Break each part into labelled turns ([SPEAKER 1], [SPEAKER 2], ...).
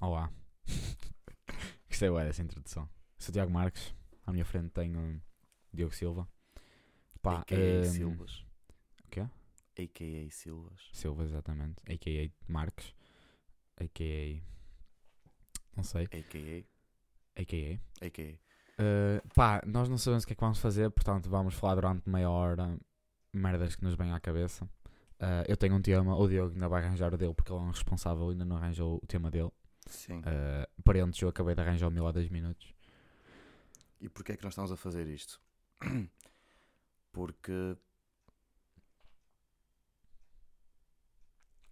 [SPEAKER 1] Olá. Gostei bué dessa introdução. Sou Tiago Marques. À minha frente tenho Diogo Silva. Pá,
[SPEAKER 2] AKA
[SPEAKER 1] ehm,
[SPEAKER 2] Silvas.
[SPEAKER 1] o quê?
[SPEAKER 2] AKA Silvas.
[SPEAKER 1] Silva, exatamente. A.K.A. Marques. A.K.A. Não sei.
[SPEAKER 2] AKA.
[SPEAKER 1] A.K.A.
[SPEAKER 2] AKA.
[SPEAKER 1] Uh, pá, nós não sabemos o que é que vamos fazer, portanto vamos falar durante meia hora merdas que nos vêm à cabeça. Uh, eu tenho um tema, o Diogo ainda vai arranjar o dele porque ele é um responsável ainda não arranjou o tema dele.
[SPEAKER 2] Sim.
[SPEAKER 1] Uh, parentes, eu acabei de arranjar o meu há 10 minutos.
[SPEAKER 2] E porquê é que nós estamos a fazer isto? Porque.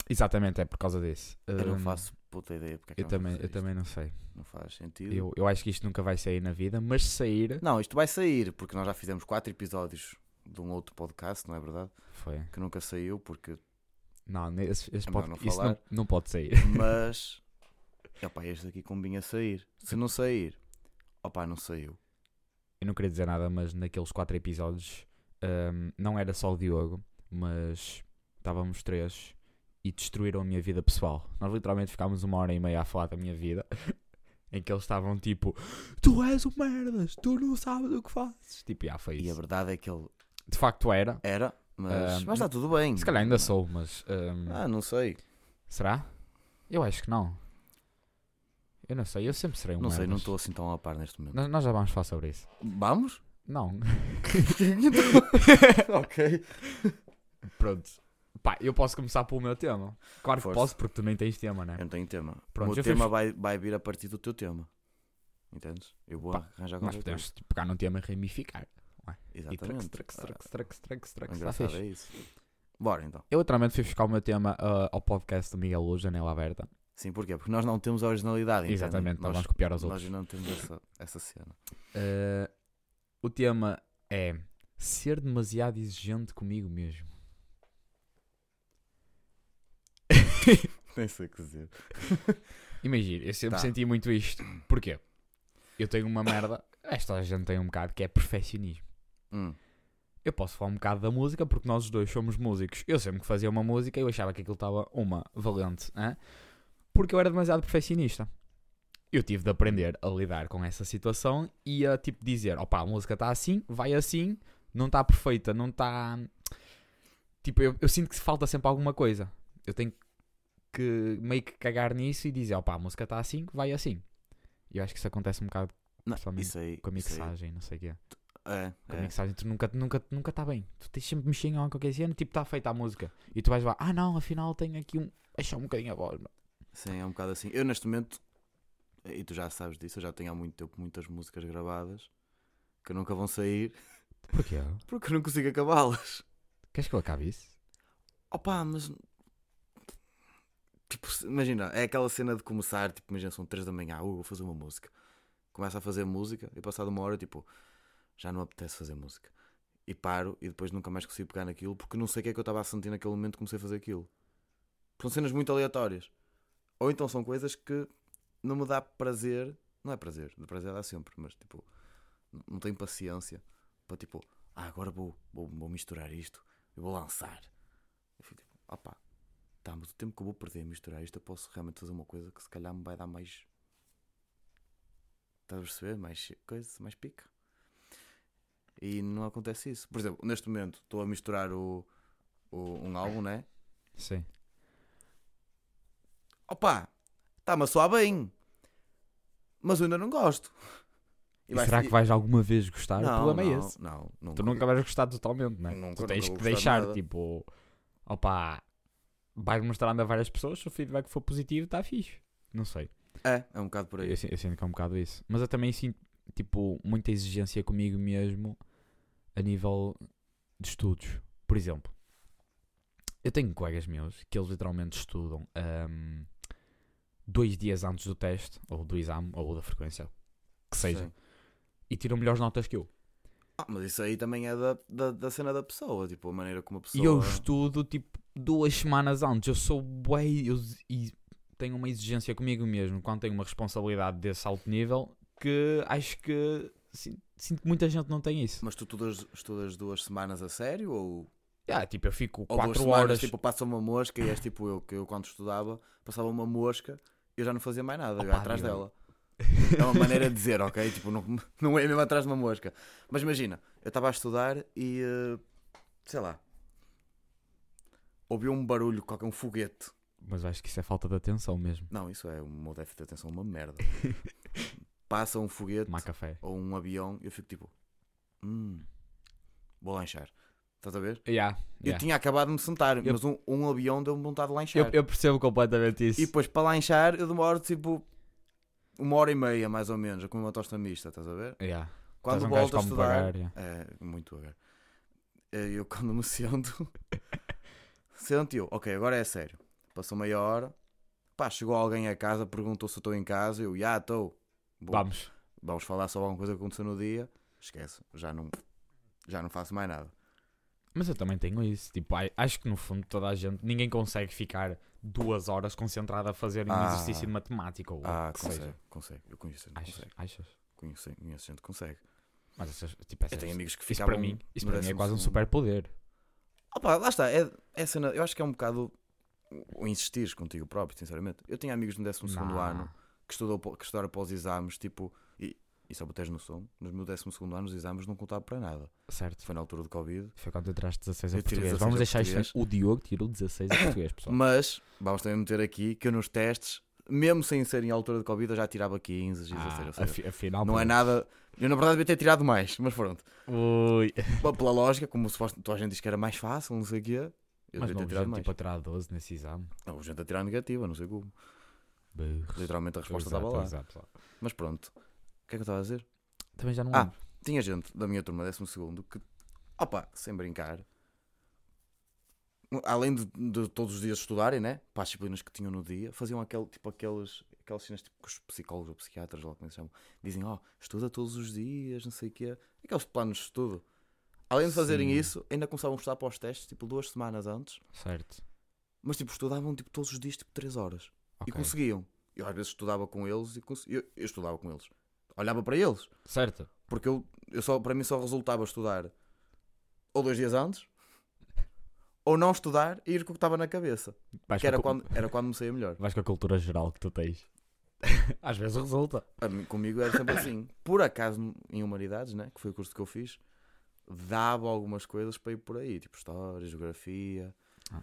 [SPEAKER 1] Exatamente, é por causa disso.
[SPEAKER 2] Eu não
[SPEAKER 1] Um,
[SPEAKER 2] faço puta ideia porque é que
[SPEAKER 1] Eu
[SPEAKER 2] nós estamos a
[SPEAKER 1] também,
[SPEAKER 2] fazer
[SPEAKER 1] eu
[SPEAKER 2] isto.
[SPEAKER 1] também não sei.
[SPEAKER 2] Não faz sentido.
[SPEAKER 1] Eu, eu acho que isto nunca vai sair na vida, mas se sair.
[SPEAKER 2] Não, isto vai sair, porque nós já fizemos quatro episódios de um outro podcast, não é verdade?
[SPEAKER 1] Foi.
[SPEAKER 2] Que nunca saiu, porque.
[SPEAKER 1] Não, esse, esse
[SPEAKER 2] É
[SPEAKER 1] pod-
[SPEAKER 2] melhor
[SPEAKER 1] isso
[SPEAKER 2] não
[SPEAKER 1] não,
[SPEAKER 2] falar.
[SPEAKER 1] não pode sair.
[SPEAKER 2] Mas. Opá, este aqui combinha sair. Se não sair. Opá, não saiu.
[SPEAKER 1] eu não queria dizer nada, mas naqueles quatro episódios ahm, não era só o Diogo, mas estávamos três e destruíram a minha vida pessoal. Nós literalmente ficámos uma hora e meia a falar da minha vida, em que eles estavam tipo: Tu és o merdas, tu não sabes o que fazes. Tipo, já foi
[SPEAKER 2] E a
[SPEAKER 1] isso.
[SPEAKER 2] verdade é que ele
[SPEAKER 1] De facto era.
[SPEAKER 2] era, mas.
[SPEAKER 1] Ah,
[SPEAKER 2] mas está tudo bem.
[SPEAKER 1] Se calhar ainda sou, mas. hum, ahm,
[SPEAKER 2] Ah, não sei.
[SPEAKER 1] Será? Eu acho que não. Eu não sei, eu sempre serei um
[SPEAKER 2] Não sei, não
[SPEAKER 1] merdas.
[SPEAKER 2] estou assim tão a par neste momento.
[SPEAKER 1] Nós- Nós já vamos falar sobre isso.
[SPEAKER 2] Vamos?
[SPEAKER 1] Não.
[SPEAKER 2] ok.
[SPEAKER 1] Pronto. Pá, eu posso começar pelo meu tema. Claro que
[SPEAKER 2] Força.
[SPEAKER 1] posso, porque tu nem tens tema, né?
[SPEAKER 2] Eu não tenho tema.
[SPEAKER 1] Pronto,
[SPEAKER 2] o
[SPEAKER 1] eu
[SPEAKER 2] meu tema vai, vai vir a partir do teu tema. Entendes? Eu vou
[SPEAKER 1] Pá,
[SPEAKER 2] arranjar
[SPEAKER 1] Nós
[SPEAKER 2] qualquer
[SPEAKER 1] podemos tipo, pegar num tema e ramificar.
[SPEAKER 2] coisa.
[SPEAKER 1] E trux,
[SPEAKER 2] Exatamente.
[SPEAKER 1] trux,
[SPEAKER 2] Ah,
[SPEAKER 1] trux, trux, trux,
[SPEAKER 2] o
[SPEAKER 1] trux. Está
[SPEAKER 2] engraçado
[SPEAKER 1] Tá fixe.
[SPEAKER 2] é isso. Bora então.
[SPEAKER 1] Eu literalmente fui buscar o meu tema ah, ao podcast do Miguel Luz, Janela Aberta.
[SPEAKER 2] Sim, porquê? Porque nós não temos a originalidade. entendem?
[SPEAKER 1] Exatamente, nós
[SPEAKER 2] Nós,
[SPEAKER 1] vamos copiar aos
[SPEAKER 2] nós
[SPEAKER 1] outros.
[SPEAKER 2] não temos essa, essa cena.
[SPEAKER 1] Ah, o tema é ser demasiado exigente comigo mesmo.
[SPEAKER 2] Nem sei o que dizer.
[SPEAKER 1] Imagina, eu sempre
[SPEAKER 2] Tá.
[SPEAKER 1] senti muito isto. Porquê? Eu tenho uma merda. Esta gente tem um bocado que é perfeccionismo.
[SPEAKER 2] Hum,
[SPEAKER 1] Eu posso falar um bocado da música porque nós os dois somos músicos. Eu sempre que fazia uma música eu achava que aquilo estava uma valente, hã? porque eu era demasiado perfeccionista. Eu tive de aprender a lidar com essa situação e a tipo dizer, opá, a música está assim, vai assim, não está perfeita, não está. Tipo, eu, eu sinto que falta sempre alguma coisa. Eu tenho que meio que cagar nisso e dizer, opá, a música está assim, vai assim. E eu acho que isso acontece um bocado
[SPEAKER 2] não,
[SPEAKER 1] Principalmente
[SPEAKER 2] isso aí.
[SPEAKER 1] com a
[SPEAKER 2] isso aí.
[SPEAKER 1] mixagem, não sei o quê
[SPEAKER 2] É,
[SPEAKER 1] com a
[SPEAKER 2] é.
[SPEAKER 1] mixagem, tu nunca está nunca, nunca tá bem. Tu tens sempre mexer em alguma qualquer cena, tipo, está feita a música. E tu vais lá, ah não, afinal tenho aqui um. Achar um bocadinho a voz, mano.
[SPEAKER 2] Sim, é um bocado assim. Eu neste momento, e tu já sabes disso, eu já tenho há muito tempo muitas músicas gravadas que nunca vão sair
[SPEAKER 1] Porquê?
[SPEAKER 2] porque eu não consigo acabá-las.
[SPEAKER 1] Queres que eu acabe isso?
[SPEAKER 2] Opa, mas. Tipo, se- imagina, é aquela cena de começar, tipo, imagina, são 3 da manhã, uh, vou fazer uma música. Começa a fazer música e passado uma hora, tipo, já não me apetece fazer música. E paro e depois nunca mais consigo pegar naquilo porque não sei o que é que eu estava a sentir naquele momento que comecei a fazer aquilo. São cenas muito aleatórias. Ou então são coisas que não me dá prazer, não é prazer, de prazer dá sempre, mas tipo, n- não tenho paciência para tipo, ah, agora vou, vou, vou misturar isto e vou lançar. Eu fico tipo, opá, tá, mas o tempo que eu vou perder a misturar isto, eu posso realmente fazer uma coisa que se calhar me vai dar mais. Estás a perceber? Mais coisa, mais pica. E não acontece isso. Por exemplo, neste momento estou a misturar o, o- um álbum, né?
[SPEAKER 1] Sim.
[SPEAKER 2] Opá, está-me a soar bem. Mas eu ainda não gosto.
[SPEAKER 1] E será que vais alguma vez gostar? o problema
[SPEAKER 2] não,
[SPEAKER 1] é esse.
[SPEAKER 2] Não, não.
[SPEAKER 1] Tu nunca vais gostar totalmente, não é?
[SPEAKER 2] Nunca,
[SPEAKER 1] tu tens
[SPEAKER 2] nunca vou
[SPEAKER 1] que
[SPEAKER 2] gostar de
[SPEAKER 1] deixar,
[SPEAKER 2] nada.
[SPEAKER 1] tipo, opá, vais mostrando a várias pessoas, se o feedback for positivo, está fixe. Não sei.
[SPEAKER 2] É, é um bocado por aí.
[SPEAKER 1] Eu, sin- eu sinto que é um bocado isso. Mas eu também sinto, tipo, muita exigência comigo mesmo a nível de estudos. Por exemplo, eu tenho colegas meus que eles literalmente estudam ahm, dois dias antes do teste, ou do exame, ou da frequência, que seja,
[SPEAKER 2] Sim.
[SPEAKER 1] e tiram melhores notas que eu.
[SPEAKER 2] Ah, mas isso aí também é da, da, da cena da pessoa, tipo, a maneira como a pessoa.
[SPEAKER 1] E eu estudo, tipo, duas semanas antes. Eu sou bué eu, e tenho uma exigência comigo mesmo quando tenho uma responsabilidade desse alto nível que acho que sin- sinto que muita gente não tem isso.
[SPEAKER 2] Mas tu estudas, estudas duas semanas a sério ou,
[SPEAKER 1] Ah, tipo, eu fico
[SPEAKER 2] ou duas
[SPEAKER 1] quatro
[SPEAKER 2] semanas
[SPEAKER 1] horas.
[SPEAKER 2] tipo passa uma mosca e és tipo eu que eu quando estudava passava uma mosca eu já não fazia mais nada
[SPEAKER 1] Opa,
[SPEAKER 2] atrás
[SPEAKER 1] meu.
[SPEAKER 2] dela. É uma maneira de dizer, ok? Tipo, não, não é mesmo atrás de uma mosca. Mas imagina, eu estava a estudar e eh, sei lá, ouvi um barulho, qualquer um foguete.
[SPEAKER 1] Mas acho que isso é falta de atenção mesmo.
[SPEAKER 2] Não, isso é um déficit de atenção, uma merda. Passa um foguete
[SPEAKER 1] Tomar café.
[SPEAKER 2] ou um avião e eu fico tipo, hum, vou lanchar. Estás a ver?
[SPEAKER 1] Yeah,
[SPEAKER 2] Eu
[SPEAKER 1] yeah.
[SPEAKER 2] tinha acabado de me sentar,
[SPEAKER 1] Eu-
[SPEAKER 2] mas um, um avião deu-me vontade de lanchar.
[SPEAKER 1] Eu, eu percebo completamente isso.
[SPEAKER 2] E depois para lanchar eu demoro tipo uma hora e meia mais ou menos a comer uma tosta mista, estás a ver?
[SPEAKER 1] Yeah.
[SPEAKER 2] Quando
[SPEAKER 1] Estás um
[SPEAKER 2] volto a
[SPEAKER 1] gajo para me
[SPEAKER 2] estudar.
[SPEAKER 1] pagar, yeah.
[SPEAKER 2] É, muito agora. Eu quando me sento. sento eu, ok, agora é sério. Passou meia hora. Pá, chegou alguém a casa, perguntou se eu estou em casa. Eu, já estou. Bom,
[SPEAKER 1] Vamos.
[SPEAKER 2] Vamos falar sobre alguma coisa que aconteceu no dia. Esquece, já não, já não faço mais nada.
[SPEAKER 1] Mas eu também tenho isso. Tipo, ai- acho que no fundo toda a gente, ninguém consegue ficar duas horas concentrada a fazer um
[SPEAKER 2] Ah.
[SPEAKER 1] exercício de matemática ou o que
[SPEAKER 2] consegue,
[SPEAKER 1] seja.
[SPEAKER 2] consegue. Eu conheço gente que
[SPEAKER 1] Achas?
[SPEAKER 2] consegue.
[SPEAKER 1] Achas?
[SPEAKER 2] Conheço, conheço gente que consegue.
[SPEAKER 1] Mas essas, tipo, essas,
[SPEAKER 2] Eu tenho amigos que
[SPEAKER 1] isso
[SPEAKER 2] ficavam
[SPEAKER 1] para mim, isso
[SPEAKER 2] no
[SPEAKER 1] para mim é
[SPEAKER 2] décimo
[SPEAKER 1] quase um
[SPEAKER 2] segundo.
[SPEAKER 1] super poder.
[SPEAKER 2] Opa, lá está, é, é cena, eu acho que é um bocado o insistir contigo próprio, sinceramente. Eu tinha amigos no 12 segundo ano que, estudou, pa- que estudaram para os exames, tipo, e, e só para teres noção, no meu 12 segundo ano os exames não contavam para nada.
[SPEAKER 1] Certo.
[SPEAKER 2] Foi na altura do Covid.
[SPEAKER 1] Foi quando tu tiraste 16
[SPEAKER 2] Eu
[SPEAKER 1] a
[SPEAKER 2] tirei
[SPEAKER 1] português.
[SPEAKER 2] 16
[SPEAKER 1] Vamos
[SPEAKER 2] a
[SPEAKER 1] deixar isto. O
[SPEAKER 2] português.
[SPEAKER 1] Diogo tirou 16 a português, pessoal.
[SPEAKER 2] Mas, vamos também meter aqui que eu nos testes, mesmo sem ser em altura de Covid, eu já tirava 15, 16,
[SPEAKER 1] Ah,
[SPEAKER 2] ou seja,
[SPEAKER 1] afi- afinal,
[SPEAKER 2] não é
[SPEAKER 1] pronto.
[SPEAKER 2] nada. Eu na verdade devia ter tirado mais, mas pronto.
[SPEAKER 1] Ui.
[SPEAKER 2] Pela- Pela lógica, como se fosse, toda a gente diz que era mais fácil, não sei o quê, eu
[SPEAKER 1] Mas
[SPEAKER 2] devia
[SPEAKER 1] não
[SPEAKER 2] ter tirado
[SPEAKER 1] gente,
[SPEAKER 2] é mais.
[SPEAKER 1] tipo, a tirar 12 nesse exame.
[SPEAKER 2] Não, houve gente a tirar negativa, não sei como. Literalmente a resposta tá
[SPEAKER 1] é,
[SPEAKER 2] estava lá. Mas pronto, o que é que eu estava a dizer?
[SPEAKER 1] Também já não
[SPEAKER 2] Ah.
[SPEAKER 1] lembro.
[SPEAKER 2] Tinha gente da minha turma, 12 segundo, que, opa, sem brincar, além de, de todos os dias estudarem, né? Para as disciplinas que tinham no dia, faziam aquele, tipo, aqueles, aquelas cenas tipo, que os psicólogos ou psiquiatras, lá como é que se chamam, dizem, ó, estuda todos os dias, não sei o quê. Aqueles planos de estudo. Além de fazerem
[SPEAKER 1] Sim.
[SPEAKER 2] isso, ainda começavam a estudar para os testes, tipo, duas semanas antes.
[SPEAKER 1] Certo.
[SPEAKER 2] Mas, tipo, estudavam, tipo, todos os dias, tipo, 3 horas. E
[SPEAKER 1] Ok.
[SPEAKER 2] conseguiam. Eu às vezes estudava com eles e consegui- eu, eu estudava com eles. Olhava para eles.
[SPEAKER 1] Certo.
[SPEAKER 2] Porque eu, eu só, para mim só resultava estudar ou dois dias antes ou não estudar e ir com o que estava na cabeça.
[SPEAKER 1] Vais
[SPEAKER 2] Que
[SPEAKER 1] com,
[SPEAKER 2] era
[SPEAKER 1] a, cul-
[SPEAKER 2] quando, era quando me saía melhor.
[SPEAKER 1] vais com a cultura geral que tu tens. Às vezes resulta.
[SPEAKER 2] A mim- Comigo era sempre assim. Por acaso, em Humanidades, né, que foi o curso que eu fiz, dava algumas coisas para ir por aí, tipo História, Geografia,
[SPEAKER 1] Ah.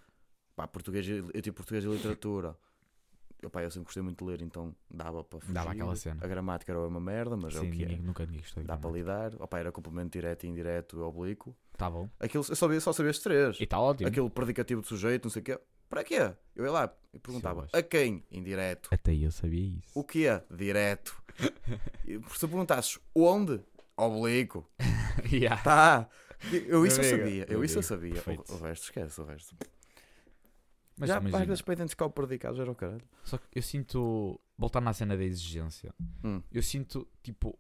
[SPEAKER 2] pá, português, e- eu tive Português e Literatura. Eu, pá, eu sempre gostei muito de ler, então dava para fugir.
[SPEAKER 1] Dava aquela cena.
[SPEAKER 2] A gramática era uma merda, mas é
[SPEAKER 1] Sim,
[SPEAKER 2] o que é.
[SPEAKER 1] ninguém- nunca ninguém gostou.
[SPEAKER 2] Dá para lidar. Opa, era complemento direto, indireto e oblíquo.
[SPEAKER 1] Tá bom.
[SPEAKER 2] Aquilo, eu só, vi- só sabia estes três.
[SPEAKER 1] E está ótimo.
[SPEAKER 2] Aquele predicativo de sujeito, não sei o quê. Para quê? Eu ia lá e
[SPEAKER 1] eu
[SPEAKER 2] perguntava.
[SPEAKER 1] gosto.
[SPEAKER 2] A quem? Indireto.
[SPEAKER 1] Até eu sabia isso.
[SPEAKER 2] O quê? Direto. E se perguntasses onde? Oblíquo.
[SPEAKER 1] Yeah.
[SPEAKER 2] Tá. Eu isso eu
[SPEAKER 1] Amiga.
[SPEAKER 2] sabia. Eu isso eu
[SPEAKER 1] Amiga,
[SPEAKER 2] sabia.
[SPEAKER 1] perfeito.
[SPEAKER 2] O, o resto, esquece o resto.
[SPEAKER 1] Mas
[SPEAKER 2] Já
[SPEAKER 1] já, imagina,
[SPEAKER 2] às vezes para identificar o predicado já era o caralho.
[SPEAKER 1] Só que eu sinto. Voltar na cena da exigência.
[SPEAKER 2] Hum.
[SPEAKER 1] Eu sinto, tipo,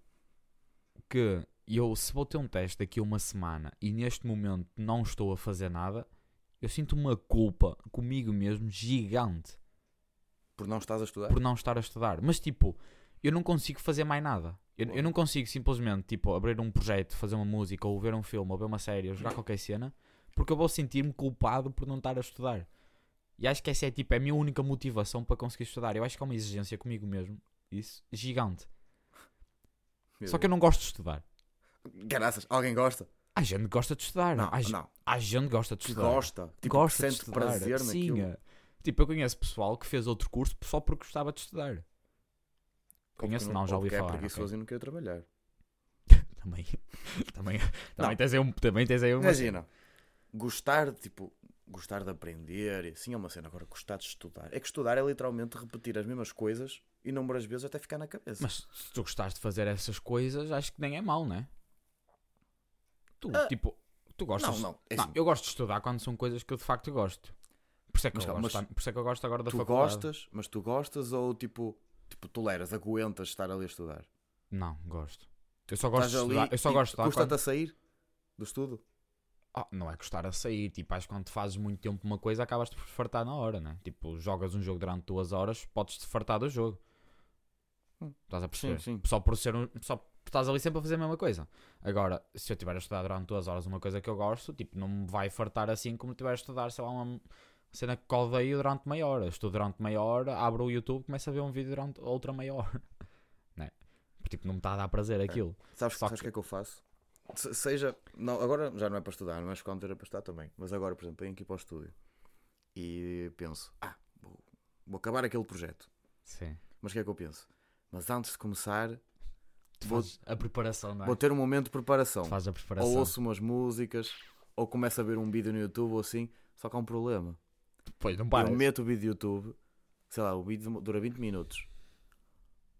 [SPEAKER 1] que eu, se vou ter um teste daqui a uma semana e neste momento não estou a fazer nada, eu sinto uma culpa comigo mesmo gigante
[SPEAKER 2] Por não estás a estudar?
[SPEAKER 1] por não estar a estudar. Mas, tipo, eu não consigo fazer mais nada. Eu, eu não consigo simplesmente, tipo, abrir um projeto, fazer uma música, ou ver um filme, ou ver uma série, ou jogar
[SPEAKER 2] Uhum.
[SPEAKER 1] qualquer cena, porque eu vou sentir-me culpado por não estar a estudar. E acho que essa é, tipo, é a minha única motivação para conseguir estudar. Eu acho que é uma exigência comigo mesmo, isso, gigante.
[SPEAKER 2] Meu
[SPEAKER 1] Só que eu não gosto de estudar.
[SPEAKER 2] Deus. Graças. Alguém gosta?
[SPEAKER 1] Há gente que gosta de estudar.
[SPEAKER 2] Não,
[SPEAKER 1] Ah, Não, há, ge-
[SPEAKER 2] não.
[SPEAKER 1] há gente que gosta de
[SPEAKER 2] Que
[SPEAKER 1] estudar.
[SPEAKER 2] gosta. Tipo,
[SPEAKER 1] gosta
[SPEAKER 2] que
[SPEAKER 1] de
[SPEAKER 2] sente
[SPEAKER 1] estudar.
[SPEAKER 2] prazer
[SPEAKER 1] Sim,
[SPEAKER 2] naquilo.
[SPEAKER 1] é. Tipo, eu conheço pessoal que fez outro curso só porque gostava de estudar.
[SPEAKER 2] Ou
[SPEAKER 1] Conheço,
[SPEAKER 2] porque
[SPEAKER 1] não, já
[SPEAKER 2] ou
[SPEAKER 1] ouvi
[SPEAKER 2] porque é
[SPEAKER 1] falar,
[SPEAKER 2] preguiçoso
[SPEAKER 1] ok.
[SPEAKER 2] e não quer trabalhar.
[SPEAKER 1] Também. também,
[SPEAKER 2] Não.
[SPEAKER 1] também, tens aí um, também tens aí uma.
[SPEAKER 2] Imagina, gostar, tipo, gostar de aprender, e sim é uma cena. Agora, gostar de estudar. É que estudar é literalmente repetir as mesmas coisas e números vezes até ficar na cabeça.
[SPEAKER 1] Mas se tu gostares de fazer essas coisas, acho que nem é mau, né? Tu,
[SPEAKER 2] Ah.
[SPEAKER 1] tipo, tu gostas.
[SPEAKER 2] não, não, é assim,
[SPEAKER 1] eu gosto de estudar quando são coisas que eu de facto gosto. Por isso é que,
[SPEAKER 2] Mas
[SPEAKER 1] eu,
[SPEAKER 2] calma,
[SPEAKER 1] gosto,
[SPEAKER 2] mas
[SPEAKER 1] por isso é que eu gosto agora da
[SPEAKER 2] tu
[SPEAKER 1] faculdade.
[SPEAKER 2] gostas, mas tu gostas ou tipo, tipo, toleras, aguentas estar ali a estudar?
[SPEAKER 1] Não, gosto. Eu só gosto de
[SPEAKER 2] Estás ali tipo,
[SPEAKER 1] estudar. Eu só
[SPEAKER 2] e
[SPEAKER 1] gosto de estudar
[SPEAKER 2] Custa-te
[SPEAKER 1] quando-
[SPEAKER 2] a sair do estudo?
[SPEAKER 1] Ah, não é gostar a sair, tipo, acho que quando fazes muito tempo uma coisa acabas-te por fartar na hora, né? Tipo, jogas um jogo durante duas horas, podes-te fartar do jogo.
[SPEAKER 2] Hum.
[SPEAKER 1] Estás a perceber?
[SPEAKER 2] Sim, sim.
[SPEAKER 1] Só por ser um. Só por estás ali sempre a fazer a mesma coisa. Agora, se eu estiver a estudar durante duas horas uma coisa que eu gosto, tipo, não me vai fartar assim como estiver a estudar, sei lá, uma, cena que codeio durante meia hora. Estou durante meia hora, abro o YouTube, começo a ver um vídeo durante outra meia hora. Né? Porque, Tipo, não me está a dar
[SPEAKER 2] É.
[SPEAKER 1] prazer aquilo.
[SPEAKER 2] Sabes,
[SPEAKER 1] Só
[SPEAKER 2] sabes o que é que eu faço? Se- seja. Não, agora já não é para estudar, mas quando era para estudar também. Mas agora, por exemplo, venho aqui para o estúdio e penso: ah, vou, vou acabar aquele projeto.
[SPEAKER 1] Sim.
[SPEAKER 2] Mas o que é que eu penso? Mas antes de começar,
[SPEAKER 1] Tu
[SPEAKER 2] Vou-
[SPEAKER 1] fazes a preparação, não é?
[SPEAKER 2] vou ter um momento de preparação.
[SPEAKER 1] Tu fazes a preparação.
[SPEAKER 2] Ou ouço umas músicas, ou começo a ver um vídeo no YouTube ou assim. Só que há um problema.
[SPEAKER 1] Pois, não paras.
[SPEAKER 2] Eu meto o vídeo do YouTube, sei lá, o vídeo dura 20 minutos.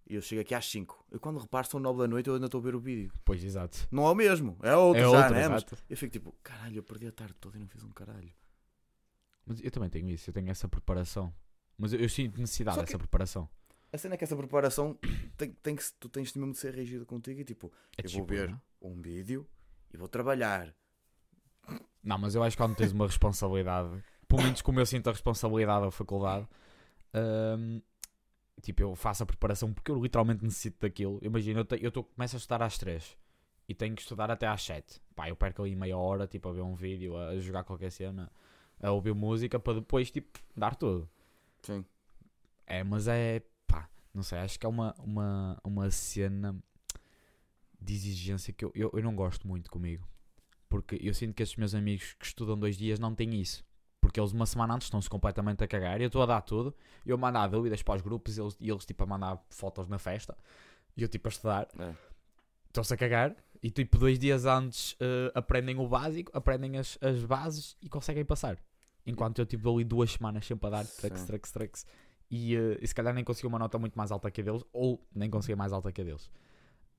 [SPEAKER 2] E eu chego aqui às 5. Eu quando reparo, são 9 da noite eu ainda estou a ver o vídeo.
[SPEAKER 1] Pois, exato.
[SPEAKER 2] Não é o mesmo, é outro
[SPEAKER 1] é
[SPEAKER 2] já,
[SPEAKER 1] outro,
[SPEAKER 2] né? Mas
[SPEAKER 1] exato.
[SPEAKER 2] eu fico tipo, caralho, eu perdi a tarde toda e não fiz um caralho.
[SPEAKER 1] Mas eu também tenho isso, eu tenho essa preparação. Mas eu, eu sinto necessidade
[SPEAKER 2] Só
[SPEAKER 1] dessa preparação.
[SPEAKER 2] A cena é que essa preparação tem, tem que, se- tu tens mesmo de ser rígido contigo e tipo,
[SPEAKER 1] É
[SPEAKER 2] eu vou
[SPEAKER 1] disciplina.
[SPEAKER 2] ver um vídeo e vou trabalhar.
[SPEAKER 1] Não, mas eu acho que quando tens uma responsabilidade, pelo menos como eu sinto a responsabilidade da faculdade, hum, tipo, eu faço a preparação porque eu literalmente necessito daquilo. Imagina, eu, te- eu tô- começo a estudar às 3 e tenho que estudar até às 7. Pá, eu perco ali meia hora, tipo, a ver um vídeo, a, a jogar qualquer cena, a ouvir música, para depois, tipo, dar tudo.
[SPEAKER 2] Sim.
[SPEAKER 1] É, mas é, pá, não sei, acho que é uma, uma, uma cena de exigência que eu, eu, eu não gosto muito comigo. Porque eu sinto que esses meus amigos que estudam dois dias não têm isso. Porque eles uma semana antes estão-se completamente a cagar. Eu estou a dar tudo. Eu mando a dúvidas para os grupos eles, e eles tipo a mandar fotos na festa. E eu tipo a estudar.
[SPEAKER 2] É.
[SPEAKER 1] Estão-se a cagar. E tipo dois dias antes eh, aprendem o básico, aprendem as, as bases e conseguem passar. Enquanto eu tipo dou ali duas semanas sempre a dar trex,
[SPEAKER 2] Sim.
[SPEAKER 1] trex, trex. E, eh, e se calhar nem consegui uma nota muito mais alta que a deles. Ou nem consegui mais alta que a deles.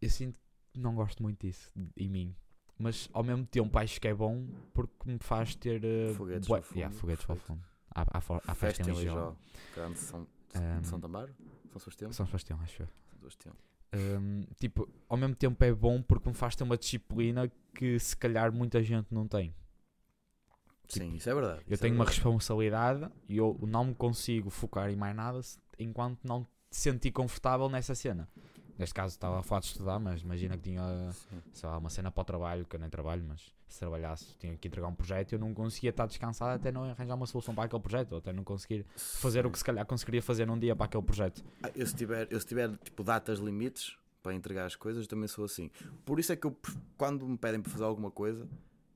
[SPEAKER 1] Eu sinto não gosto muito disso em mim. Mas ao mesmo tempo acho que é bom porque me faz ter. eh,
[SPEAKER 2] Foguetes
[SPEAKER 1] bué-
[SPEAKER 2] ao
[SPEAKER 1] Yeah,
[SPEAKER 2] fundo,
[SPEAKER 1] foguetes ao
[SPEAKER 2] perfeito.
[SPEAKER 1] fundo. Há, há fo- Oh, há festa, em Lijó.
[SPEAKER 2] Grande São,
[SPEAKER 1] Ahm.
[SPEAKER 2] São Tamaro? São Sebastião?
[SPEAKER 1] São Sebastião, acho eu.
[SPEAKER 2] São Sebastião.
[SPEAKER 1] Hum, tipo, ao mesmo tempo é bom porque me faz ter uma disciplina que se calhar muita gente não tem.
[SPEAKER 2] Sim, isso é verdade.
[SPEAKER 1] tipo, Eu
[SPEAKER 2] isso é
[SPEAKER 1] tenho uma
[SPEAKER 2] verdade.
[SPEAKER 1] responsabilidade e eu não me consigo focar em mais nada se- enquanto não te sentir confortável nessa cena. Neste caso estava a falar de estudar, mas imagina que tinha
[SPEAKER 2] Sim.
[SPEAKER 1] sei lá, uma cena para o trabalho, que eu nem trabalho, mas se trabalhasse tinha que entregar um projeto, eu não conseguia estar descansado até não arranjar uma solução para aquele projeto, ou até não conseguir fazer o que se calhar conseguiria fazer num dia para aquele projeto.
[SPEAKER 2] Ah, Eu se tiver, eu se tiver tipo datas limites para entregar as coisas, também sou assim. Por isso é que eu, pref- quando me pedem para fazer alguma coisa,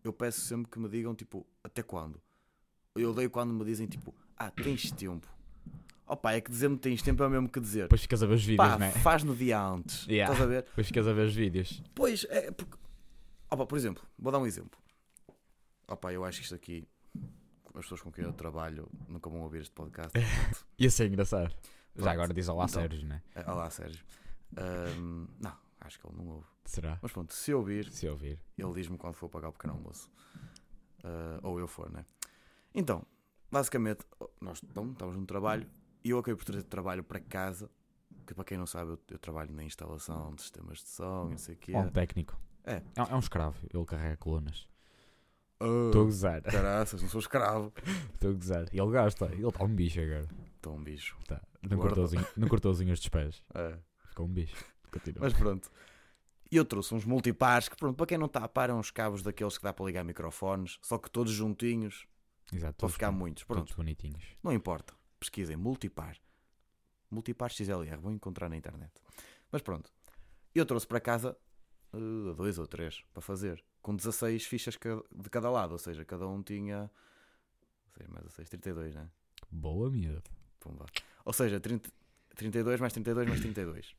[SPEAKER 2] eu peço sempre que me digam tipo, até quando? Eu odeio quando me dizem tipo, ah, tens tempo. Opa, é que dizer-me tens tempo é o mesmo que dizer.
[SPEAKER 1] Depois ficas a ver os vídeos,
[SPEAKER 2] Pá,
[SPEAKER 1] né?
[SPEAKER 2] faz no dia antes.
[SPEAKER 1] Yeah.
[SPEAKER 2] Estás a ver?
[SPEAKER 1] Depois ficas a ver os vídeos.
[SPEAKER 2] Pois, é porque. Opa, por exemplo, vou dar um exemplo. Opa, eu acho que isto aqui, as pessoas com quem eu trabalho nunca vão ouvir este podcast.
[SPEAKER 1] Isso é engraçado.
[SPEAKER 2] Pronto.
[SPEAKER 1] Já agora diz olá
[SPEAKER 2] Então.
[SPEAKER 1] Sérgio, né?
[SPEAKER 2] Ah, Olá, Sérgio. Ahm, não, acho que ele não ouve.
[SPEAKER 1] Será?
[SPEAKER 2] Mas pronto, se ouvir,
[SPEAKER 1] Se ouvir.
[SPEAKER 2] Ele diz-me quando for pagar o pequeno almoço. Ah, ou eu for, né? Então, basicamente, nós então, estávamos no trabalho e eu acabei por trazer trabalho para casa. Que para quem não sabe, eu, eu trabalho na instalação de sistemas de som, não sei o quê.
[SPEAKER 1] Ou um técnico.
[SPEAKER 2] É.
[SPEAKER 1] um, um escravo, ele carrega colunas.
[SPEAKER 2] Ah,
[SPEAKER 1] Estou a gozar,
[SPEAKER 2] Caraças, não sou escravo.
[SPEAKER 1] estou a gozar. Ele gasta, ele está um bicho agora.
[SPEAKER 2] Estou um bicho.
[SPEAKER 1] Tá. Não,
[SPEAKER 2] Gordo.
[SPEAKER 1] cortou as unhas- não cortou as unhas dos pés,
[SPEAKER 2] É.
[SPEAKER 1] ficou um bicho. Continua.
[SPEAKER 2] Mas pronto. E eu trouxe uns multipares que, pronto, para quem não está a par, é uns cabos daqueles que dá para ligar microfones, só que todos juntinhos,
[SPEAKER 1] Exato,
[SPEAKER 2] para
[SPEAKER 1] todos,
[SPEAKER 2] ficar
[SPEAKER 1] bon-
[SPEAKER 2] muitos. Pronto.
[SPEAKER 1] todos bonitinhos.
[SPEAKER 2] Não importa. Pesquisem multipar. Multipar XLR. Vão encontrar na internet. Mas pronto. Eu trouxe para casa eh, dois ou três para fazer. Com 16 fichas ca- de cada lado. Ou seja, cada um tinha. 6 mais 16, 32, né?
[SPEAKER 1] Boa miúda.
[SPEAKER 2] Pumba. Ou seja, 30, 32 mais 32 mais 32.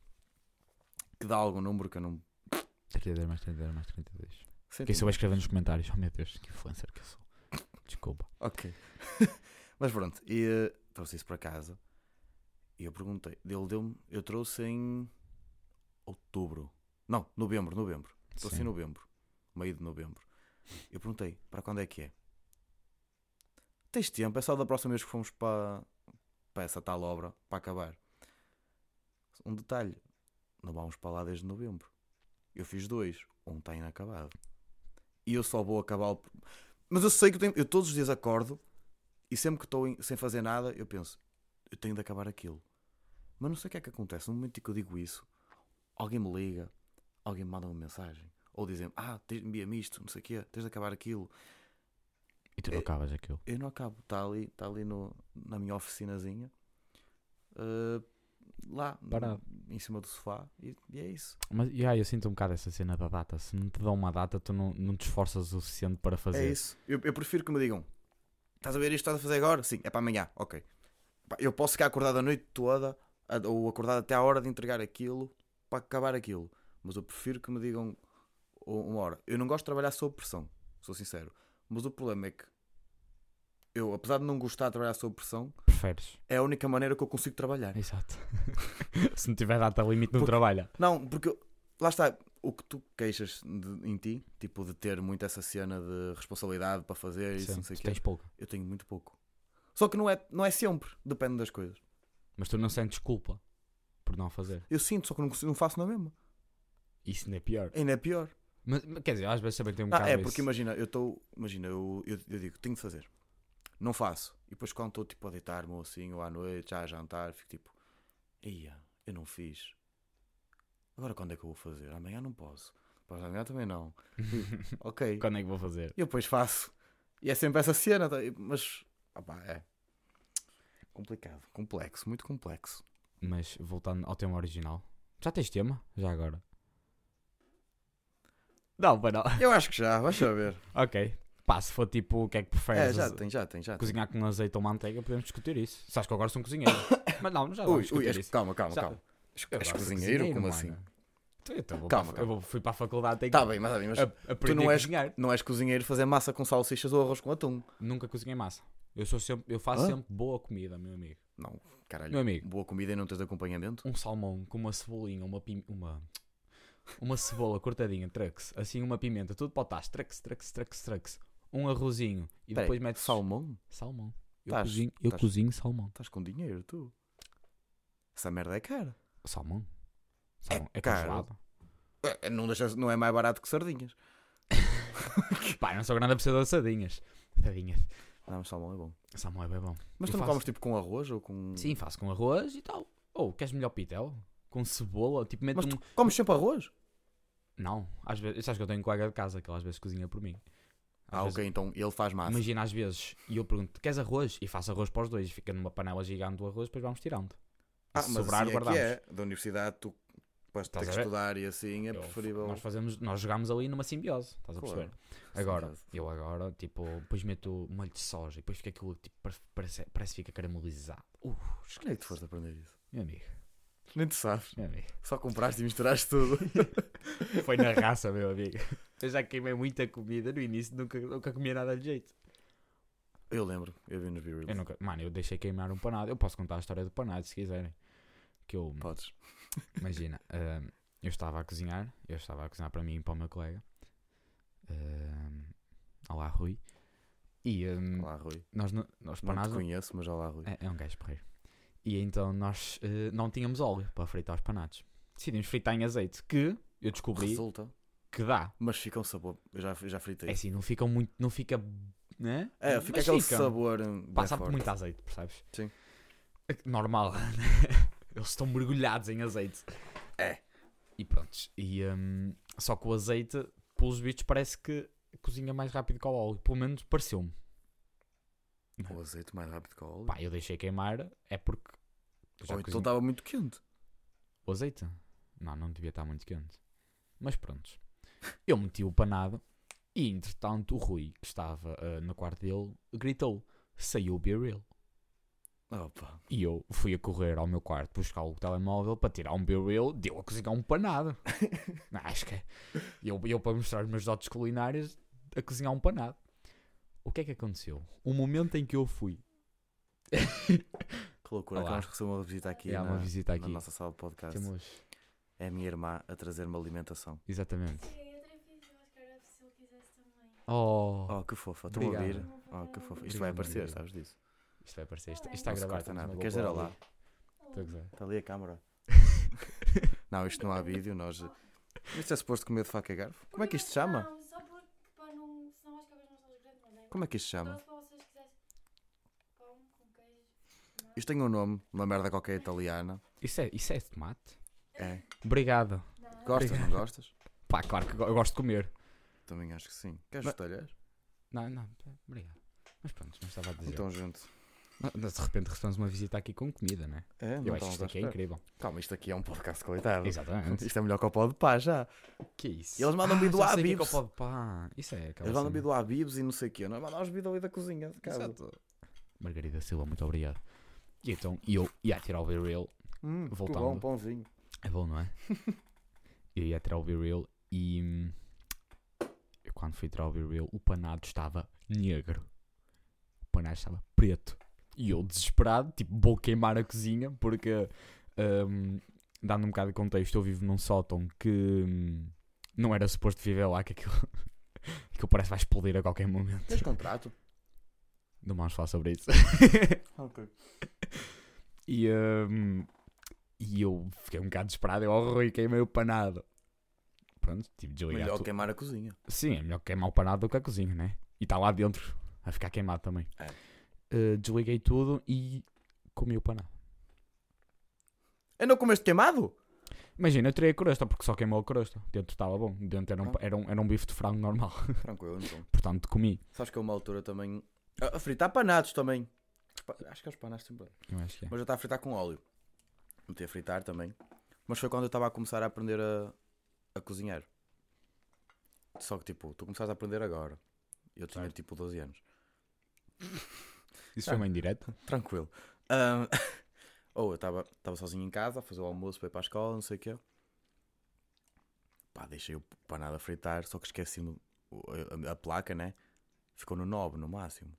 [SPEAKER 2] Que dá algum número que eu não.
[SPEAKER 1] 32 mais 32 mais 32.
[SPEAKER 2] Sei
[SPEAKER 1] Quem
[SPEAKER 2] lá.
[SPEAKER 1] souber escrever nos comentários, oh meu Deus, que influencer que eu sou. Desculpa.
[SPEAKER 2] Ok. Mas pronto, e eh, trouxe isso para casa. E eu perguntei, ele deu-me, eu trouxe em outubro. Não, novembro, novembro. Trouxe em
[SPEAKER 1] Sim.
[SPEAKER 2] assim novembro, meio de novembro. Eu perguntei, para quando é que é? Tens tempo, é só da próxima vez que fomos para, para essa tal obra, para acabar. Um detalhe, não vamos para lá desde novembro. Eu fiz dois, um está inacabado. E eu só vou acabá-lo mas eu sei que eu, tenho, eu todos os dias acordo e sempre que estou em- sem fazer nada, eu penso, eu tenho de acabar aquilo. Mas não sei o que é que acontece. No momento em que eu digo isso, alguém me liga, alguém me manda uma mensagem, ou dizem ah, tens- envia-me isto, não sei o quê, tens de acabar aquilo.
[SPEAKER 1] E tu não
[SPEAKER 2] É-
[SPEAKER 1] acabas aquilo.
[SPEAKER 2] Eu não acabo, está ali, tá ali no, na minha oficinazinha, eh, lá,
[SPEAKER 1] Parado.
[SPEAKER 2] em cima do sofá, e, e é isso.
[SPEAKER 1] Mas yeah, eu sinto um bocado essa cena da data. Se não te dão uma data, tu não, não te esforças o suficiente para fazer.
[SPEAKER 2] É isso. Eu, eu prefiro que me digam: estás a ver isto que estás a fazer agora? Sim, é para amanhã, ok. Pá, Eu posso ficar acordado a noite toda, a- ou acordado até à hora de entregar aquilo, para acabar aquilo. Mas eu prefiro que me digam u- uma hora. Eu não gosto de trabalhar sob pressão, sou sincero. Mas o problema é que eu, apesar de não gostar de trabalhar sob pressão,
[SPEAKER 1] Preferes.
[SPEAKER 2] é a única maneira que eu consigo trabalhar.
[SPEAKER 1] Exato. Se não tiver data limite, não
[SPEAKER 2] Porque-
[SPEAKER 1] trabalha.
[SPEAKER 2] Não, porque eu- lá está, o que tu queixas de- em ti, tipo de ter muito essa cena de responsabilidade para fazer, é isso
[SPEAKER 1] Sim,
[SPEAKER 2] não sei o
[SPEAKER 1] tu
[SPEAKER 2] quê.
[SPEAKER 1] tens pouco.
[SPEAKER 2] Eu tenho muito pouco. Só que não é, não é sempre, depende das coisas.
[SPEAKER 1] Mas tu não sentes culpa por não fazer.
[SPEAKER 2] Eu sinto, só que não, consigo- não faço na mesma.
[SPEAKER 1] Isso não é pior.
[SPEAKER 2] Ainda é pior.
[SPEAKER 1] Mas, mas, quer dizer, às vezes também tem um
[SPEAKER 2] Ah,
[SPEAKER 1] bocado
[SPEAKER 2] é,
[SPEAKER 1] isso.
[SPEAKER 2] porque imagina, eu estou. Imagina, eu, eu, eu digo, tenho de fazer. Não faço. E depois quando estou tipo a deitar-me ou assim, ou à noite, já a jantar, fico tipo, ia, eu não fiz. Agora quando é que eu vou fazer? Amanhã não posso. Depois de amanhã também não. ok.
[SPEAKER 1] Quando é que vou fazer?
[SPEAKER 2] E eu depois faço. E é sempre essa cena, tá? E- mas. opá, é. Complicado. Complexo, muito complexo.
[SPEAKER 1] Mas voltando ao tema original. Já tens tema? Já agora? Não, para não.
[SPEAKER 2] Eu acho que já, vais saber.
[SPEAKER 1] ok. Pá, se for tipo, o que é que
[SPEAKER 2] É,
[SPEAKER 1] preferes?
[SPEAKER 2] já tem, já tem, já tem.
[SPEAKER 1] Cozinhar com azeite ou manteiga, podemos discutir isso. Sabes que eu agora sou um cozinheiro. Mas não, já vamos
[SPEAKER 2] Ui, ui,
[SPEAKER 1] discutir
[SPEAKER 2] és-
[SPEAKER 1] isso.
[SPEAKER 2] calma, calma,
[SPEAKER 1] Já-
[SPEAKER 2] calma. És,
[SPEAKER 1] Eu
[SPEAKER 2] és
[SPEAKER 1] agora sou
[SPEAKER 2] cozinheiro? Como assim?
[SPEAKER 1] mano. Então, eu tô- vou
[SPEAKER 2] Calma,
[SPEAKER 1] pra- Eu vou-
[SPEAKER 2] calma.
[SPEAKER 1] fui para a faculdade, tenho
[SPEAKER 2] Tá bem, mas, tá bem, mas
[SPEAKER 1] a, aprendi
[SPEAKER 2] não
[SPEAKER 1] a
[SPEAKER 2] és-
[SPEAKER 1] cozinhar.
[SPEAKER 2] não és cozinheiro fazer massa com salsichas ou arroz com atum.
[SPEAKER 1] Nunca cozinhei massa. Eu, sou sempre, eu faço
[SPEAKER 2] Hã?
[SPEAKER 1] sempre boa comida, meu amigo.
[SPEAKER 2] Não, caralho.
[SPEAKER 1] Meu amigo.
[SPEAKER 2] Boa comida e não tens acompanhamento?
[SPEAKER 1] um salmão com uma cebolinha, uma pim... uma uma cebola cortadinha, trux, assim uma pimenta, tudo para o tacho, trux, trux, trux, trux, um arrozinho e
[SPEAKER 2] Peraí,
[SPEAKER 1] depois metes
[SPEAKER 2] Salmão?
[SPEAKER 1] salmão. Eu
[SPEAKER 2] Tás-
[SPEAKER 1] cozinho, eu
[SPEAKER 2] tás-
[SPEAKER 1] cozinho salmão.
[SPEAKER 2] Estás com dinheiro, tu. Essa merda é cara.
[SPEAKER 1] Salmão. Salmão é,
[SPEAKER 2] caro.
[SPEAKER 1] congelado.
[SPEAKER 2] É, Não, deixa, não é mais barato que sardinhas.
[SPEAKER 1] Pá, não sou grande apreciador de sardinhas. Sardinhas.
[SPEAKER 2] Não, mas salmão é bom.
[SPEAKER 1] Salmão é bem bom.
[SPEAKER 2] Mas
[SPEAKER 1] Eu
[SPEAKER 2] tu não
[SPEAKER 1] faço-
[SPEAKER 2] comes tipo com arroz ou com.
[SPEAKER 1] Sim, faço com arroz e tal. Ou queres melhor pitel? Com cebola, tipo meto
[SPEAKER 2] Mas
[SPEAKER 1] um...
[SPEAKER 2] tu comes sempre arroz?
[SPEAKER 1] Não, às vezes, sabes que eu tenho um colega de casa que ele às vezes cozinha por mim. Às
[SPEAKER 2] Ah,
[SPEAKER 1] vezes
[SPEAKER 2] ok, então ele faz massa.
[SPEAKER 1] Imagina às vezes, e eu pergunto, queres arroz? E faço arroz para os dois, fica numa panela gigante do arroz, depois vamos tirando. E
[SPEAKER 2] Ah,
[SPEAKER 1] se
[SPEAKER 2] mas
[SPEAKER 1] sobrar,
[SPEAKER 2] assim é que
[SPEAKER 1] guardamos.
[SPEAKER 2] é. Da universidade, tu depois
[SPEAKER 1] Estás
[SPEAKER 2] tens que
[SPEAKER 1] a ver?
[SPEAKER 2] estudar e assim é
[SPEAKER 1] Eu-
[SPEAKER 2] preferível.
[SPEAKER 1] Nós, fazemos, nós jogamos ali numa simbiose, estás a
[SPEAKER 2] Claro.
[SPEAKER 1] perceber? Agora,
[SPEAKER 2] Sim,
[SPEAKER 1] eu agora, tipo, depois meto molho de soja, e depois fica aquilo, tipo, pare- parece, parece que fica caramelizado. Uh,
[SPEAKER 2] Onde é que tu foste aprender isso?
[SPEAKER 1] meu amigo,
[SPEAKER 2] Nem te sabes.
[SPEAKER 1] meu amigo.
[SPEAKER 2] Só compraste e misturaste tudo.
[SPEAKER 1] Foi na raça, meu amigo. Eu já queimei muita comida no início, nunca, nunca comia nada de jeito.
[SPEAKER 2] Eu lembro, eu vi nos B-Reels.
[SPEAKER 1] Eu nunca, mano, eu deixei queimar um panado. Eu posso contar a história do panado se quiserem. Que eu,
[SPEAKER 2] Podes.
[SPEAKER 1] Imagina, ahm, eu estava a cozinhar, eu estava a cozinhar para mim e para o meu colega. Ahm, olá, Rui. E ahm,
[SPEAKER 2] Olá, Rui.
[SPEAKER 1] nós, no- nós para
[SPEAKER 2] Não te
[SPEAKER 1] Hum. nada.
[SPEAKER 2] conheço, mas olá, Rui.
[SPEAKER 1] É, é um gajo porreiro. E então nós eh, não tínhamos óleo para fritar os panados. Decidimos fritar em azeite, que eu descobri
[SPEAKER 2] Resulta,
[SPEAKER 1] que dá.
[SPEAKER 2] mas fica um sabor. Eu já, eu já fritei.
[SPEAKER 1] É assim, não fica muito. Não fica. Né?
[SPEAKER 2] É, fica
[SPEAKER 1] Mas
[SPEAKER 2] aquele sabor. hum, bem
[SPEAKER 1] Passa por
[SPEAKER 2] forte.
[SPEAKER 1] muito azeite, percebes?
[SPEAKER 2] Sim.
[SPEAKER 1] É que Normal. Eles estão mergulhados em azeite.
[SPEAKER 2] É.
[SPEAKER 1] E pronto. E, hum, só que o azeite, pelos bichos, parece que cozinha mais rápido que o óleo. Pelo menos pareceu-me.
[SPEAKER 2] O azeite mais rápido que o óleo.
[SPEAKER 1] Pá, eu deixei queimar, é porque. eu já
[SPEAKER 2] Ou então
[SPEAKER 1] cozinhei-
[SPEAKER 2] estava muito quente.
[SPEAKER 1] O azeite? Não, não devia estar muito quente. Mas pronto. Eu meti o panado e, entretanto, o Rui, que estava ah, no quarto dele, gritou: saiu o Be Real.
[SPEAKER 2] Opa.
[SPEAKER 1] E eu fui a correr ao meu quarto buscar o telemóvel para tirar um B-Reel, deu a cozinhar um panado. Não, acho que é. E eu, eu, para mostrar os meus dotes culinários, a cozinhar um panado. O que é que aconteceu? O momento em que eu fui.
[SPEAKER 2] Que loucura.
[SPEAKER 1] Olá.
[SPEAKER 2] Acabamos de receber uma visita aqui,
[SPEAKER 1] é
[SPEAKER 2] na,
[SPEAKER 1] uma visita
[SPEAKER 2] na
[SPEAKER 1] aqui.
[SPEAKER 2] nossa sala de podcast.
[SPEAKER 1] Temos.
[SPEAKER 2] É a minha irmã a trazer-me alimentação.
[SPEAKER 1] Exatamente.
[SPEAKER 3] Sim, outra vez, eu acho que era se eu quisesse também.
[SPEAKER 1] Oh.
[SPEAKER 2] Oh, que fofa. Estou a ouvir.
[SPEAKER 1] Obrigado.
[SPEAKER 2] Oh, que fofa.
[SPEAKER 1] Obrigado,
[SPEAKER 2] Isto vai
[SPEAKER 1] amigo.
[SPEAKER 2] aparecer, sabes disso?
[SPEAKER 1] Isto vai aparecer. Isto, isto está
[SPEAKER 2] não se
[SPEAKER 1] gravado.
[SPEAKER 2] corta nada. Queres dizer olá? Está ali tá a câmara. Não, isto não há vídeo. Nós... Isto é suposto comer de faca e garfo. Como é que isto se chama?
[SPEAKER 3] Não, só porque para não. Senão as cabras não são grandes, mas é.
[SPEAKER 2] Como é que isto se chama?
[SPEAKER 3] Trouxe para vocês que quisessem pão com queijo. tomate.
[SPEAKER 2] Isto tem um nome, uma merda qualquer italiana.
[SPEAKER 1] Isso é, isso é tomate?
[SPEAKER 2] É.
[SPEAKER 1] Obrigado.
[SPEAKER 3] Não.
[SPEAKER 2] Gostas, não gostas?
[SPEAKER 1] Pá, claro que go- eu gosto de comer.
[SPEAKER 2] Também acho que sim. Queres
[SPEAKER 1] Mas-
[SPEAKER 2] os talheres?
[SPEAKER 1] Não, não, obrigado. Mas pronto, não estava a dizer.
[SPEAKER 2] Então, gente.
[SPEAKER 1] Ah, Mas de repente recebemos uma visita aqui com comida, né?
[SPEAKER 2] É,
[SPEAKER 1] Eu acho
[SPEAKER 2] não estávamos
[SPEAKER 1] isto
[SPEAKER 2] à
[SPEAKER 1] aqui é
[SPEAKER 2] espera.
[SPEAKER 1] incrível.
[SPEAKER 2] Calma, isto aqui é um podcast de qualidade.
[SPEAKER 1] Exatamente.
[SPEAKER 2] Isto é melhor que o pó de pá já.
[SPEAKER 1] que é isso?
[SPEAKER 2] Eles mandam vir do
[SPEAKER 1] já sei o que é que
[SPEAKER 2] Habib's.
[SPEAKER 1] eu posso- pá, Isso é aquela
[SPEAKER 2] Eles mandam
[SPEAKER 1] cena.
[SPEAKER 2] bidu a Bibs e não sei o quê. Não é mandar os bidu ali da cozinha de casa.
[SPEAKER 1] Exato. Margarida Silva, muito obrigado. E então, eu ia tirar o B-Rail.
[SPEAKER 2] Hum, que
[SPEAKER 1] Voltando.
[SPEAKER 2] bom, pãozinho.
[SPEAKER 1] É bom, não é? eu ia tirar o B-Rail e. hum, Eu quando fui tirar o B-Rail, o panado estava negro. O panado estava preto. E eu, desesperado, tipo, vou queimar a cozinha, porque. hum, dando um bocado de contexto, eu vivo num sótão que. hum, não era suposto viver lá, que aquilo. que parece que vai explodir a qualquer momento.
[SPEAKER 2] Tens contrato?
[SPEAKER 1] Não vamos falar sobre isso.
[SPEAKER 2] Ok.
[SPEAKER 1] E, hum, e eu fiquei um bocado desesperado. Eu, oh, Rui, queimei o panado. Pronto, tive de desligar
[SPEAKER 2] Melhor
[SPEAKER 1] tudo.
[SPEAKER 2] queimar a cozinha.
[SPEAKER 1] Sim, é melhor queimar o panado do que a cozinha, né? E está lá dentro. Vai ficar queimado também.
[SPEAKER 2] É.
[SPEAKER 1] Uh, desliguei tudo e comi o panado.
[SPEAKER 2] Eu não comeste queimado?
[SPEAKER 1] Imagina, eu tirei a crosta porque só queimou a crosta. Dentro estava bom. Dentro era um,
[SPEAKER 2] Ah.
[SPEAKER 1] era, um, era um bife de frango normal.
[SPEAKER 2] Tranquilo, então.
[SPEAKER 1] Portanto, comi.
[SPEAKER 2] Sabes que a uma altura também. A a fritar panados também. Pa- Acho que é os panados também.
[SPEAKER 1] Eu acho que é.
[SPEAKER 2] Mas eu estava a fritar com óleo. Meti a fritar também. Mas foi quando eu estava a começar a aprender a, a cozinhar. Só que tipo, tu começaste a aprender agora. Eu tinha
[SPEAKER 1] Certo.
[SPEAKER 2] tipo 12 anos.
[SPEAKER 1] Isso foi uma indireta?
[SPEAKER 2] Tranquilo. Ahm, ou eu estava estava sozinho em casa a fazer o almoço, para ir para a escola, não sei o quê. Pá, deixei o panado a fritar, só que esqueci-me o- a, a placa, né? Ficou no 9 no máximo.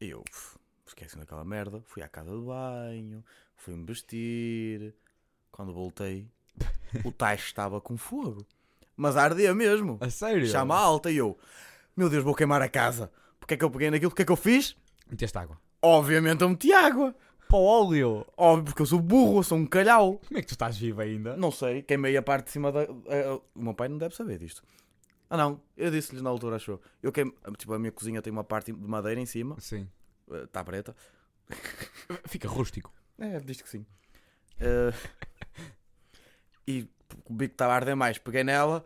[SPEAKER 2] E eu pff, esqueci-me daquela merda, fui à casa de banho, fui-me vestir. Quando voltei, o tacho estava com fogo. Mas ardia mesmo.
[SPEAKER 1] A sério?
[SPEAKER 2] Chama a alta e eu, meu Deus, vou queimar a casa. Porque é que eu peguei naquilo? Porque é que eu fiz?
[SPEAKER 1] Meteste água.
[SPEAKER 2] Obviamente eu meti água.
[SPEAKER 1] Pô, óleo!
[SPEAKER 2] Óbvio, porque eu sou burro, eu sou um calhau.
[SPEAKER 1] Como é que tu estás vivo ainda?
[SPEAKER 2] Não sei, queimei a parte de cima da. a- a- o meu pai não deve saber disto. Ah não, eu disse-lhe na altura, achou. Eu queimei. Tipo, a minha cozinha tem uma parte de madeira em cima,
[SPEAKER 1] Sim.
[SPEAKER 2] está preta.
[SPEAKER 1] Fica rústico.
[SPEAKER 2] É, diz que sim. Eh, e p- o bico estava a arder mais. Peguei nela,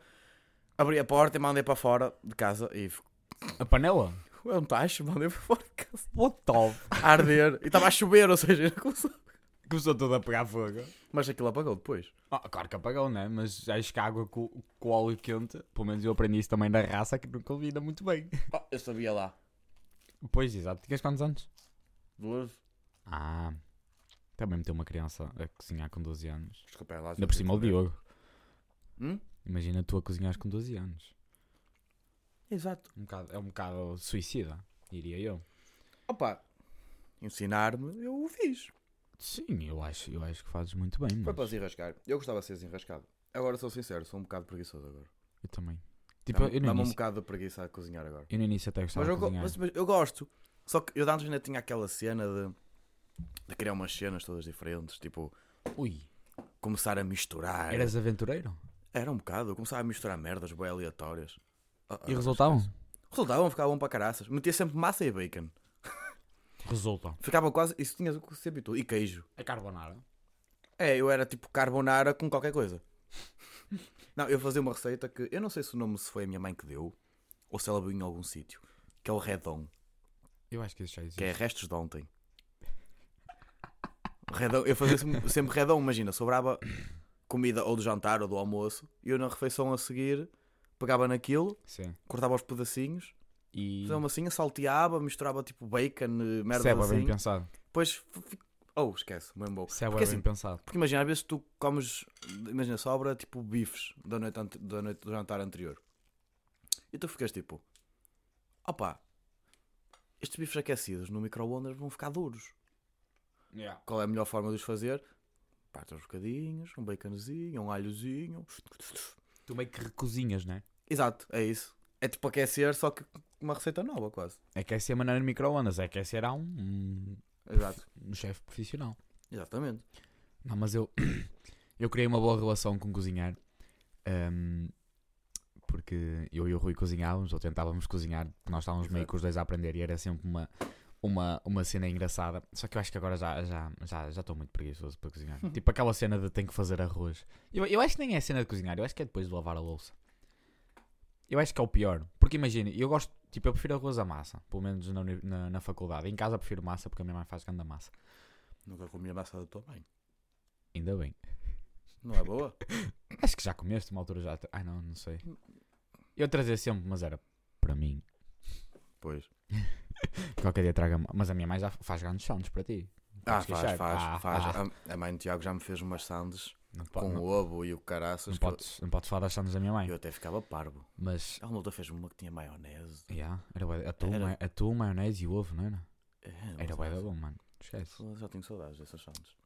[SPEAKER 2] abri a porta e mandei para fora de casa. E ficou.
[SPEAKER 1] A panela?
[SPEAKER 2] É um tacho, mandei para fora de casa.
[SPEAKER 1] What the
[SPEAKER 2] A arder. E estava a chover, ou seja, não começou.
[SPEAKER 1] Começou tudo a pegar fogo.
[SPEAKER 2] Mas aquilo apagou depois.
[SPEAKER 1] Ah, claro que apagou, né? Mas acho que a água com, com óleo quente, pelo menos eu aprendi isso também na raça, que não combina muito bem.
[SPEAKER 2] Ah, eu sabia lá.
[SPEAKER 1] Pois, exato. Tinhas quantos anos?
[SPEAKER 2] Duas.
[SPEAKER 1] Ah, também meteu uma criança a cozinhar com 12 anos.
[SPEAKER 2] Desculpa, é lá.
[SPEAKER 1] Ainda por cima o Diogo.
[SPEAKER 2] Hum?
[SPEAKER 1] Imagina tu a cozinhares com 12 anos.
[SPEAKER 2] Exato.
[SPEAKER 1] Um bocado- é um bocado suicida, diria eu.
[SPEAKER 2] Opa, ensinar-me, eu o fiz.
[SPEAKER 1] Sim, eu acho, eu acho que fazes muito bem,
[SPEAKER 2] Foi
[SPEAKER 1] mas
[SPEAKER 2] para desenrascar. Eu gostava de ser desenrascado. Agora sou sincero, sou um bocado preguiçoso agora.
[SPEAKER 1] eu também. Tipo,
[SPEAKER 2] Dá-me
[SPEAKER 1] eu no,
[SPEAKER 2] dá-me um
[SPEAKER 1] início,
[SPEAKER 2] bocado de preguiça a cozinhar agora.
[SPEAKER 1] eu no início até gostava
[SPEAKER 2] Mas eu,
[SPEAKER 1] de
[SPEAKER 2] go-
[SPEAKER 1] cozinhar.
[SPEAKER 2] mas- mas eu gosto. Só que eu de antes ainda tinha aquela cena de, de criar umas cenas todas diferentes. Tipo,
[SPEAKER 1] Ui,
[SPEAKER 2] começar a misturar.
[SPEAKER 1] eras aventureiro?
[SPEAKER 2] Era um bocado. Eu começava a misturar merdas bem aleatórias. Ah, ah,
[SPEAKER 1] E resultavam?
[SPEAKER 2] Resultavam, ficavam para caraças. Metia sempre massa e bacon.
[SPEAKER 1] Resultam.
[SPEAKER 2] Ficava quase. Isso tinha sempre tudo. E queijo.
[SPEAKER 1] É carbonara.
[SPEAKER 2] É, eu era tipo carbonara com qualquer coisa. Não, eu fazia uma receita que eu não sei se o nome se foi a minha mãe que deu ou se ela viu em algum sítio, que é o redon,
[SPEAKER 1] Eu acho que isso já existe.
[SPEAKER 2] que é restos de ontem. Redon, eu fazia sempre, sempre redon, imagina, sobrava comida ou do jantar ou do almoço e eu na refeição a seguir pegava naquilo,
[SPEAKER 1] Sim.
[SPEAKER 2] cortava os pedacinhos,
[SPEAKER 1] E...
[SPEAKER 2] fazia uma assim, salteava, misturava tipo bacon, eh, merda
[SPEAKER 1] Seba
[SPEAKER 2] assim.
[SPEAKER 1] bem pensado.
[SPEAKER 2] Depois, f- f- oh, esquece, mesmo bom.
[SPEAKER 1] Seba
[SPEAKER 2] Porque
[SPEAKER 1] bem
[SPEAKER 2] assim,
[SPEAKER 1] pensado.
[SPEAKER 2] Porque imagina, às vezes tu comes, imagina, sobra tipo bifes da noite, ante- da noite do jantar anterior. E tu ficas tipo, opá, estes bifes aquecidos no micro-ondas vão ficar duros. Qual é a melhor forma de os fazer? Parte aos bocadinhos, um baconzinho, um alhozinho.
[SPEAKER 1] Tu meio que recozinhas, né?
[SPEAKER 2] Exato, é isso. É tipo aquecer, só que uma receita nova quase.
[SPEAKER 1] Aquecer é a maneira de micro-ondas, aquecer a um, um,
[SPEAKER 2] Exato,
[SPEAKER 1] um chefe profissional.
[SPEAKER 2] exatamente.
[SPEAKER 1] Não, mas eu, eu criei uma boa relação com cozinhar. ahm, porque eu e o Rui cozinhávamos, ou tentávamos cozinhar, porque nós estávamos meio
[SPEAKER 2] Exato.
[SPEAKER 1] que os dois a aprender e era sempre uma, uma, uma cena engraçada. Só que eu acho que agora já já já, já estou muito preguiçoso para cozinhar. tipo aquela cena de tenho que fazer arroz. Eu, eu acho que nem é cena de cozinhar, eu acho que é depois de lavar a louça. Eu acho que é o pior. Porque imagina, eu gosto Tipo, eu prefiro arroz à massa, pelo menos na, uni- na, na faculdade. Em casa eu prefiro massa porque a minha mãe faz grande massa.
[SPEAKER 2] Nunca comi a massa da tua mãe.
[SPEAKER 1] Ainda bem.
[SPEAKER 2] Não é boa?
[SPEAKER 1] Acho que já comeste uma altura já. Ai não, não sei. Eu trazia sempre, mas era para mim.
[SPEAKER 2] pois.
[SPEAKER 1] Qualquer dia traga. Mas a minha mãe já faz grandes sounds para ti.
[SPEAKER 2] Ah,
[SPEAKER 1] Podes queixar.
[SPEAKER 2] faz, faz,
[SPEAKER 1] Ah,
[SPEAKER 2] faz.
[SPEAKER 1] ah.
[SPEAKER 2] A, a mãe do Tiago já me fez umas sandes
[SPEAKER 1] Não, po-
[SPEAKER 2] com
[SPEAKER 1] não,
[SPEAKER 2] ovo e o caraças.
[SPEAKER 1] não,
[SPEAKER 2] que eu-
[SPEAKER 1] podes, não podes falar das sounds da minha mãe.
[SPEAKER 2] Eu até ficava parvo.
[SPEAKER 1] Mas.
[SPEAKER 2] Ela outra fez uma que tinha maionese.
[SPEAKER 1] Yeah, era bué- a, tua,
[SPEAKER 2] Era-
[SPEAKER 1] ma- a tua maionese e o ovo, não era?
[SPEAKER 2] É,
[SPEAKER 1] Era
[SPEAKER 2] mas-
[SPEAKER 1] bué da bom, mano. Esquece.
[SPEAKER 2] Foda-se, Já tenho saudades dessas sandes.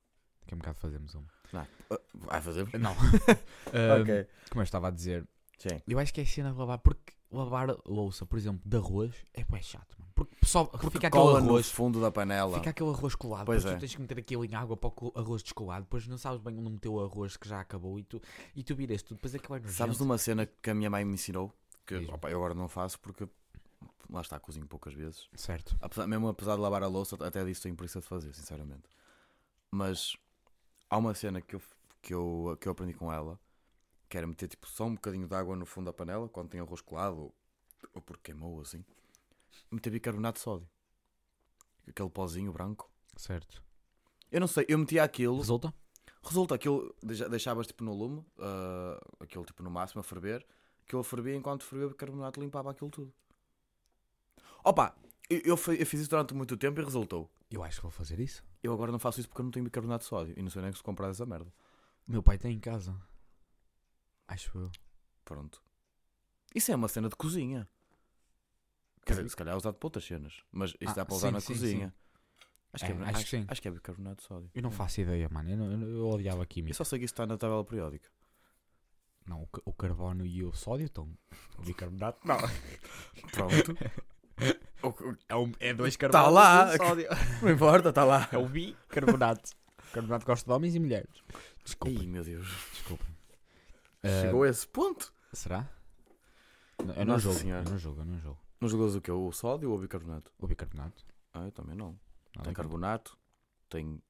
[SPEAKER 1] Daqui a um bocado fazemos uma.
[SPEAKER 2] Ah, Vai fazer?
[SPEAKER 1] Não. Ah, Como eu estava a dizer,
[SPEAKER 2] Sim.
[SPEAKER 1] Eu acho que é a cena de lavar, porque lavar louça, por exemplo, de arroz, é bué chato, mano. Porque, só, porque fica aquele
[SPEAKER 2] Cola no
[SPEAKER 1] arroz,
[SPEAKER 2] fundo da panela.
[SPEAKER 1] fica aquele arroz colado,
[SPEAKER 2] Pois
[SPEAKER 1] depois
[SPEAKER 2] é.
[SPEAKER 1] tu tens que meter aquilo em água para o co- arroz descolado, depois não sabes bem onde meteu o arroz que já acabou e tu, e tu viras tudo, depois aquilo é nojento.
[SPEAKER 2] Sabes de uma cena que a minha mãe me ensinou? Que
[SPEAKER 1] Diz-me.
[SPEAKER 2] opa, eu agora não faço porque lá está, cozinho poucas vezes.
[SPEAKER 1] Certo.
[SPEAKER 2] Apesar- mesmo apesar de lavar a louça, até disso tenho preguiça de fazer, sinceramente. Mas há uma cena que eu, que eu, que eu aprendi com ela que era meter tipo só um bocadinho de água no fundo da panela quando tem arroz colado ou, ou porque queimou ou assim. Meter bicarbonato de sódio. Aquele pozinho branco.
[SPEAKER 1] Certo.
[SPEAKER 2] Eu não sei, eu metia aquilo
[SPEAKER 1] Resulta?
[SPEAKER 2] Resulta, aquilo deixa- deixavas tipo no lume, ah, aquilo tipo no máximo a ferver, aquilo a fervia enquanto fervia o bicarbonato limpava aquilo tudo. Opa, eu, eu fi- eu fiz isso durante muito tempo e resultou.
[SPEAKER 1] Eu acho que vou fazer isso.
[SPEAKER 2] Eu agora não faço isso porque eu não tenho bicarbonato de sódio e não sei nem que se comprar essa merda.
[SPEAKER 1] Meu pai tem em casa. Acho eu.
[SPEAKER 2] Pronto. Isso é uma cena de cozinha. Quer dizer, se calhar é usado para outras cenas, mas isto
[SPEAKER 1] Ah,
[SPEAKER 2] dá para
[SPEAKER 1] sim,
[SPEAKER 2] usar na
[SPEAKER 1] sim,
[SPEAKER 2] cozinha. Acho, que
[SPEAKER 1] É,
[SPEAKER 2] é,
[SPEAKER 1] acho que sim.
[SPEAKER 2] acho que é bicarbonato de sódio.
[SPEAKER 1] Eu não faço ideia, mano. Eu, não- eu, eu odiava a
[SPEAKER 2] Eu
[SPEAKER 1] química.
[SPEAKER 2] só sei que isso está na tabela periódica.
[SPEAKER 1] Não, o, ca- o carbono e o sódio estão. O bicarbonato.
[SPEAKER 2] Não. Pronto.
[SPEAKER 1] É, um- é dois
[SPEAKER 2] Tá
[SPEAKER 1] e
[SPEAKER 2] lá.
[SPEAKER 1] um sódio.
[SPEAKER 2] não importa, está lá.
[SPEAKER 1] É o bicarbonato. carbonato gosta de homens e mulheres. Desculpa,
[SPEAKER 2] Ai, meu Deus.
[SPEAKER 1] desculpa. É. Ah,
[SPEAKER 2] Chegou a esse ponto.
[SPEAKER 1] Será? Não, Eu não
[SPEAKER 2] Nossa
[SPEAKER 1] jogo, eu
[SPEAKER 2] Senhora.
[SPEAKER 1] não jogo, eu não jogo.
[SPEAKER 2] Não julgas o que? O sódio ou o bicarbonato?
[SPEAKER 1] O bicarbonato.
[SPEAKER 2] Ah, eu também não.
[SPEAKER 1] Nada
[SPEAKER 2] Tem
[SPEAKER 1] contra.
[SPEAKER 2] carbonato, tem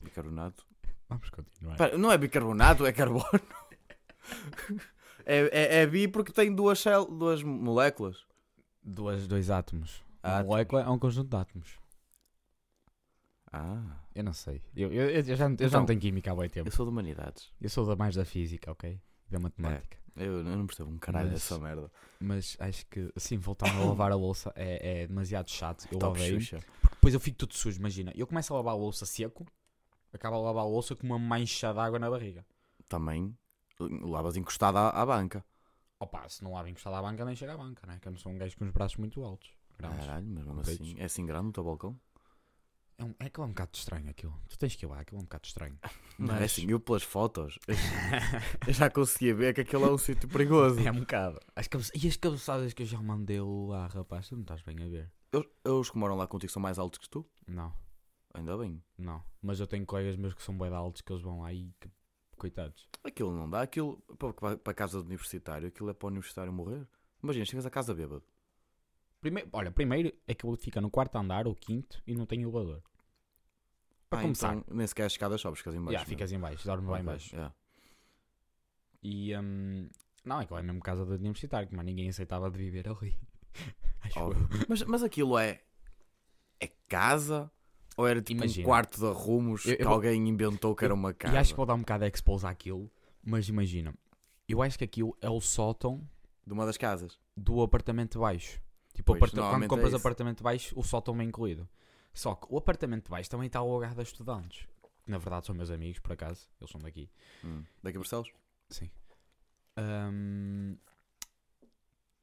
[SPEAKER 2] bicarbonato.
[SPEAKER 1] Vamos continuar.
[SPEAKER 2] Pera, não é bicarbonato, é carbono. é, é, é bi porque tem duas, cel- duas moléculas.
[SPEAKER 1] Duas, dois átomos.
[SPEAKER 2] Ah,
[SPEAKER 1] Uma molécula é um conjunto de átomos.
[SPEAKER 2] Ah,
[SPEAKER 1] Eu não sei. Eu, eu, eu já, não- eu já
[SPEAKER 2] Então,
[SPEAKER 1] não tenho química há bem tempo.
[SPEAKER 2] eu sou de humanidades.
[SPEAKER 1] Eu sou da mais da física, ok? Da matemática.
[SPEAKER 2] Eu, eu não percebo um caralho
[SPEAKER 1] Mas-
[SPEAKER 2] dessa merda.
[SPEAKER 1] Mas acho que, assim, voltar a lavar a louça é, é demasiado chato. Eu
[SPEAKER 2] Top
[SPEAKER 1] odeio.
[SPEAKER 2] Xuxa.
[SPEAKER 1] Depois eu fico tudo sujo, imagina. Eu começo a lavar a louça seco, acabo a lavar a louça com uma mancha de água na barriga.
[SPEAKER 2] Também lavas encostado à, à banca.
[SPEAKER 1] Opa, se não lava encostado à banca, nem chega à banca, né? Que eu não sou um gajo com os braços muito altos. Grãos.
[SPEAKER 2] Caralho, mas mesmo
[SPEAKER 1] Com
[SPEAKER 2] assim.
[SPEAKER 1] peitos.
[SPEAKER 2] É assim grande o teu balcão?
[SPEAKER 1] É, um, é que é um bocado estranho aquilo. Tu tens que ir lá, aquilo é um bocado estranho.
[SPEAKER 2] Não, é
[SPEAKER 1] Mas-
[SPEAKER 2] assim, eu pelas fotos eu já conseguia ver que aquilo é um sítio perigoso.
[SPEAKER 1] É um bocado. As cabe- E as cabeçadas que eu já mandei lá, rapaz, tu não estás bem a ver.
[SPEAKER 2] Eu- eu- Os que moram lá contigo são mais altos que tu?
[SPEAKER 1] Não,
[SPEAKER 2] Ainda bem.
[SPEAKER 1] não. Mas eu tenho colegas meus que são bem altos que eles vão lá e. que- Coitados.
[SPEAKER 2] Aquilo não dá. Aquilo, para- para para a casa do universitário, aquilo é para o universitário morrer. Imagina, chegas à casa bêbado.
[SPEAKER 1] Primeiro, olha, primeiro é que ele fica no quarto andar ou quinto e não tem elevador. Para
[SPEAKER 2] Ah,
[SPEAKER 1] começar,
[SPEAKER 2] então, nem sequer as escadas sobes, ficas em baixo.
[SPEAKER 1] já ficas em baixo, dorme lá em baixo. E hum, não, é que lá é mesmo casa do universitário, que mais ninguém aceitava de viver ali. Acho eu.
[SPEAKER 2] Mas, mas aquilo é. É casa? Ou era tipo
[SPEAKER 1] Imagina.
[SPEAKER 2] um quarto de arrumos
[SPEAKER 1] Eu- eu
[SPEAKER 2] que
[SPEAKER 1] vou-
[SPEAKER 2] alguém inventou que era uma casa?
[SPEAKER 1] E acho que pode dar um bocado a expose àquilo, mas imagina, eu acho que aquilo é o sótão
[SPEAKER 2] De uma das casas.
[SPEAKER 1] do apartamento de baixo. Tipo,
[SPEAKER 2] Pois,
[SPEAKER 1] aparta- quando
[SPEAKER 2] normalmente
[SPEAKER 1] compras
[SPEAKER 2] é isso.
[SPEAKER 1] apartamento de baixo, o sótão é incluído. Só que o apartamento de baixo também está alugado a estudantes. que Na verdade são meus amigos, por acaso, eles são daqui.
[SPEAKER 2] Hum. Daqui a Barcelos?
[SPEAKER 1] Sim. Ahm,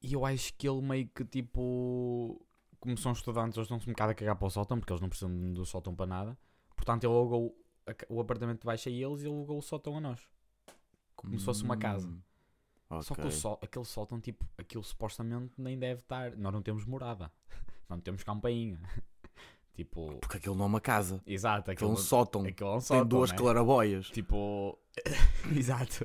[SPEAKER 1] E eu acho que ele meio que tipo. Como são estudantes, eles estão-se um bocado a cagar para o sótão, porque eles não precisam do sótão para nada. Portanto, ele alugou a ca- o apartamento de baixo a eles e alugou o sótão a nós. Como se fosse uma casa.
[SPEAKER 2] Hum.
[SPEAKER 1] Só que o
[SPEAKER 2] Ok.
[SPEAKER 1] sol, aquele sótão, tipo, aquilo supostamente nem deve estar. Nós não temos morada. Nós não temos campainha. tipo.
[SPEAKER 2] Porque aquilo não é uma casa.
[SPEAKER 1] Exato,
[SPEAKER 2] Aquilo é
[SPEAKER 1] aquilo,
[SPEAKER 2] um sótão.
[SPEAKER 1] aquilo é um
[SPEAKER 2] Tem
[SPEAKER 1] sótão.
[SPEAKER 2] duas
[SPEAKER 1] né?
[SPEAKER 2] claraboias.
[SPEAKER 1] Tipo. exato.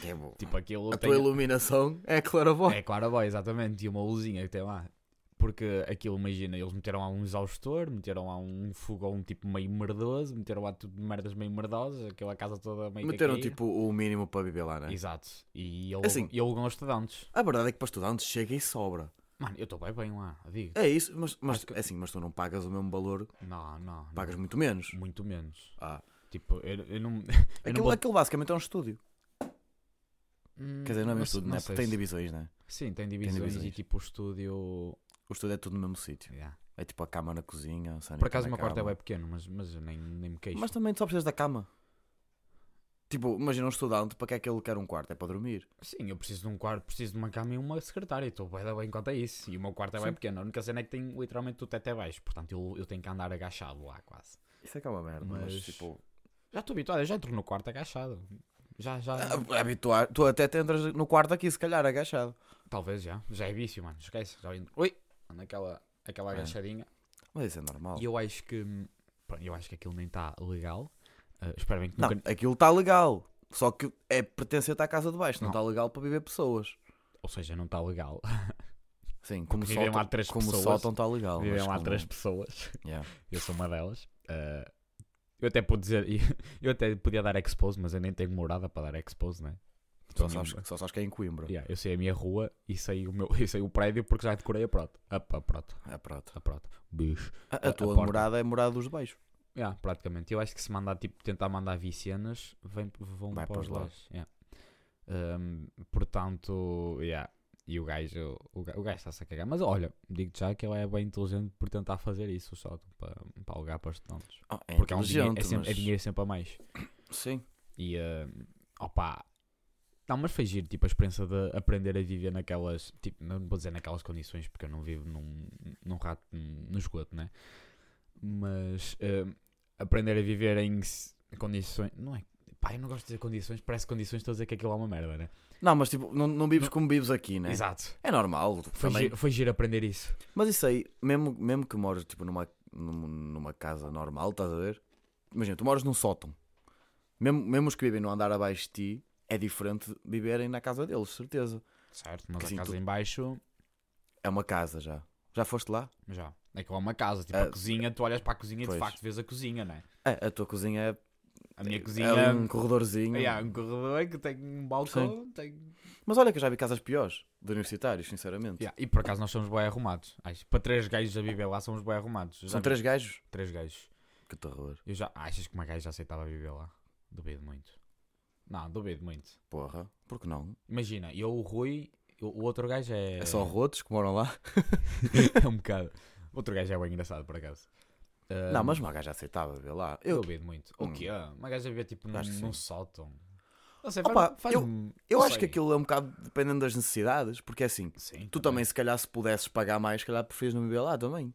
[SPEAKER 2] Que é bom.
[SPEAKER 1] Tipo, aquilo.
[SPEAKER 2] a
[SPEAKER 1] tem-
[SPEAKER 2] tua iluminação é a claraboia.
[SPEAKER 1] É claraboia, exatamente. E uma luzinha que tem lá. Porque aquilo, imagina, eles meteram lá um exaustor, meteram lá um fogão tipo meio merdoso, meteram lá tudo de merdas meio merdosas, aquela casa toda meio que é a
[SPEAKER 2] Meteram
[SPEAKER 1] cair.
[SPEAKER 2] tipo o mínimo para viver lá, né?
[SPEAKER 1] Exato. E alugam,
[SPEAKER 2] Assim-
[SPEAKER 1] e alugam aos estudantes.
[SPEAKER 2] A verdade é que para estudantes chega e sobra.
[SPEAKER 1] Mano, eu estou bem bem lá, digo.
[SPEAKER 2] É isso, mas, mas
[SPEAKER 1] Acho que-
[SPEAKER 2] é assim, mas tu não pagas o mesmo valor,
[SPEAKER 1] Não, não. não.
[SPEAKER 2] pagas muito menos.
[SPEAKER 1] Muito menos.
[SPEAKER 2] Ah.
[SPEAKER 1] Tipo, eu, eu não. Eu não
[SPEAKER 2] Aquilo,
[SPEAKER 1] vou-
[SPEAKER 2] aquilo basicamente é um estúdio.
[SPEAKER 1] Hum,
[SPEAKER 2] Quer dizer, não é um
[SPEAKER 1] sei-
[SPEAKER 2] estúdio, não é? Porque
[SPEAKER 1] sei
[SPEAKER 2] tem
[SPEAKER 1] se-
[SPEAKER 2] divisões, não é?
[SPEAKER 1] Sim, tem divisões, e
[SPEAKER 2] divisões.
[SPEAKER 1] tipo o estúdio.
[SPEAKER 2] O estúdio é tudo no mesmo sítio.
[SPEAKER 1] Yeah.
[SPEAKER 2] É tipo a cama na cozinha, o
[SPEAKER 1] Por
[SPEAKER 2] sanitário
[SPEAKER 1] acaso o
[SPEAKER 2] na
[SPEAKER 1] meu quarto é
[SPEAKER 2] cama.
[SPEAKER 1] bem pequeno, mas, mas eu nem, nem me queixo.
[SPEAKER 2] Mas também tu só precisas da cama. Tipo, imagina um estudante, para que é que ele quer um quarto? É para dormir.
[SPEAKER 1] Sim, eu preciso de um quarto, preciso de uma cama e uma secretária. Estou bem da bem quanto a isso. E o meu quarto é bem
[SPEAKER 2] Sim.
[SPEAKER 1] pequeno. A única cena é que tem literalmente o teto é baixo. Portanto, eu, eu tenho que andar agachado lá quase.
[SPEAKER 2] Isso é que é uma merda, mas,
[SPEAKER 1] Mas-
[SPEAKER 2] tipo.
[SPEAKER 1] Já estou habituado, eu já entro no quarto agachado. Já, já.
[SPEAKER 2] ah, Habituar, tu até te entras no quarto aqui, se calhar, agachado.
[SPEAKER 1] Talvez já. Já é vício, mano. Esquece. Já entro. Ui! Ando aquela, aquela
[SPEAKER 2] É.
[SPEAKER 1] agachadinha.
[SPEAKER 2] Mas isso é normal.
[SPEAKER 1] E eu acho que. hum, pronto, Eu acho que aquilo nem está legal. Ah, espero bem que
[SPEAKER 2] Não,
[SPEAKER 1] nunca.
[SPEAKER 2] aquilo está legal. Só que é pertencer à casa de baixo, não
[SPEAKER 1] Não.
[SPEAKER 2] está legal para viver pessoas.
[SPEAKER 1] Ou seja, não está legal.
[SPEAKER 2] Tá, Sim, como
[SPEAKER 1] Vivem
[SPEAKER 2] sótão-
[SPEAKER 1] lá três
[SPEAKER 2] como
[SPEAKER 1] pessoas.
[SPEAKER 2] sótão está legal.
[SPEAKER 1] Vivem
[SPEAKER 2] mas
[SPEAKER 1] lá
[SPEAKER 2] como-
[SPEAKER 1] três pessoas.
[SPEAKER 2] Yeah.
[SPEAKER 1] Eu sou uma delas. Ah, eu até pude dizer. Eu até podia dar expose, mas eu nem tenho morada para dar expose, né? Tinha
[SPEAKER 2] Só, sabes,
[SPEAKER 1] uma-
[SPEAKER 2] só sabes que é em Coimbra.
[SPEAKER 1] Yeah, eu sei a minha rua e sei o, meu, e sei o prédio porque já decorei a proto. A, a proto.
[SPEAKER 2] É, pronto.
[SPEAKER 1] A proto. Bicho.
[SPEAKER 2] A,
[SPEAKER 1] A-
[SPEAKER 2] a
[SPEAKER 1] a
[SPEAKER 2] tua
[SPEAKER 1] porta.
[SPEAKER 2] morada é morada dos de baixo.
[SPEAKER 1] Yeah, praticamente. Eu acho que se mandar, tipo, tentar mandar Vicenas, vem, vão
[SPEAKER 2] Vai
[SPEAKER 1] para os
[SPEAKER 2] para os
[SPEAKER 1] lados. Yeah. Um, portanto, yeah. E o gajo, o ga- o gajo está-se a cagar. Mas olha, digo-te já que ele é bem inteligente por tentar fazer isso, só para, para alugar para os estudantes.
[SPEAKER 2] Ah, é
[SPEAKER 1] Porque é, um dinheiro, é,
[SPEAKER 2] inteligente,
[SPEAKER 1] sempre, é
[SPEAKER 2] mas-
[SPEAKER 1] dinheiro sempre a mais.
[SPEAKER 2] Sim.
[SPEAKER 1] E, um, opa... Não, mas foi giro, tipo, a experiência de aprender a viver naquelas, tipo, não vou dizer naquelas condições, porque eu não vivo num, num rato, num- no esgoto, né? Mas eh, aprender a viver em s- condições, não é, pá, eu não gosto de dizer condições, parece que condições estou a dizer que aquilo é uma merda, né?
[SPEAKER 2] Não, mas tipo, não, não vives
[SPEAKER 1] Não-
[SPEAKER 2] como vives aqui, né?
[SPEAKER 1] Exato.
[SPEAKER 2] É normal.
[SPEAKER 1] Foi,
[SPEAKER 2] também.
[SPEAKER 1] giro, foi giro aprender isso.
[SPEAKER 2] Mas isso aí, mesmo, mesmo que mores tipo, numa, num- numa casa normal, estás a ver? Imagina, tu moras num sótão. Mesmo, mesmo os que vivem no andar abaixo de ti, é diferente de viverem na casa deles, certeza.
[SPEAKER 1] Certo, mas
[SPEAKER 2] Que sim,
[SPEAKER 1] a casa
[SPEAKER 2] tu-
[SPEAKER 1] em baixo,
[SPEAKER 2] É uma casa já. Já foste lá?
[SPEAKER 1] já, aquilo é uma casa, tipo,
[SPEAKER 2] Ah,
[SPEAKER 1] a cozinha, tu olhas para a cozinha e de
[SPEAKER 2] pois.
[SPEAKER 1] facto vês a cozinha, né?
[SPEAKER 2] É, a tua cozinha é,
[SPEAKER 1] A minha
[SPEAKER 2] é
[SPEAKER 1] cozinha...
[SPEAKER 2] um corredorzinho.
[SPEAKER 1] É, há um corredor que tem um balcão, tem
[SPEAKER 2] Mas olha que eu já vi casas piores, de universitários, sinceramente.
[SPEAKER 1] Yeah, E por acaso nós somos bem arrumados. Acho, para três gajos a viver lá, somos bem arrumados. Eu já
[SPEAKER 2] São
[SPEAKER 1] vi
[SPEAKER 2] três gajos.
[SPEAKER 1] três gajos.
[SPEAKER 2] Que terror.
[SPEAKER 1] Eu já... Achas que uma gaja aceitava viver lá? Duvido muito. Não, duvido muito.
[SPEAKER 2] Porra, por que não?
[SPEAKER 1] Imagina, eu, o Rui, eu- o outro gajo é.
[SPEAKER 2] É, só rotos que moram lá?
[SPEAKER 1] é um bocado. O outro gajo é bem engraçado, por acaso. Ah,
[SPEAKER 2] Não, mas uma gaja aceitava ver lá.
[SPEAKER 1] Eu
[SPEAKER 2] Eu,
[SPEAKER 1] duvido muito. O
[SPEAKER 2] Hum.
[SPEAKER 1] quê? Uma gaja viver tipo num,
[SPEAKER 2] Acho que
[SPEAKER 1] num
[SPEAKER 2] sim.
[SPEAKER 1] sótão. Não sei,
[SPEAKER 2] Opa,
[SPEAKER 1] faz, faz
[SPEAKER 2] eu-
[SPEAKER 1] um-
[SPEAKER 2] eu
[SPEAKER 1] não
[SPEAKER 2] acho que
[SPEAKER 1] sei.
[SPEAKER 2] aquilo é um bocado dependendo das necessidades, porque é assim,
[SPEAKER 1] Sim,
[SPEAKER 2] Tu também, se calhar, se pudesses pagar mais, se calhar preferias não viver lá também.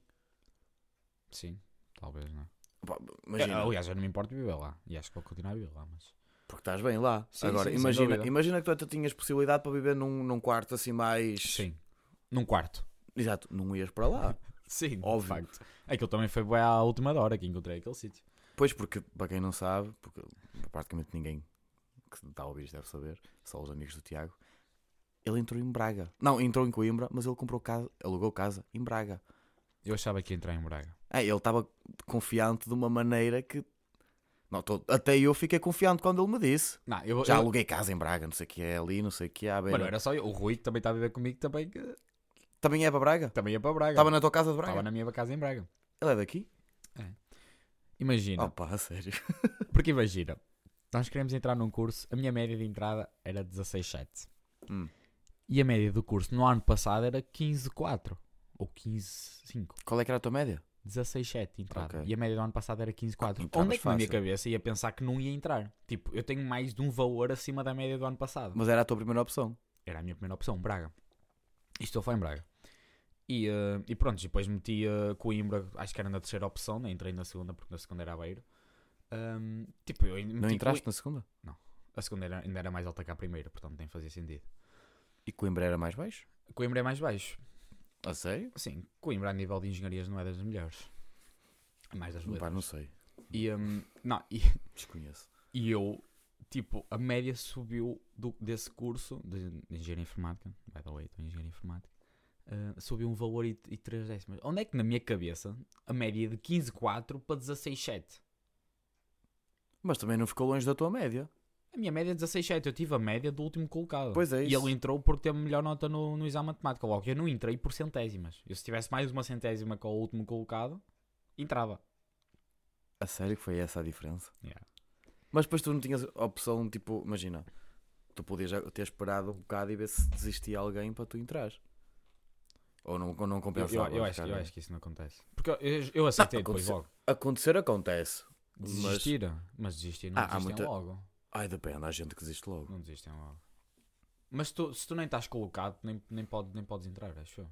[SPEAKER 1] Sim, talvez, não.
[SPEAKER 2] Pá,
[SPEAKER 1] Imagina.
[SPEAKER 2] Imagina,
[SPEAKER 1] É, Aliás, eu não me importo de viver lá. E acho que vou continuar a viver lá, mas.
[SPEAKER 2] porque estás bem lá.
[SPEAKER 1] Sim,
[SPEAKER 2] Agora,
[SPEAKER 1] sim, sem
[SPEAKER 2] imagina,
[SPEAKER 1] dúvida.
[SPEAKER 2] imagina que tu até tinhas possibilidade para viver num, num quarto assim mais.
[SPEAKER 1] Sim. Num quarto.
[SPEAKER 2] Exato, não ias para lá.
[SPEAKER 1] Sim,
[SPEAKER 2] Óbvio.
[SPEAKER 1] de facto. Aquilo também foi bué à última hora que encontrei aquele sítio.
[SPEAKER 2] Pois, porque, para quem não sabe, porque praticamente ninguém que está a ouvir isto deve saber, só os amigos do Tiago, ele entrou em Braga. Não, entrou em Coimbra, mas ele comprou casa, alugou casa em Braga.
[SPEAKER 1] Eu achava que ia entrar em Braga.
[SPEAKER 2] É, ele estava confiante de uma maneira que. Não, tô- até eu fiquei confiante quando ele me disse.
[SPEAKER 1] Não, eu,
[SPEAKER 2] Já
[SPEAKER 1] eu-
[SPEAKER 2] aluguei casa em Braga, não sei o que é ali, não sei o que é. à beira.
[SPEAKER 1] Mano, era só eu. O Rui que também está a viver comigo também, que
[SPEAKER 2] Também é para Braga?
[SPEAKER 1] também ia para Braga.
[SPEAKER 2] Estava na tua casa de Braga?
[SPEAKER 1] Estava na minha casa em Braga.
[SPEAKER 2] Ele é daqui?
[SPEAKER 1] Imagina,
[SPEAKER 2] Opa, a sério.
[SPEAKER 1] porque imagina, nós queremos entrar num curso, a minha média de entrada era 16,7.
[SPEAKER 2] Hum.
[SPEAKER 1] E a média do curso no ano passado era 15,4. Ou 15,5.
[SPEAKER 2] Qual é que era a tua média?
[SPEAKER 1] 16,7 de entrada.
[SPEAKER 2] Ok.
[SPEAKER 1] E a média do ano passado era 15,4.
[SPEAKER 2] Entravas
[SPEAKER 1] Onde é que na minha
[SPEAKER 2] fácil.
[SPEAKER 1] cabeça ia pensar que não ia entrar? Tipo, eu tenho mais de um valor acima da média do ano passado.
[SPEAKER 2] Mas era a tua primeira opção.
[SPEAKER 1] era a minha primeira opção, Braga. E estou foi em Braga. E, eh, e pronto, depois meti eh, Coimbra, acho que era na terceira opção, né? entrei na segunda, porque na segunda era Aveiro. Ahm, tipo, eu meti
[SPEAKER 2] Não entraste
[SPEAKER 1] Coim-
[SPEAKER 2] na segunda?
[SPEAKER 1] A segunda era- ainda era mais alta que a primeira, portanto nem fazia sentido.
[SPEAKER 2] E Coimbra era mais baixo?
[SPEAKER 1] Coimbra é mais baixo.
[SPEAKER 2] A sério?
[SPEAKER 1] Sim, Coimbra a nível de engenharias não é das melhores. É mais das
[SPEAKER 2] Pá,
[SPEAKER 1] letras.
[SPEAKER 2] não sei.
[SPEAKER 1] E, ahm, não, e,
[SPEAKER 2] Desconheço.
[SPEAKER 1] E eu, tipo, a média subiu do, desse curso de, de engenharia informática. By the way, estou em engenharia informática. ah, subiu um valor e, e 3 décimas. Onde é que na minha cabeça a média é de 15,4 para 16,7?
[SPEAKER 2] Mas também não ficou longe da tua média.
[SPEAKER 1] A minha média é 16,7. Eu tive a média do último colocado.
[SPEAKER 2] Pois é
[SPEAKER 1] E
[SPEAKER 2] isso.
[SPEAKER 1] ele entrou porque teve a melhor nota no, no exame de matemática. Logo, eu não entrei por centésimas. Eu, se tivesse mais uma centésima com o último colocado, entrava.
[SPEAKER 2] A sério que foi essa a diferença?
[SPEAKER 1] Yeah.
[SPEAKER 2] Mas depois tu não tinhas a opção, tipo, imagina, tu podias já ter esperado um bocado e ver se desistia alguém para tu entrares. Ou não, ou não
[SPEAKER 1] Eu, eu-
[SPEAKER 2] compensava.
[SPEAKER 1] eu acho, que- eu
[SPEAKER 2] cara.
[SPEAKER 1] acho que isso não acontece. Porque eu, eu- eu aceitei depois
[SPEAKER 2] aconteceu.
[SPEAKER 1] logo.
[SPEAKER 2] Acontecer acontece. Mas-
[SPEAKER 1] Desistir. Mas desistir não
[SPEAKER 2] Ah, há
[SPEAKER 1] desistem
[SPEAKER 2] muita-
[SPEAKER 1] logo.
[SPEAKER 2] Ai, depende, há gente que desiste logo.
[SPEAKER 1] Não desistem logo. Mas tu- se tu nem estás colocado, nem, nem, pode, nem podes entrar, acho eu.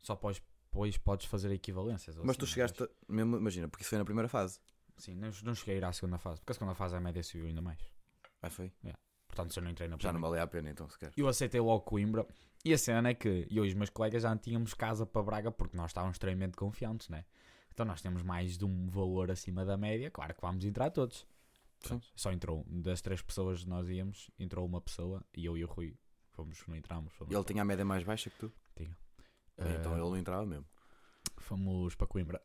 [SPEAKER 1] Só podes, pois podes fazer equivalências. ou
[SPEAKER 2] Mas
[SPEAKER 1] assim,
[SPEAKER 2] tu
[SPEAKER 1] não
[SPEAKER 2] chegaste, mesmo, imagina, porque isso foi na primeira fase.
[SPEAKER 1] podes? Sim, não, não cheguei a ir à segunda fase. Porque a segunda fase é a média subiu ainda mais.
[SPEAKER 2] Ah, foi?
[SPEAKER 1] Portanto, se eu não entrei na
[SPEAKER 2] Já não
[SPEAKER 1] primeira.
[SPEAKER 2] valia a pena então sequer.
[SPEAKER 1] Eu aceitei logo Coimbra. E a cena é que eu e os meus colegas já não tínhamos casa para Braga porque nós estávamos extremamente confiantes, né? Então nós temos mais de um valor acima da média, claro que vamos entrar todos. Pronto, Só entrou, das três pessoas que nós íamos, entrou uma pessoa e eu e o Rui fomos, não entramos. Fomos,
[SPEAKER 2] E ele tinha a média mais baixa que tu.
[SPEAKER 1] eh,
[SPEAKER 2] Então ele não entrava mesmo.
[SPEAKER 1] fomos para Coimbra.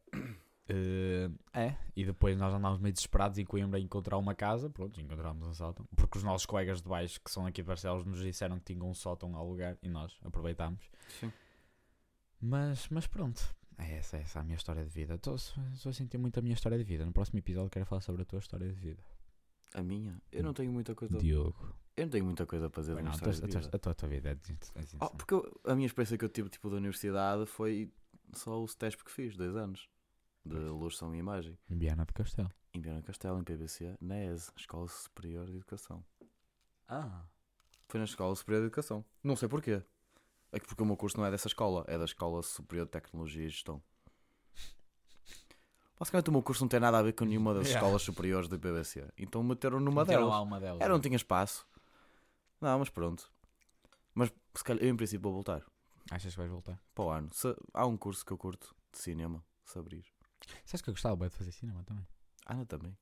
[SPEAKER 1] Eh, é, e depois nós andávamos meio desesperados em Coimbra a encontrar uma casa, pronto, encontramos um sótão, porque os nossos colegas de baixo, que são aqui de Barcelos, nos disseram que tinham um sótão ao lugar e nós aproveitámos.
[SPEAKER 2] Sim.
[SPEAKER 1] Mas, mas pronto. É essa, é essa a minha história de vida. Estou estou a sentir muito a minha história de vida. No próximo episódio quero falar sobre a tua história de vida.
[SPEAKER 2] A minha? Eu não tenho muita coisa.
[SPEAKER 1] Diogo.
[SPEAKER 2] Eu não tenho muita coisa para dizer
[SPEAKER 1] Bem,
[SPEAKER 2] da
[SPEAKER 1] não,
[SPEAKER 2] minha
[SPEAKER 1] a tua,
[SPEAKER 2] história
[SPEAKER 1] a,
[SPEAKER 2] de
[SPEAKER 1] tua,
[SPEAKER 2] vida.
[SPEAKER 1] a tua- a tua vida é desin- é desin-
[SPEAKER 2] Oh, porque eu- a minha experiência que eu tive tipo, da universidade foi só o STESP que fiz, dois anos, de
[SPEAKER 1] Pois.
[SPEAKER 2] luz, som e imagem,
[SPEAKER 1] em Viana do Castelo.
[SPEAKER 2] em Viana do Castelo, em PBC, na ESE, Escola Superior de Educação.
[SPEAKER 1] Ah.
[SPEAKER 2] Foi na Escola Superior de Educação. Não sei porquê. É que porque o meu curso não é dessa escola, é da Escola Superior de Tecnologia e Gestão. Basicamente o meu curso não tem nada a ver com nenhuma das
[SPEAKER 1] Yeah.
[SPEAKER 2] escolas superiores do PBC. Então meteram numa delas.
[SPEAKER 1] uma delas.
[SPEAKER 2] Era, um não tinha espaço. Não, mas pronto. Mas se calhar eu em princípio vou voltar.
[SPEAKER 1] Achas que vais voltar?
[SPEAKER 2] para o ano. Se- há um curso que eu curto de cinema, se abrir.
[SPEAKER 1] Sabes que eu gostava bem de fazer cinema também?
[SPEAKER 2] Ana também.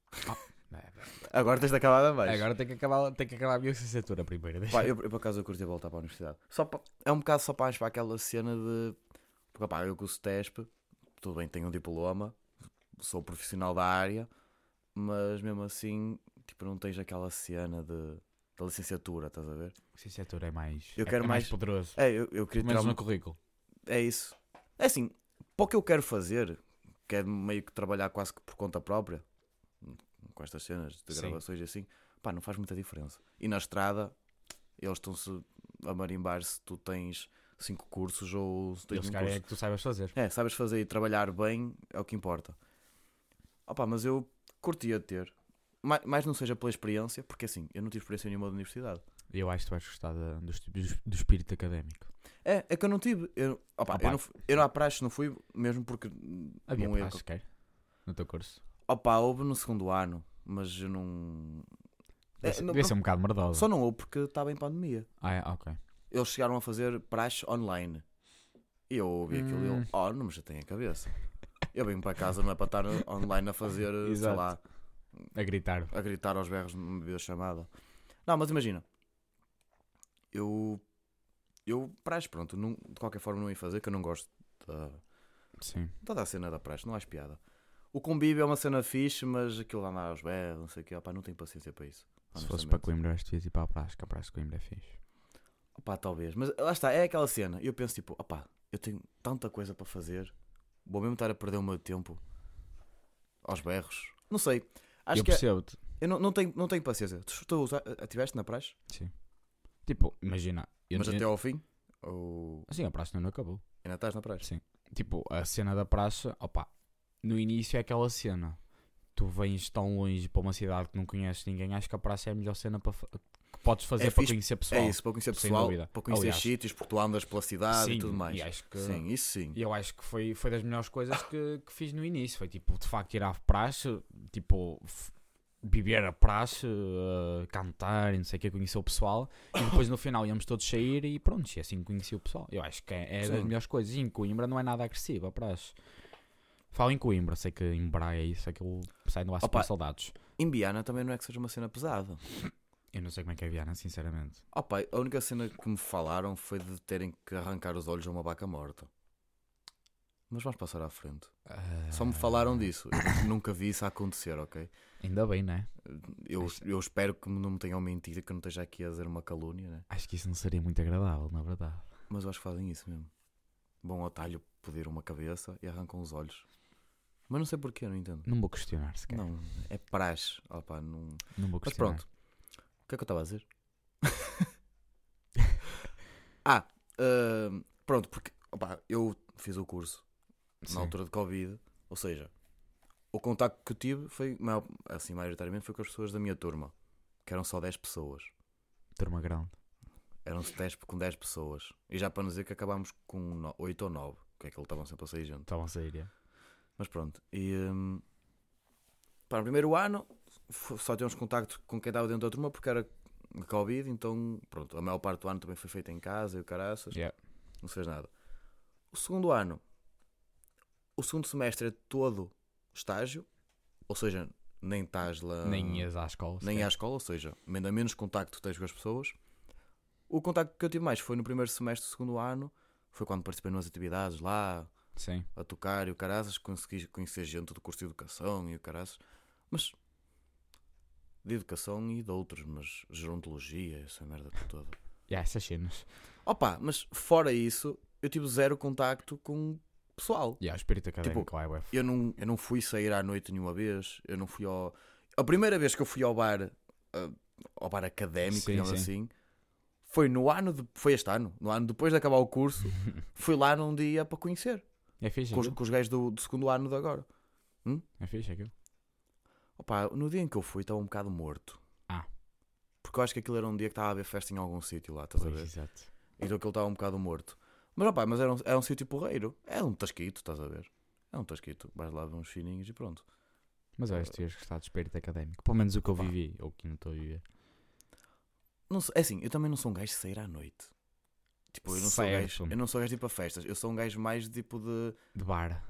[SPEAKER 2] é Agora tens de acabar de abaixo.
[SPEAKER 1] Agora tem que acabar, tem que acabar a minha licenciatura primeiro. deixa.
[SPEAKER 2] Pá, eu, eu por acaso eu curti voltar para a universidade. Só pa- é um bocado só para, para aquela cena de. Porque pá, eu curso TESP, tudo bem, tenho um diploma, sou profissional da área, mas mesmo assim, tipo, não tens aquela cena de. Da licenciatura, estás a ver?
[SPEAKER 1] Licenciatura é mais.
[SPEAKER 2] Eu
[SPEAKER 1] é-
[SPEAKER 2] quero
[SPEAKER 1] é mais,
[SPEAKER 2] mais-
[SPEAKER 1] poderoso.
[SPEAKER 2] É, eu, eu
[SPEAKER 1] Pelo
[SPEAKER 2] queria tirar
[SPEAKER 1] menos
[SPEAKER 2] uma
[SPEAKER 1] no currículo.
[SPEAKER 2] É isso. É assim, para o que eu quero fazer, que é meio que trabalhar quase que por conta própria, com estas cenas de
[SPEAKER 1] Sim.
[SPEAKER 2] gravações e assim, pá, não faz muita diferença. E na estrada, eles estão-se a marimbar se tu tens cinco cursos ou se tens
[SPEAKER 1] Eles
[SPEAKER 2] um
[SPEAKER 1] querem é
[SPEAKER 2] curso.
[SPEAKER 1] que tu saibas fazer.
[SPEAKER 2] É, sabes fazer e trabalhar bem é o que importa. Opa, mas eu curtia ter. Ma- Mais não seja pela experiência, porque assim, eu não tive experiência nenhuma de universidade.
[SPEAKER 1] Eu acho que tu vais gostar da- do, esp- do espírito académico.
[SPEAKER 2] É, é que eu não tive. Eu, opa,
[SPEAKER 1] Opa.
[SPEAKER 2] eu, não, fu- eu à praxe não fui, mesmo porque
[SPEAKER 1] Ah, Havia
[SPEAKER 2] não ia
[SPEAKER 1] praxe sequer no teu curso.
[SPEAKER 2] Opa, houve no segundo ano, mas eu não. É,
[SPEAKER 1] Deve ser-
[SPEAKER 2] não-
[SPEAKER 1] Devia ser um bocado merdosa.
[SPEAKER 2] Só não houve porque estava em pandemia.
[SPEAKER 1] Ah, é, ok.
[SPEAKER 2] Eles chegaram a fazer praxe online. E eu ouvi aquilo e
[SPEAKER 1] Hum.
[SPEAKER 2] eu, oh, não me já tenho a cabeça. Eu venho para casa, não é para estar online a fazer, sei
[SPEAKER 1] Exato.
[SPEAKER 2] lá,
[SPEAKER 1] A gritar.
[SPEAKER 2] a gritar aos berros numa videochamada. Não, mas imagina. Eu. Eu, praxe, pronto, não- de qualquer forma não ia fazer, que eu não gosto da.
[SPEAKER 1] Sim.
[SPEAKER 2] Toda a cena da praxe, não acho piada. O convívio é uma cena fixe, mas aquilo de andar aos berros, não sei o quê, opá, não tenho paciência para isso.
[SPEAKER 1] Se fosse para
[SPEAKER 2] honestamente.
[SPEAKER 1] Coimbra, acho que devias ir para a praxe, que a praxe de Coimbra é fixe.
[SPEAKER 2] Opá, talvez. Mas lá está, é aquela cena. Eu penso tipo, opá, eu tenho tanta coisa para fazer, vou mesmo estar a perder o meu tempo aos berros. Não sei. Acho
[SPEAKER 1] eu
[SPEAKER 2] que é-
[SPEAKER 1] percebo-te.
[SPEAKER 2] eu não, não, tenho, não tenho paciência. Tu estou a usar, estiveste na praxe,
[SPEAKER 1] Sim. Tipo, imagina. Eu,
[SPEAKER 2] mas
[SPEAKER 1] eu-
[SPEAKER 2] até ao fim, ou
[SPEAKER 1] Assim, a praxe ainda não acabou.
[SPEAKER 2] ainda estás na praxe?
[SPEAKER 1] Tipo, a cena da praça, opa, no início é aquela cena. Tu vens tão longe para uma cidade que não conheces ninguém, acho que a praça é a melhor cena para fa- que podes fazer
[SPEAKER 2] É
[SPEAKER 1] para
[SPEAKER 2] fixe-
[SPEAKER 1] conhecer pessoal.
[SPEAKER 2] é isso, para conhecer
[SPEAKER 1] sem
[SPEAKER 2] pessoal,
[SPEAKER 1] dúvida.
[SPEAKER 2] para conhecer
[SPEAKER 1] Aliás.
[SPEAKER 2] sítios, porque tu andas pela cidade
[SPEAKER 1] Sim,
[SPEAKER 2] e tudo mais.
[SPEAKER 1] E acho que,
[SPEAKER 2] Sim, isso sim.
[SPEAKER 1] e eu acho que foi, foi das melhores coisas que, que fiz no início. Foi tipo, de facto, ir à praxe, tipo, f- beber a praxe, eh, cantar e não sei o que, conhecer o pessoal. E depois no final íamos todos sair e pronto, e assim conheci o pessoal. Eu acho que é, é das
[SPEAKER 2] Sim.
[SPEAKER 1] melhores coisas. E em Coimbra não é nada agressiva a praxe. Falo em Coimbra, sei que em Braga é isso, é que eu saio no aço
[SPEAKER 2] Opa.
[SPEAKER 1] para soldados.
[SPEAKER 2] Em Biana também não é que seja uma cena pesada.
[SPEAKER 1] Eu não sei como é que é Viana, sinceramente.
[SPEAKER 2] Oh, pai, a única cena que me falaram foi de terem que arrancar os olhos a uma vaca morta. Mas vamos passar à frente.
[SPEAKER 1] Ah,
[SPEAKER 2] Só me falaram disso. Eu nunca vi isso a acontecer, ok?
[SPEAKER 1] Ainda bem, né?
[SPEAKER 2] Eu,
[SPEAKER 1] Mas-
[SPEAKER 2] eu espero que não me tenham mentido, que eu não esteja aqui a dizer uma calúnia, né?
[SPEAKER 1] Acho que isso não seria muito agradável, na verdade.
[SPEAKER 2] Mas eu acho que fazem isso mesmo. Bom ao talho pedir uma cabeça e arrancam os olhos. Mas não sei porquê, não entendo.
[SPEAKER 1] Não vou questionar sequer. Não,
[SPEAKER 2] Não, é praxe. Opa, não...
[SPEAKER 1] não vou
[SPEAKER 2] Mas
[SPEAKER 1] questionar.
[SPEAKER 2] pronto. O que é que eu estava a dizer? ah, hum, pronto, porque opa, eu fiz o curso
[SPEAKER 1] Sim.
[SPEAKER 2] na altura de Covid, ou seja, o contacto que eu tive foi, maior- assim, maioritariamente foi com as pessoas da minha turma, que eram só 10 pessoas.
[SPEAKER 1] Turma grande.
[SPEAKER 2] Eram-se 10 com 10 pessoas. E já para não dizer que acabámos com 8 ou 9, que é que eles estavam sempre a sair junto.
[SPEAKER 1] Estavam a sair, é?
[SPEAKER 2] Mas pronto, e hum, pá, no primeiro ano f- só tivemos contacto com quem estava dentro da turma porque era Covid, então pronto, a maior parte do ano também foi feita em casa e o caraças,
[SPEAKER 1] Yeah.
[SPEAKER 2] não se fez nada. O segundo ano, o segundo semestre é todo estágio, ou seja, nem estás lá,
[SPEAKER 1] Nem ias à escola.
[SPEAKER 2] Ah, nem
[SPEAKER 1] sequer.
[SPEAKER 2] à escola, ou seja, ainda menos contacto tens com as pessoas. O contacto que eu tive mais foi no primeiro semestre do segundo ano, foi quando participei nas atividades lá,
[SPEAKER 1] Sim.
[SPEAKER 2] a tocar e o caraças, consegui conhecer gente do curso de educação e o caraças, mas de educação e de outros, mas gerontologia, essa merda toda.
[SPEAKER 1] E há essas cenas.
[SPEAKER 2] Opa, mas fora isso, eu tive zero contacto com pessoal.
[SPEAKER 1] E há o espírito
[SPEAKER 2] Tipo,
[SPEAKER 1] académico lá é bué f-
[SPEAKER 2] Eu não, eu não fui sair à noite nenhuma vez, eu não fui ao. A primeira vez que eu fui ao bar, ah, ao bar académico,
[SPEAKER 1] Sim,
[SPEAKER 2] digamos
[SPEAKER 1] sim.
[SPEAKER 2] assim, foi no ano, de, foi este ano, no ano depois de acabar o curso, fui lá num dia para conhecer,
[SPEAKER 1] É fixe
[SPEAKER 2] com os,
[SPEAKER 1] aquilo.
[SPEAKER 2] com os gajos do- do segundo ano de agora.
[SPEAKER 1] É fixe aquilo.
[SPEAKER 2] Opa, no dia em que eu fui estava um bocado morto.
[SPEAKER 1] Ah.
[SPEAKER 2] Porque eu acho que aquilo era um dia que estava a haver festa em algum sítio lá, estás a
[SPEAKER 1] Pois,
[SPEAKER 2] ver?
[SPEAKER 1] exato.
[SPEAKER 2] Então aquilo estava um bocado morto. Mas opa, mas era um, era um sítio porreiro. É um tasquito, estás a ver? É um tasquito. Vais lá ver uns fininhos e pronto.
[SPEAKER 1] Mas eu acho que tu ias gostar de espírito académico. Pelo menos o que eu
[SPEAKER 2] Opa.
[SPEAKER 1] vivi, ou que não estou a viver.
[SPEAKER 2] Não sou- é assim, eu também não sou um gajo de sair à noite. Tipo, eu não sou
[SPEAKER 1] Certo.
[SPEAKER 2] gajo. Eu não sou gajo de ir para festas. Eu sou um gajo mais tipo de.
[SPEAKER 1] De bar.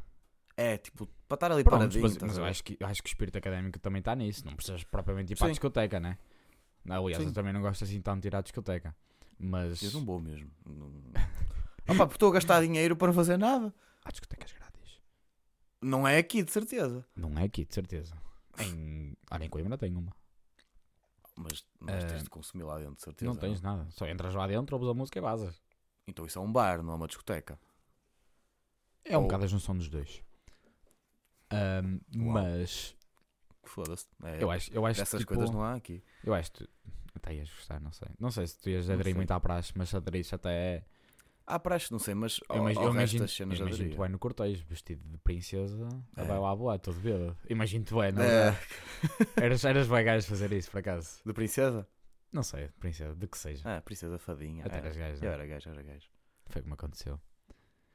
[SPEAKER 2] É, tipo, para estar ali
[SPEAKER 1] Pronto,
[SPEAKER 2] paradinho.
[SPEAKER 1] mas,
[SPEAKER 2] estás
[SPEAKER 1] mas
[SPEAKER 2] a
[SPEAKER 1] eu
[SPEAKER 2] ver?
[SPEAKER 1] acho que, eu acho que o espírito académico também está nisso. Não precisas propriamente ir para a
[SPEAKER 2] Sim.
[SPEAKER 1] discoteca, né? Não, aliás,
[SPEAKER 2] Sim.
[SPEAKER 1] eu também não gosto assim tanto de ir à discoteca. Mas.
[SPEAKER 2] Eu não vou mesmo. Não... opa, porque estou a gastar dinheiro para não fazer nada.
[SPEAKER 1] Há discotecas grátis.
[SPEAKER 2] Não é aqui, de certeza.
[SPEAKER 1] Não é aqui, de certeza. Em. Olha, em Coimbra tem uma.
[SPEAKER 2] Mas, mas
[SPEAKER 1] Ah,
[SPEAKER 2] tens de consumir lá dentro, de certeza. é?
[SPEAKER 1] não tens nada. Só entras lá dentro, ouves a música e vazas.
[SPEAKER 2] Então isso é um bar, não é uma discoteca.
[SPEAKER 1] É um
[SPEAKER 2] Ou-
[SPEAKER 1] bocado a junção dos dois. Ahm,
[SPEAKER 2] Uau.
[SPEAKER 1] mas. eh,
[SPEAKER 2] Foda-se. É,
[SPEAKER 1] Eu acho, eu acho
[SPEAKER 2] dessas
[SPEAKER 1] que. tipo,
[SPEAKER 2] coisas não há aqui.
[SPEAKER 1] Eu acho que. tu- Até ias gostar, não sei. Não sei se tu ias
[SPEAKER 2] Não
[SPEAKER 1] aderir
[SPEAKER 2] sei.
[SPEAKER 1] muito à praxe, mas se aderisse até. é,
[SPEAKER 2] Há praxe, não sei, mas
[SPEAKER 1] Eu
[SPEAKER 2] ao,
[SPEAKER 1] imagi- eu
[SPEAKER 2] ao resto
[SPEAKER 1] imagino,
[SPEAKER 2] das cenas
[SPEAKER 1] eu
[SPEAKER 2] da
[SPEAKER 1] imagino-te
[SPEAKER 2] daria.
[SPEAKER 1] bem no cortejo, vestido de princesa, a
[SPEAKER 2] É.
[SPEAKER 1] vai lá boa, todo bêbado. Imagino-te bem, não
[SPEAKER 2] É,
[SPEAKER 1] é? Eras, eras bem gajo fazer isso, por acaso.
[SPEAKER 2] de princesa?
[SPEAKER 1] Não sei, princesa, de que seja.
[SPEAKER 2] Ah, princesa fadinha.
[SPEAKER 1] Até
[SPEAKER 2] é.
[SPEAKER 1] eras gajo, né?
[SPEAKER 2] Eu
[SPEAKER 1] não?
[SPEAKER 2] era gajo, eu era gajo.
[SPEAKER 1] Foi como aconteceu.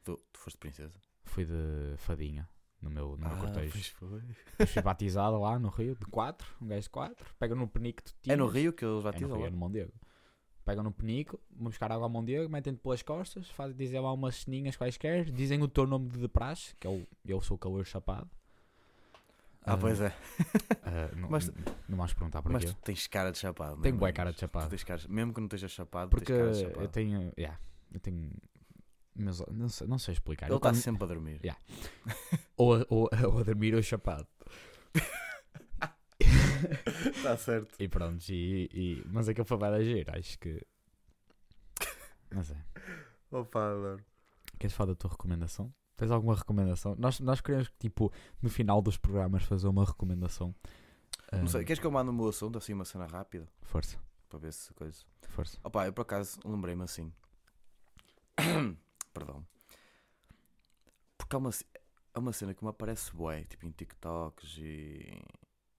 [SPEAKER 2] Tu, tu foste princesa?
[SPEAKER 1] Fui de fadinha no meu, no meu
[SPEAKER 2] ah, pois
[SPEAKER 1] cortejo.
[SPEAKER 2] foi.
[SPEAKER 1] Depois Fui batizado lá no Rio, de 4, um gajo de 4. Pega no penico que tu
[SPEAKER 2] É no
[SPEAKER 1] tinhas.
[SPEAKER 2] Rio que eles
[SPEAKER 1] É no
[SPEAKER 2] batizam
[SPEAKER 1] Rio,
[SPEAKER 2] lá?
[SPEAKER 1] é no Mondego. Pegam no penico, vão buscar água ao Mondego, metem-te pelas costas, fazem, dizem lá umas ceninhas quaisquer, dizem o teu nome de praxe, que é o Eu Sou o Calor Chapado.
[SPEAKER 2] Ah, pois é.
[SPEAKER 1] Ah, não,
[SPEAKER 2] Mas-
[SPEAKER 1] não- não vais perguntar para
[SPEAKER 2] Mas
[SPEAKER 1] quê.
[SPEAKER 2] tu tens cara de chapado. não é?
[SPEAKER 1] Tenho boa cara de
[SPEAKER 2] Tu
[SPEAKER 1] chapado.
[SPEAKER 2] tens cara, mesmo que não estejas chapado,
[SPEAKER 1] Porque
[SPEAKER 2] tens cara de chapado.
[SPEAKER 1] eu tenho. yeah, eu tenho. meus- não, sei, não sei explicar.
[SPEAKER 2] Ele tá
[SPEAKER 1] Eu
[SPEAKER 2] está
[SPEAKER 1] quando-
[SPEAKER 2] sempre a dormir.
[SPEAKER 1] ou, a- ou, a- ou a dormir ou chapado.
[SPEAKER 2] Está certo.
[SPEAKER 1] E pronto, e, e- mas aquele foi bem agir, acho que. Não sei.
[SPEAKER 2] Opa, adoro.
[SPEAKER 1] Queres falar da tua recomendação? Tens alguma recomendação? Nós, nós queremos que, tipo, no final dos programas, fazer uma recomendação.
[SPEAKER 2] Não
[SPEAKER 1] Ah,
[SPEAKER 2] sei, queres que eu mande o meu assunto assim, uma cena rápida?
[SPEAKER 1] Força,
[SPEAKER 2] Para ver se coisa.
[SPEAKER 1] força.
[SPEAKER 2] Opa, eu por acaso lembrei-me assim. Perdão. Porque há uma, ce- há uma cena que me aparece bué, tipo em TikToks e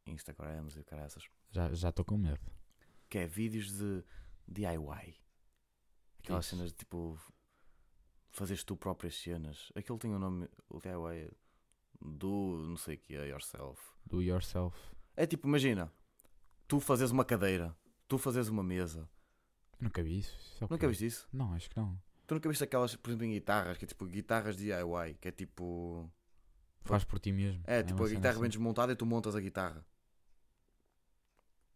[SPEAKER 2] Instagrams e caraças,
[SPEAKER 1] Já estou com medo.
[SPEAKER 2] que é vídeos de DIY. Aquelas
[SPEAKER 1] Isso.
[SPEAKER 2] cenas de tipo fazeres tu próprias cenas. Aquilo tem o nome, o DIY é do não sei o que, yourself.
[SPEAKER 1] Do yourself.
[SPEAKER 2] É tipo, imagina, tu fazes uma cadeira, tu fazes uma mesa.
[SPEAKER 1] Eu nunca vi isso. isso é o
[SPEAKER 2] Nunca
[SPEAKER 1] quê?
[SPEAKER 2] viste isso?
[SPEAKER 1] Não, acho que não.
[SPEAKER 2] Tu nunca viste aquelas, por exemplo, em guitarras, que é tipo guitarras DIY, que é tipo.
[SPEAKER 1] Faz por ti mesmo.
[SPEAKER 2] É, tipo
[SPEAKER 1] uma
[SPEAKER 2] a
[SPEAKER 1] cena
[SPEAKER 2] guitarra
[SPEAKER 1] assim.
[SPEAKER 2] bem desmontada e tu montas a guitarra.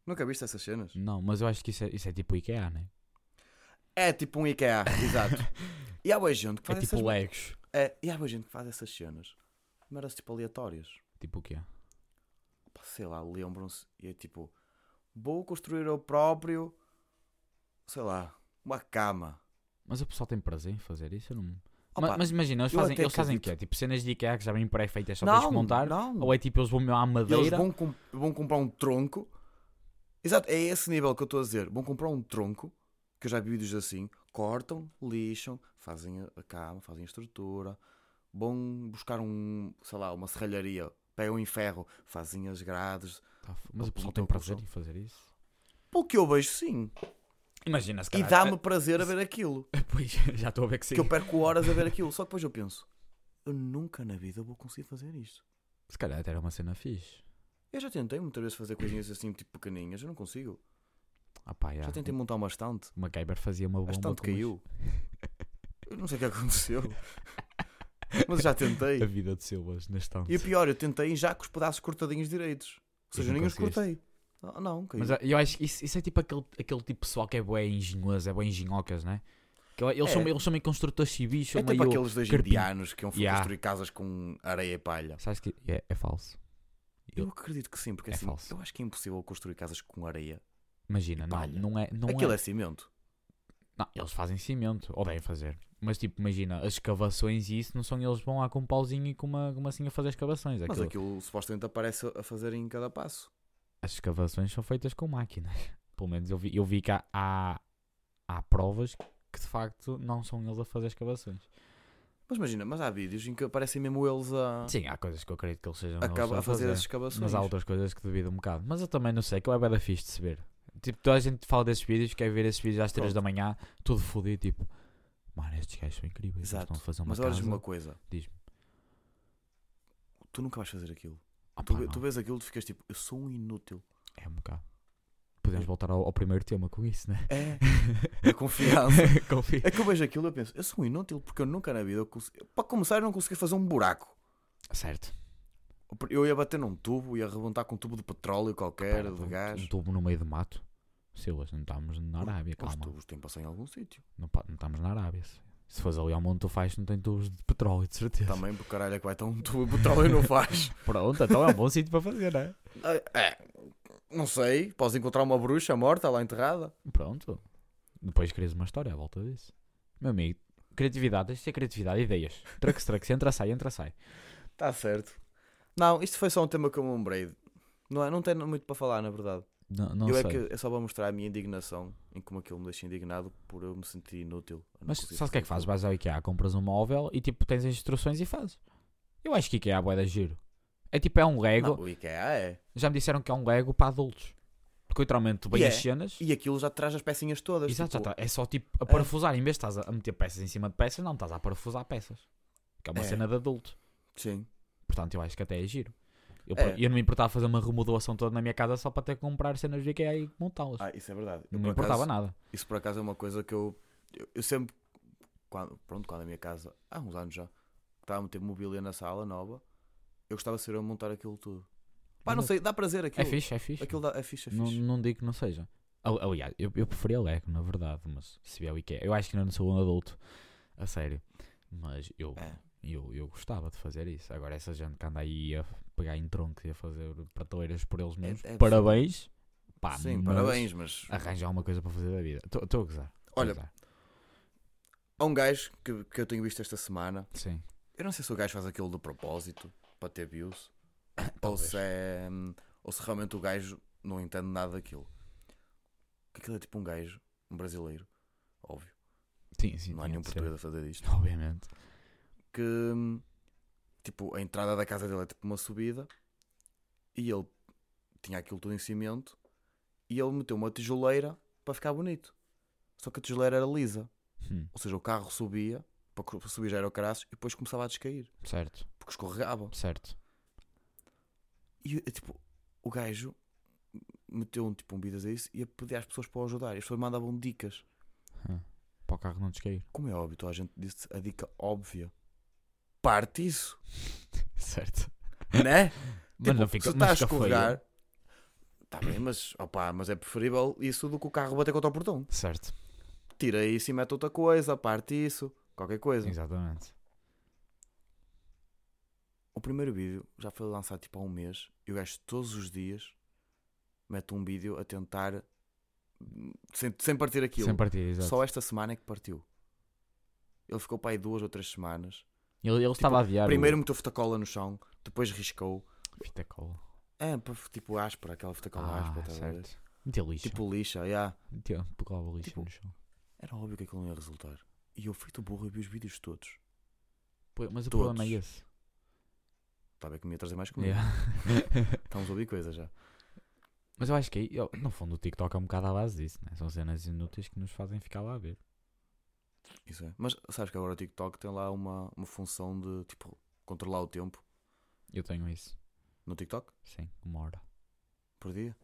[SPEAKER 2] Nunca viste essas cenas?
[SPEAKER 1] assim. Não, mas eu acho que isso é, isso é tipo IKEA, né?
[SPEAKER 2] É tipo um IKEA, exato. E há boa gente que
[SPEAKER 1] É
[SPEAKER 2] faz
[SPEAKER 1] tipo
[SPEAKER 2] essas...
[SPEAKER 1] Legos.
[SPEAKER 2] É, e há boa gente que faz essas cenas, mas eram tipo aleatórias.
[SPEAKER 1] Tipo o quê?
[SPEAKER 2] Pá, sei lá, lembram-se e é tipo, vou construir eu próprio, sei lá, uma cama.
[SPEAKER 1] Mas o pessoal tem prazer em fazer isso? Eu não... Ma-
[SPEAKER 2] Opa,
[SPEAKER 1] mas imagina, eles
[SPEAKER 2] eu
[SPEAKER 1] fazem,
[SPEAKER 2] até
[SPEAKER 1] eles fazem o quê?
[SPEAKER 2] acredito.
[SPEAKER 1] Tipo cenas de IKEA que já vêm pré-feitas só tens que montar?
[SPEAKER 2] não.
[SPEAKER 1] Ou é tipo eles vão mesmo à madeira?
[SPEAKER 2] Eles vão, com- vão comprar um tronco. Exato, é esse nível que eu estou a dizer. Vão comprar um tronco, que eu já vi vídeos assim, cortam, lixam, fazem a- a cama, fazem a estrutura, vão buscar um, sei lá, uma serralharia, pegam em ferro, fazem as grades.
[SPEAKER 1] Tá f- Mas o
[SPEAKER 2] Vão
[SPEAKER 1] pessoal
[SPEAKER 2] com
[SPEAKER 1] tem
[SPEAKER 2] o
[SPEAKER 1] prazer
[SPEAKER 2] colchão.
[SPEAKER 1] em fazer isso?
[SPEAKER 2] Pelo que eu vejo, sim.
[SPEAKER 1] Imagina, se
[SPEAKER 2] E
[SPEAKER 1] calhar...
[SPEAKER 2] dá-me prazer a ver aquilo.
[SPEAKER 1] Pois, já estou a ver que sim.
[SPEAKER 2] Que eu perco horas a ver aquilo. Só que depois eu penso, eu nunca na vida vou conseguir fazer isto.
[SPEAKER 1] Se calhar até era uma cena fixe.
[SPEAKER 2] Eu já tentei muitas vezes fazer coisinhas assim, tipo pequeninhas, eu não consigo.
[SPEAKER 1] Ah pá, já.
[SPEAKER 2] Já tentei montar uma estante.
[SPEAKER 1] O MacGyver fazia uma bomba
[SPEAKER 2] A estante
[SPEAKER 1] com umas-
[SPEAKER 2] caiu. Eu não sei o que aconteceu. Mas já tentei.
[SPEAKER 1] A vida de Silvas na estante.
[SPEAKER 2] E o pior, eu tentei já com os pedaços cortadinhos direitos. Ou
[SPEAKER 1] E
[SPEAKER 2] seja,
[SPEAKER 1] não
[SPEAKER 2] nem os
[SPEAKER 1] conseguiste.
[SPEAKER 2] cortei. Ah, não, caiu.
[SPEAKER 1] Mas ah, eu acho que isso, isso é tipo aquele, aquele tipo de pessoal que é bué engenhoso, é bué engenhocas, né? Que eu- eles,
[SPEAKER 2] É.
[SPEAKER 1] são, meio- eles são meio construtores civis, são
[SPEAKER 2] é tipo
[SPEAKER 1] meio...
[SPEAKER 2] aqueles dois
[SPEAKER 1] carpinho.
[SPEAKER 2] indianos que iam
[SPEAKER 1] Yeah.
[SPEAKER 2] construir casas com areia e palha.
[SPEAKER 1] Sabes que é, é falso.
[SPEAKER 2] Eu acredito que sim, porque
[SPEAKER 1] É
[SPEAKER 2] assim,
[SPEAKER 1] falso.
[SPEAKER 2] eu acho que é impossível construir casas com areia.
[SPEAKER 1] Imagina,
[SPEAKER 2] E
[SPEAKER 1] não,
[SPEAKER 2] palha.
[SPEAKER 1] não é... Não
[SPEAKER 2] Aquilo
[SPEAKER 1] é...
[SPEAKER 2] é cimento.
[SPEAKER 1] Não, eles fazem cimento, ou devem fazer. Mas tipo, imagina, as escavações e isso não são eles que vão lá com um pauzinho e com uma, com uma assim a fazer escavações.
[SPEAKER 2] Mas
[SPEAKER 1] Aquilo-
[SPEAKER 2] aquilo supostamente aparece a fazer em cada passo.
[SPEAKER 1] As escavações são feitas com máquinas. Pelo menos eu vi, eu vi que há, há, há provas que de facto não são eles a fazer escavações.
[SPEAKER 2] Mas imagina, mas há vídeos em que aparecem mesmo eles a,
[SPEAKER 1] Sim, há coisas que eu acredito que eles sejam eles
[SPEAKER 2] Ah. acaba a fazer as escavações.
[SPEAKER 1] Mas há outras coisas que duvido um bocado. Mas eu também não sei, que é bué da fixe de se ver. Tipo, toda a gente fala desses vídeos, quer ver esses vídeos às 3 da manhã, tudo fodido, tipo... Mano, estes gajos são incríveis, eles
[SPEAKER 2] Exato.
[SPEAKER 1] estão a fazer uma
[SPEAKER 2] Mas
[SPEAKER 1] casa...
[SPEAKER 2] olha-me uma coisa.
[SPEAKER 1] Diz-me.
[SPEAKER 2] Tu nunca vais fazer aquilo.
[SPEAKER 1] Ah,
[SPEAKER 2] Tu,
[SPEAKER 1] pá,
[SPEAKER 2] ve-
[SPEAKER 1] não,
[SPEAKER 2] tu vês aquilo e tu ficas tipo, eu sou um inútil.
[SPEAKER 1] É um bocado... Podemos voltar ao, ao primeiro tema com isso, né?
[SPEAKER 2] É, a
[SPEAKER 1] Ah,
[SPEAKER 2] confiança.
[SPEAKER 1] Confio.
[SPEAKER 2] É que eu vejo aquilo e eu penso, eu sou um inútil porque eu nunca na vida. eu consegui- Para começar, eu não conseguia fazer um buraco.
[SPEAKER 1] Certo.
[SPEAKER 2] Eu ia bater num tubo, ia arrebentar com um tubo de petróleo qualquer,
[SPEAKER 1] Para,
[SPEAKER 2] de
[SPEAKER 1] um- Um
[SPEAKER 2] gás.
[SPEAKER 1] tubo no meio do mato. Silas, não estamos na Arábia,
[SPEAKER 2] Os
[SPEAKER 1] calma.
[SPEAKER 2] tubos têm que passar em algum sítio.
[SPEAKER 1] Não, pa- não estamos na Arábia. Se, se fores ali ao monte, tu faz, não tem tubos de petróleo, de certeza.
[SPEAKER 2] Também, porque caralho, é que vai estar um tubo de petróleo não faz.
[SPEAKER 1] Tá, Pronto, então é um bom sítio para fazer, não é?
[SPEAKER 2] É, é, não sei, podes encontrar uma bruxa morta lá enterrada.
[SPEAKER 1] Pronto. Depois crias uma história à volta disso. Meu amigo, criatividade, tens de ter criatividade, ideias. Trux, trux, entra, sai, entra, sai.
[SPEAKER 2] Está certo. Não, isto foi só um tema que eu me lembrei. Não, é, não tenho muito para falar, na verdade.
[SPEAKER 1] Não, não
[SPEAKER 2] eu
[SPEAKER 1] sei.
[SPEAKER 2] é que é só para mostrar a minha indignação em como aquilo me deixa indignado por eu me sentir inútil. Eu não
[SPEAKER 1] Mas
[SPEAKER 2] consigo
[SPEAKER 1] sabes o que é que fazes?
[SPEAKER 2] fazer
[SPEAKER 1] Vais ao IKEA, compras um móvel e tipo tens as instruções e fazes. Eu acho que IKEA é boa da giro. É tipo, é um
[SPEAKER 2] aquilo.
[SPEAKER 1] Lego.
[SPEAKER 2] Não, o IKEA é.
[SPEAKER 1] Já me disseram que é um Lego para adultos. Porque literalmente tu bem
[SPEAKER 2] E é.
[SPEAKER 1] as cenas.
[SPEAKER 2] E aquilo já traz as pecinhas todas.
[SPEAKER 1] Exato, já
[SPEAKER 2] tipo,
[SPEAKER 1] tá. é só tipo a parafusar. Em vez de estás a meter peças em cima de peças, não estás a parafusar peças. Que é uma
[SPEAKER 2] É.
[SPEAKER 1] cena de adulto.
[SPEAKER 2] Sim.
[SPEAKER 1] Portanto, eu acho que até é giro. Eu,
[SPEAKER 2] É.
[SPEAKER 1] eu não me importava fazer uma remodelação toda na minha casa só para ter que comprar cenas de IKEA e montá-las.
[SPEAKER 2] Ah, isso é verdade. Eu,
[SPEAKER 1] não me
[SPEAKER 2] por
[SPEAKER 1] importava
[SPEAKER 2] acaso,
[SPEAKER 1] nada.
[SPEAKER 2] Isso por acaso é uma coisa que eu. Eu, eu sempre. Quando, pronto, quando a minha casa. Há uns anos já. Estava a meter mobília na sala nova. Eu gostava de ser eu a montar aquilo tudo. Pá, não
[SPEAKER 1] Exato.
[SPEAKER 2] sei, dá prazer aquilo.
[SPEAKER 1] É fixe, é fixe.
[SPEAKER 2] Aquilo dá, é fixe, é
[SPEAKER 1] Não,
[SPEAKER 2] fixe.
[SPEAKER 1] não digo que não seja. Al- Aliás, eu, eu preferia Lego, na verdade, mas se vier o IKEA, eu acho que ainda não sou um adulto, a sério. Mas eu,
[SPEAKER 2] É.
[SPEAKER 1] eu, eu gostava de fazer isso. Agora, essa gente que anda aí a pegar em troncos e a fazer prateleiras por eles mesmos,
[SPEAKER 2] é
[SPEAKER 1] parabéns. Pá,
[SPEAKER 2] Sim,
[SPEAKER 1] mas é
[SPEAKER 2] parabéns, mas.
[SPEAKER 1] Arranjar uma coisa para fazer da vida. Estou a gozar. tô a
[SPEAKER 2] Olha,
[SPEAKER 1] gozar.
[SPEAKER 2] Há um gajo que, que eu tenho visto esta semana.
[SPEAKER 1] sim.
[SPEAKER 2] Eu não sei se o gajo faz aquilo de propósito para ter views ou
[SPEAKER 1] Talvez.
[SPEAKER 2] se, é, hum, ou se realmente o gajo não entende nada daquilo. Que aquilo é tipo um gajo, um brasileiro, óbvio,
[SPEAKER 1] Sim, sim.
[SPEAKER 2] não há
[SPEAKER 1] tinha
[SPEAKER 2] nenhum
[SPEAKER 1] de ser.
[SPEAKER 2] português a fazer isto.
[SPEAKER 1] Obviamente.
[SPEAKER 2] Que hum, tipo, a entrada da casa dele é tipo uma subida e ele tinha aquilo tudo em cimento e ele meteu uma tijoleira para ficar bonito. Só que a tijoleira era lisa,
[SPEAKER 1] Hum,
[SPEAKER 2] ou seja, o carro subia, para cru- para subir já era o caraças e depois começava a descair
[SPEAKER 1] certo,
[SPEAKER 2] porque escorregava.
[SPEAKER 1] certo.
[SPEAKER 2] E eh, tipo, o gajo meteu um tipo um vídeo a isso e a pedir às pessoas para o ajudar. E as pessoas mandavam dicas.
[SPEAKER 1] Para o carro não descair.
[SPEAKER 2] Como é óbvio, toda a gente disse a dica óbvia. Parte isso,
[SPEAKER 1] certo.
[SPEAKER 2] né?
[SPEAKER 1] Mas não fica,
[SPEAKER 2] se
[SPEAKER 1] mas
[SPEAKER 2] está
[SPEAKER 1] fica
[SPEAKER 2] a
[SPEAKER 1] feio.
[SPEAKER 2] escorregar. Está bem, mas, opá, mas é preferível isso do que o carro bater contra o portão.
[SPEAKER 1] Certo,
[SPEAKER 2] Tira isso e mete outra coisa, parte isso, qualquer coisa.
[SPEAKER 1] exatamente.
[SPEAKER 2] O primeiro vídeo já foi lançado tipo há um mês e o gajo todos os dias mete um vídeo a tentar hum, sem, sem partir aquilo.
[SPEAKER 1] Sem partida, exato.
[SPEAKER 2] Só esta semana é que partiu. Ele ficou para aí duas ou três semanas.
[SPEAKER 1] Ele, ele estava a aviar. o-
[SPEAKER 2] tipo, Primeiro meteu fita cola no chão, depois riscou.
[SPEAKER 1] Fita cola.
[SPEAKER 2] É, pá, tipo áspera, aquela fita cola
[SPEAKER 1] Ah,
[SPEAKER 2] áspera, estás a ver?
[SPEAKER 1] certo. Meteu lixo.
[SPEAKER 2] Tipo lixa, yeah.
[SPEAKER 1] Meteu, pegava o lixo
[SPEAKER 2] tipo-
[SPEAKER 1] no chão.
[SPEAKER 2] Era óbvio que aquilo não ia resultar. E eu feito burro e vi os vídeos todos.
[SPEAKER 1] Pô, Mas o
[SPEAKER 2] todos.
[SPEAKER 1] problema é esse.
[SPEAKER 2] Está bem que me ia trazer mais comida.
[SPEAKER 1] Yeah.
[SPEAKER 2] Estamos a ouvir coisa já.
[SPEAKER 1] Mas eu acho que aí, eu- no fundo, o TikTok é um bocado à base disso, né? São cenas inúteis que nos fazem ficar lá a ver.
[SPEAKER 2] Isso é. Mas sabes que agora o TikTok tem lá uma, uma função de tipo controlar o tempo
[SPEAKER 1] Eu tenho isso.
[SPEAKER 2] no TikTok
[SPEAKER 1] Sim, uma hora.
[SPEAKER 2] por dia.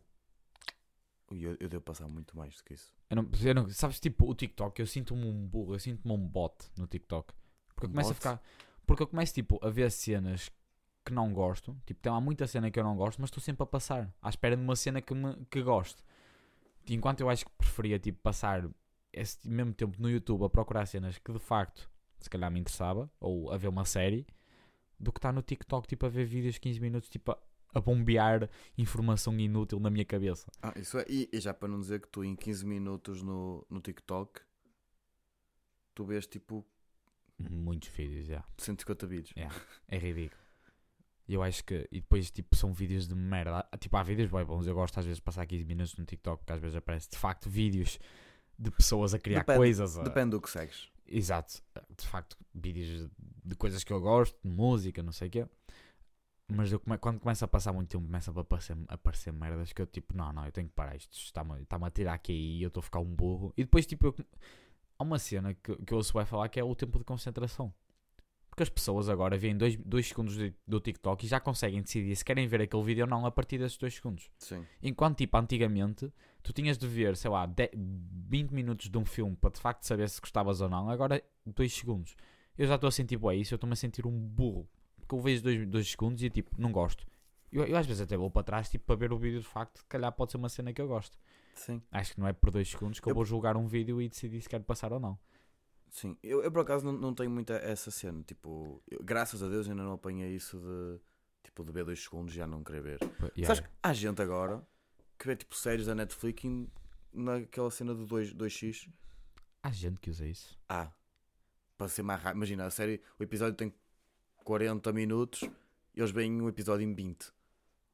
[SPEAKER 2] Ui, eu, eu devo passar muito mais do que isso.
[SPEAKER 1] Eu não, eu não- sabes, tipo, o TikTok, eu sinto-me um burro, eu sinto-me um bot no TikTok. Porque eu
[SPEAKER 2] Um
[SPEAKER 1] começo
[SPEAKER 2] bot?
[SPEAKER 1] a ficar. Porque eu começo, tipo, a ver cenas que não gosto. Tipo, tem lá muita cena que eu não gosto, mas estou sempre a passar. À espera de uma cena que, me, que gosto. E Enquanto eu acho que preferia, tipo, passar esse mesmo tempo no YouTube a procurar cenas que de facto, se calhar, me interessava, ou a ver uma série, do que estar no TikTok, tipo, a ver vídeos de 15 minutos, tipo, a, a bombear informação inútil na minha cabeça.
[SPEAKER 2] Ah, isso é. E, e já para não dizer que tu em 15 minutos no, no TikTok tu vês tipo
[SPEAKER 1] Muitos vídeos, já.
[SPEAKER 2] 150 vídeos.
[SPEAKER 1] É ridículo. E Eu acho que. E depois, tipo, são vídeos de merda. Há- Tipo, há vídeos bem bons. Eu gosto às vezes de passar 15 minutos no TikTok, porque às vezes aparece de facto vídeos de pessoas a criar
[SPEAKER 2] Depende-
[SPEAKER 1] coisas. a-
[SPEAKER 2] Depende do que segues.
[SPEAKER 1] Exato. De facto, vídeos de coisas que eu gosto, de música, não sei o quê. Mas eu come- quando começa a passar muito tempo, começa a aparecer, a aparecer merdas que eu tipo, não, não, eu tenho que parar isto. isto Está-me está-me a tirar aqui e eu estou a ficar um burro. E depois, tipo, eu come- há uma cena que, que eu ouço vai falar que é o tempo de concentração. Porque as pessoas agora veem 2 dois, dois segundos de- do TikTok e já conseguem decidir se querem ver aquele vídeo ou não a partir desses 2 segundos.
[SPEAKER 2] Sim.
[SPEAKER 1] Enquanto, tipo, antigamente, tu tinhas de ver, sei lá, 10, 20 minutos de um filme para de facto saber se gostavas ou não, agora 2 segundos. Eu já estou a sentir, boa isso, eu estou-me a sentir um burro. Porque eu vejo 2 dois, dois segundos e, tipo, não gosto. Eu, eu às vezes até vou para trás, tipo, para ver o vídeo de facto, se calhar pode ser uma cena que eu gosto.
[SPEAKER 2] Sim.
[SPEAKER 1] Acho que não é por 2 segundos que eu,
[SPEAKER 2] Eu-
[SPEAKER 1] vou julgar um vídeo e decidir se quero passar ou não.
[SPEAKER 2] Sim, eu, eu por acaso não, não tenho muita essa cena. Tipo, eu- graças a Deus ainda não apanhei isso de tipo de ver dois segundos e já não querer ver. Sabes que há gente agora que vê tipo séries da Netflix em- naquela cena do 2, 2x.
[SPEAKER 1] Há gente que usa isso.
[SPEAKER 2] Ah, para ser mais rápido. Imagina, a série, o episódio tem 40 minutos e eles veem um episódio em 20.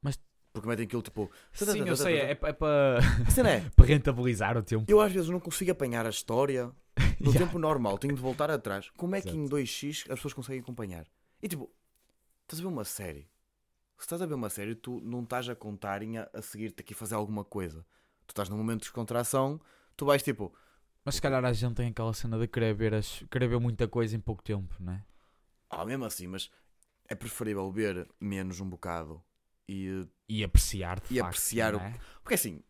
[SPEAKER 1] Mas-
[SPEAKER 2] Porque metem aquilo tipo.
[SPEAKER 1] Sim, eu sei, é, é para
[SPEAKER 2] A cena é,
[SPEAKER 1] para rentabilizar o tempo.
[SPEAKER 2] eu às vezes não consigo apanhar a história no
[SPEAKER 1] Yeah.
[SPEAKER 2] tempo normal, tenho de voltar atrás. Como é que
[SPEAKER 1] Exato.
[SPEAKER 2] em 2x as pessoas conseguem acompanhar? E tipo, estás a ver uma série? Se estás a ver uma série, tu não estás a contar em a, a seguir-te aqui fazer alguma coisa. Tu estás num momento de descontração, tu vais tipo,
[SPEAKER 1] Mas se calhar a gente tem aquela cena de querer ver, as, querer ver muita coisa em pouco tempo, não é?
[SPEAKER 2] ah, mesmo assim, mas é preferível ver menos um bocado e eh,
[SPEAKER 1] e apreciar de
[SPEAKER 2] E
[SPEAKER 1] facto,
[SPEAKER 2] apreciar
[SPEAKER 1] não
[SPEAKER 2] o-
[SPEAKER 1] é?
[SPEAKER 2] Porque assim,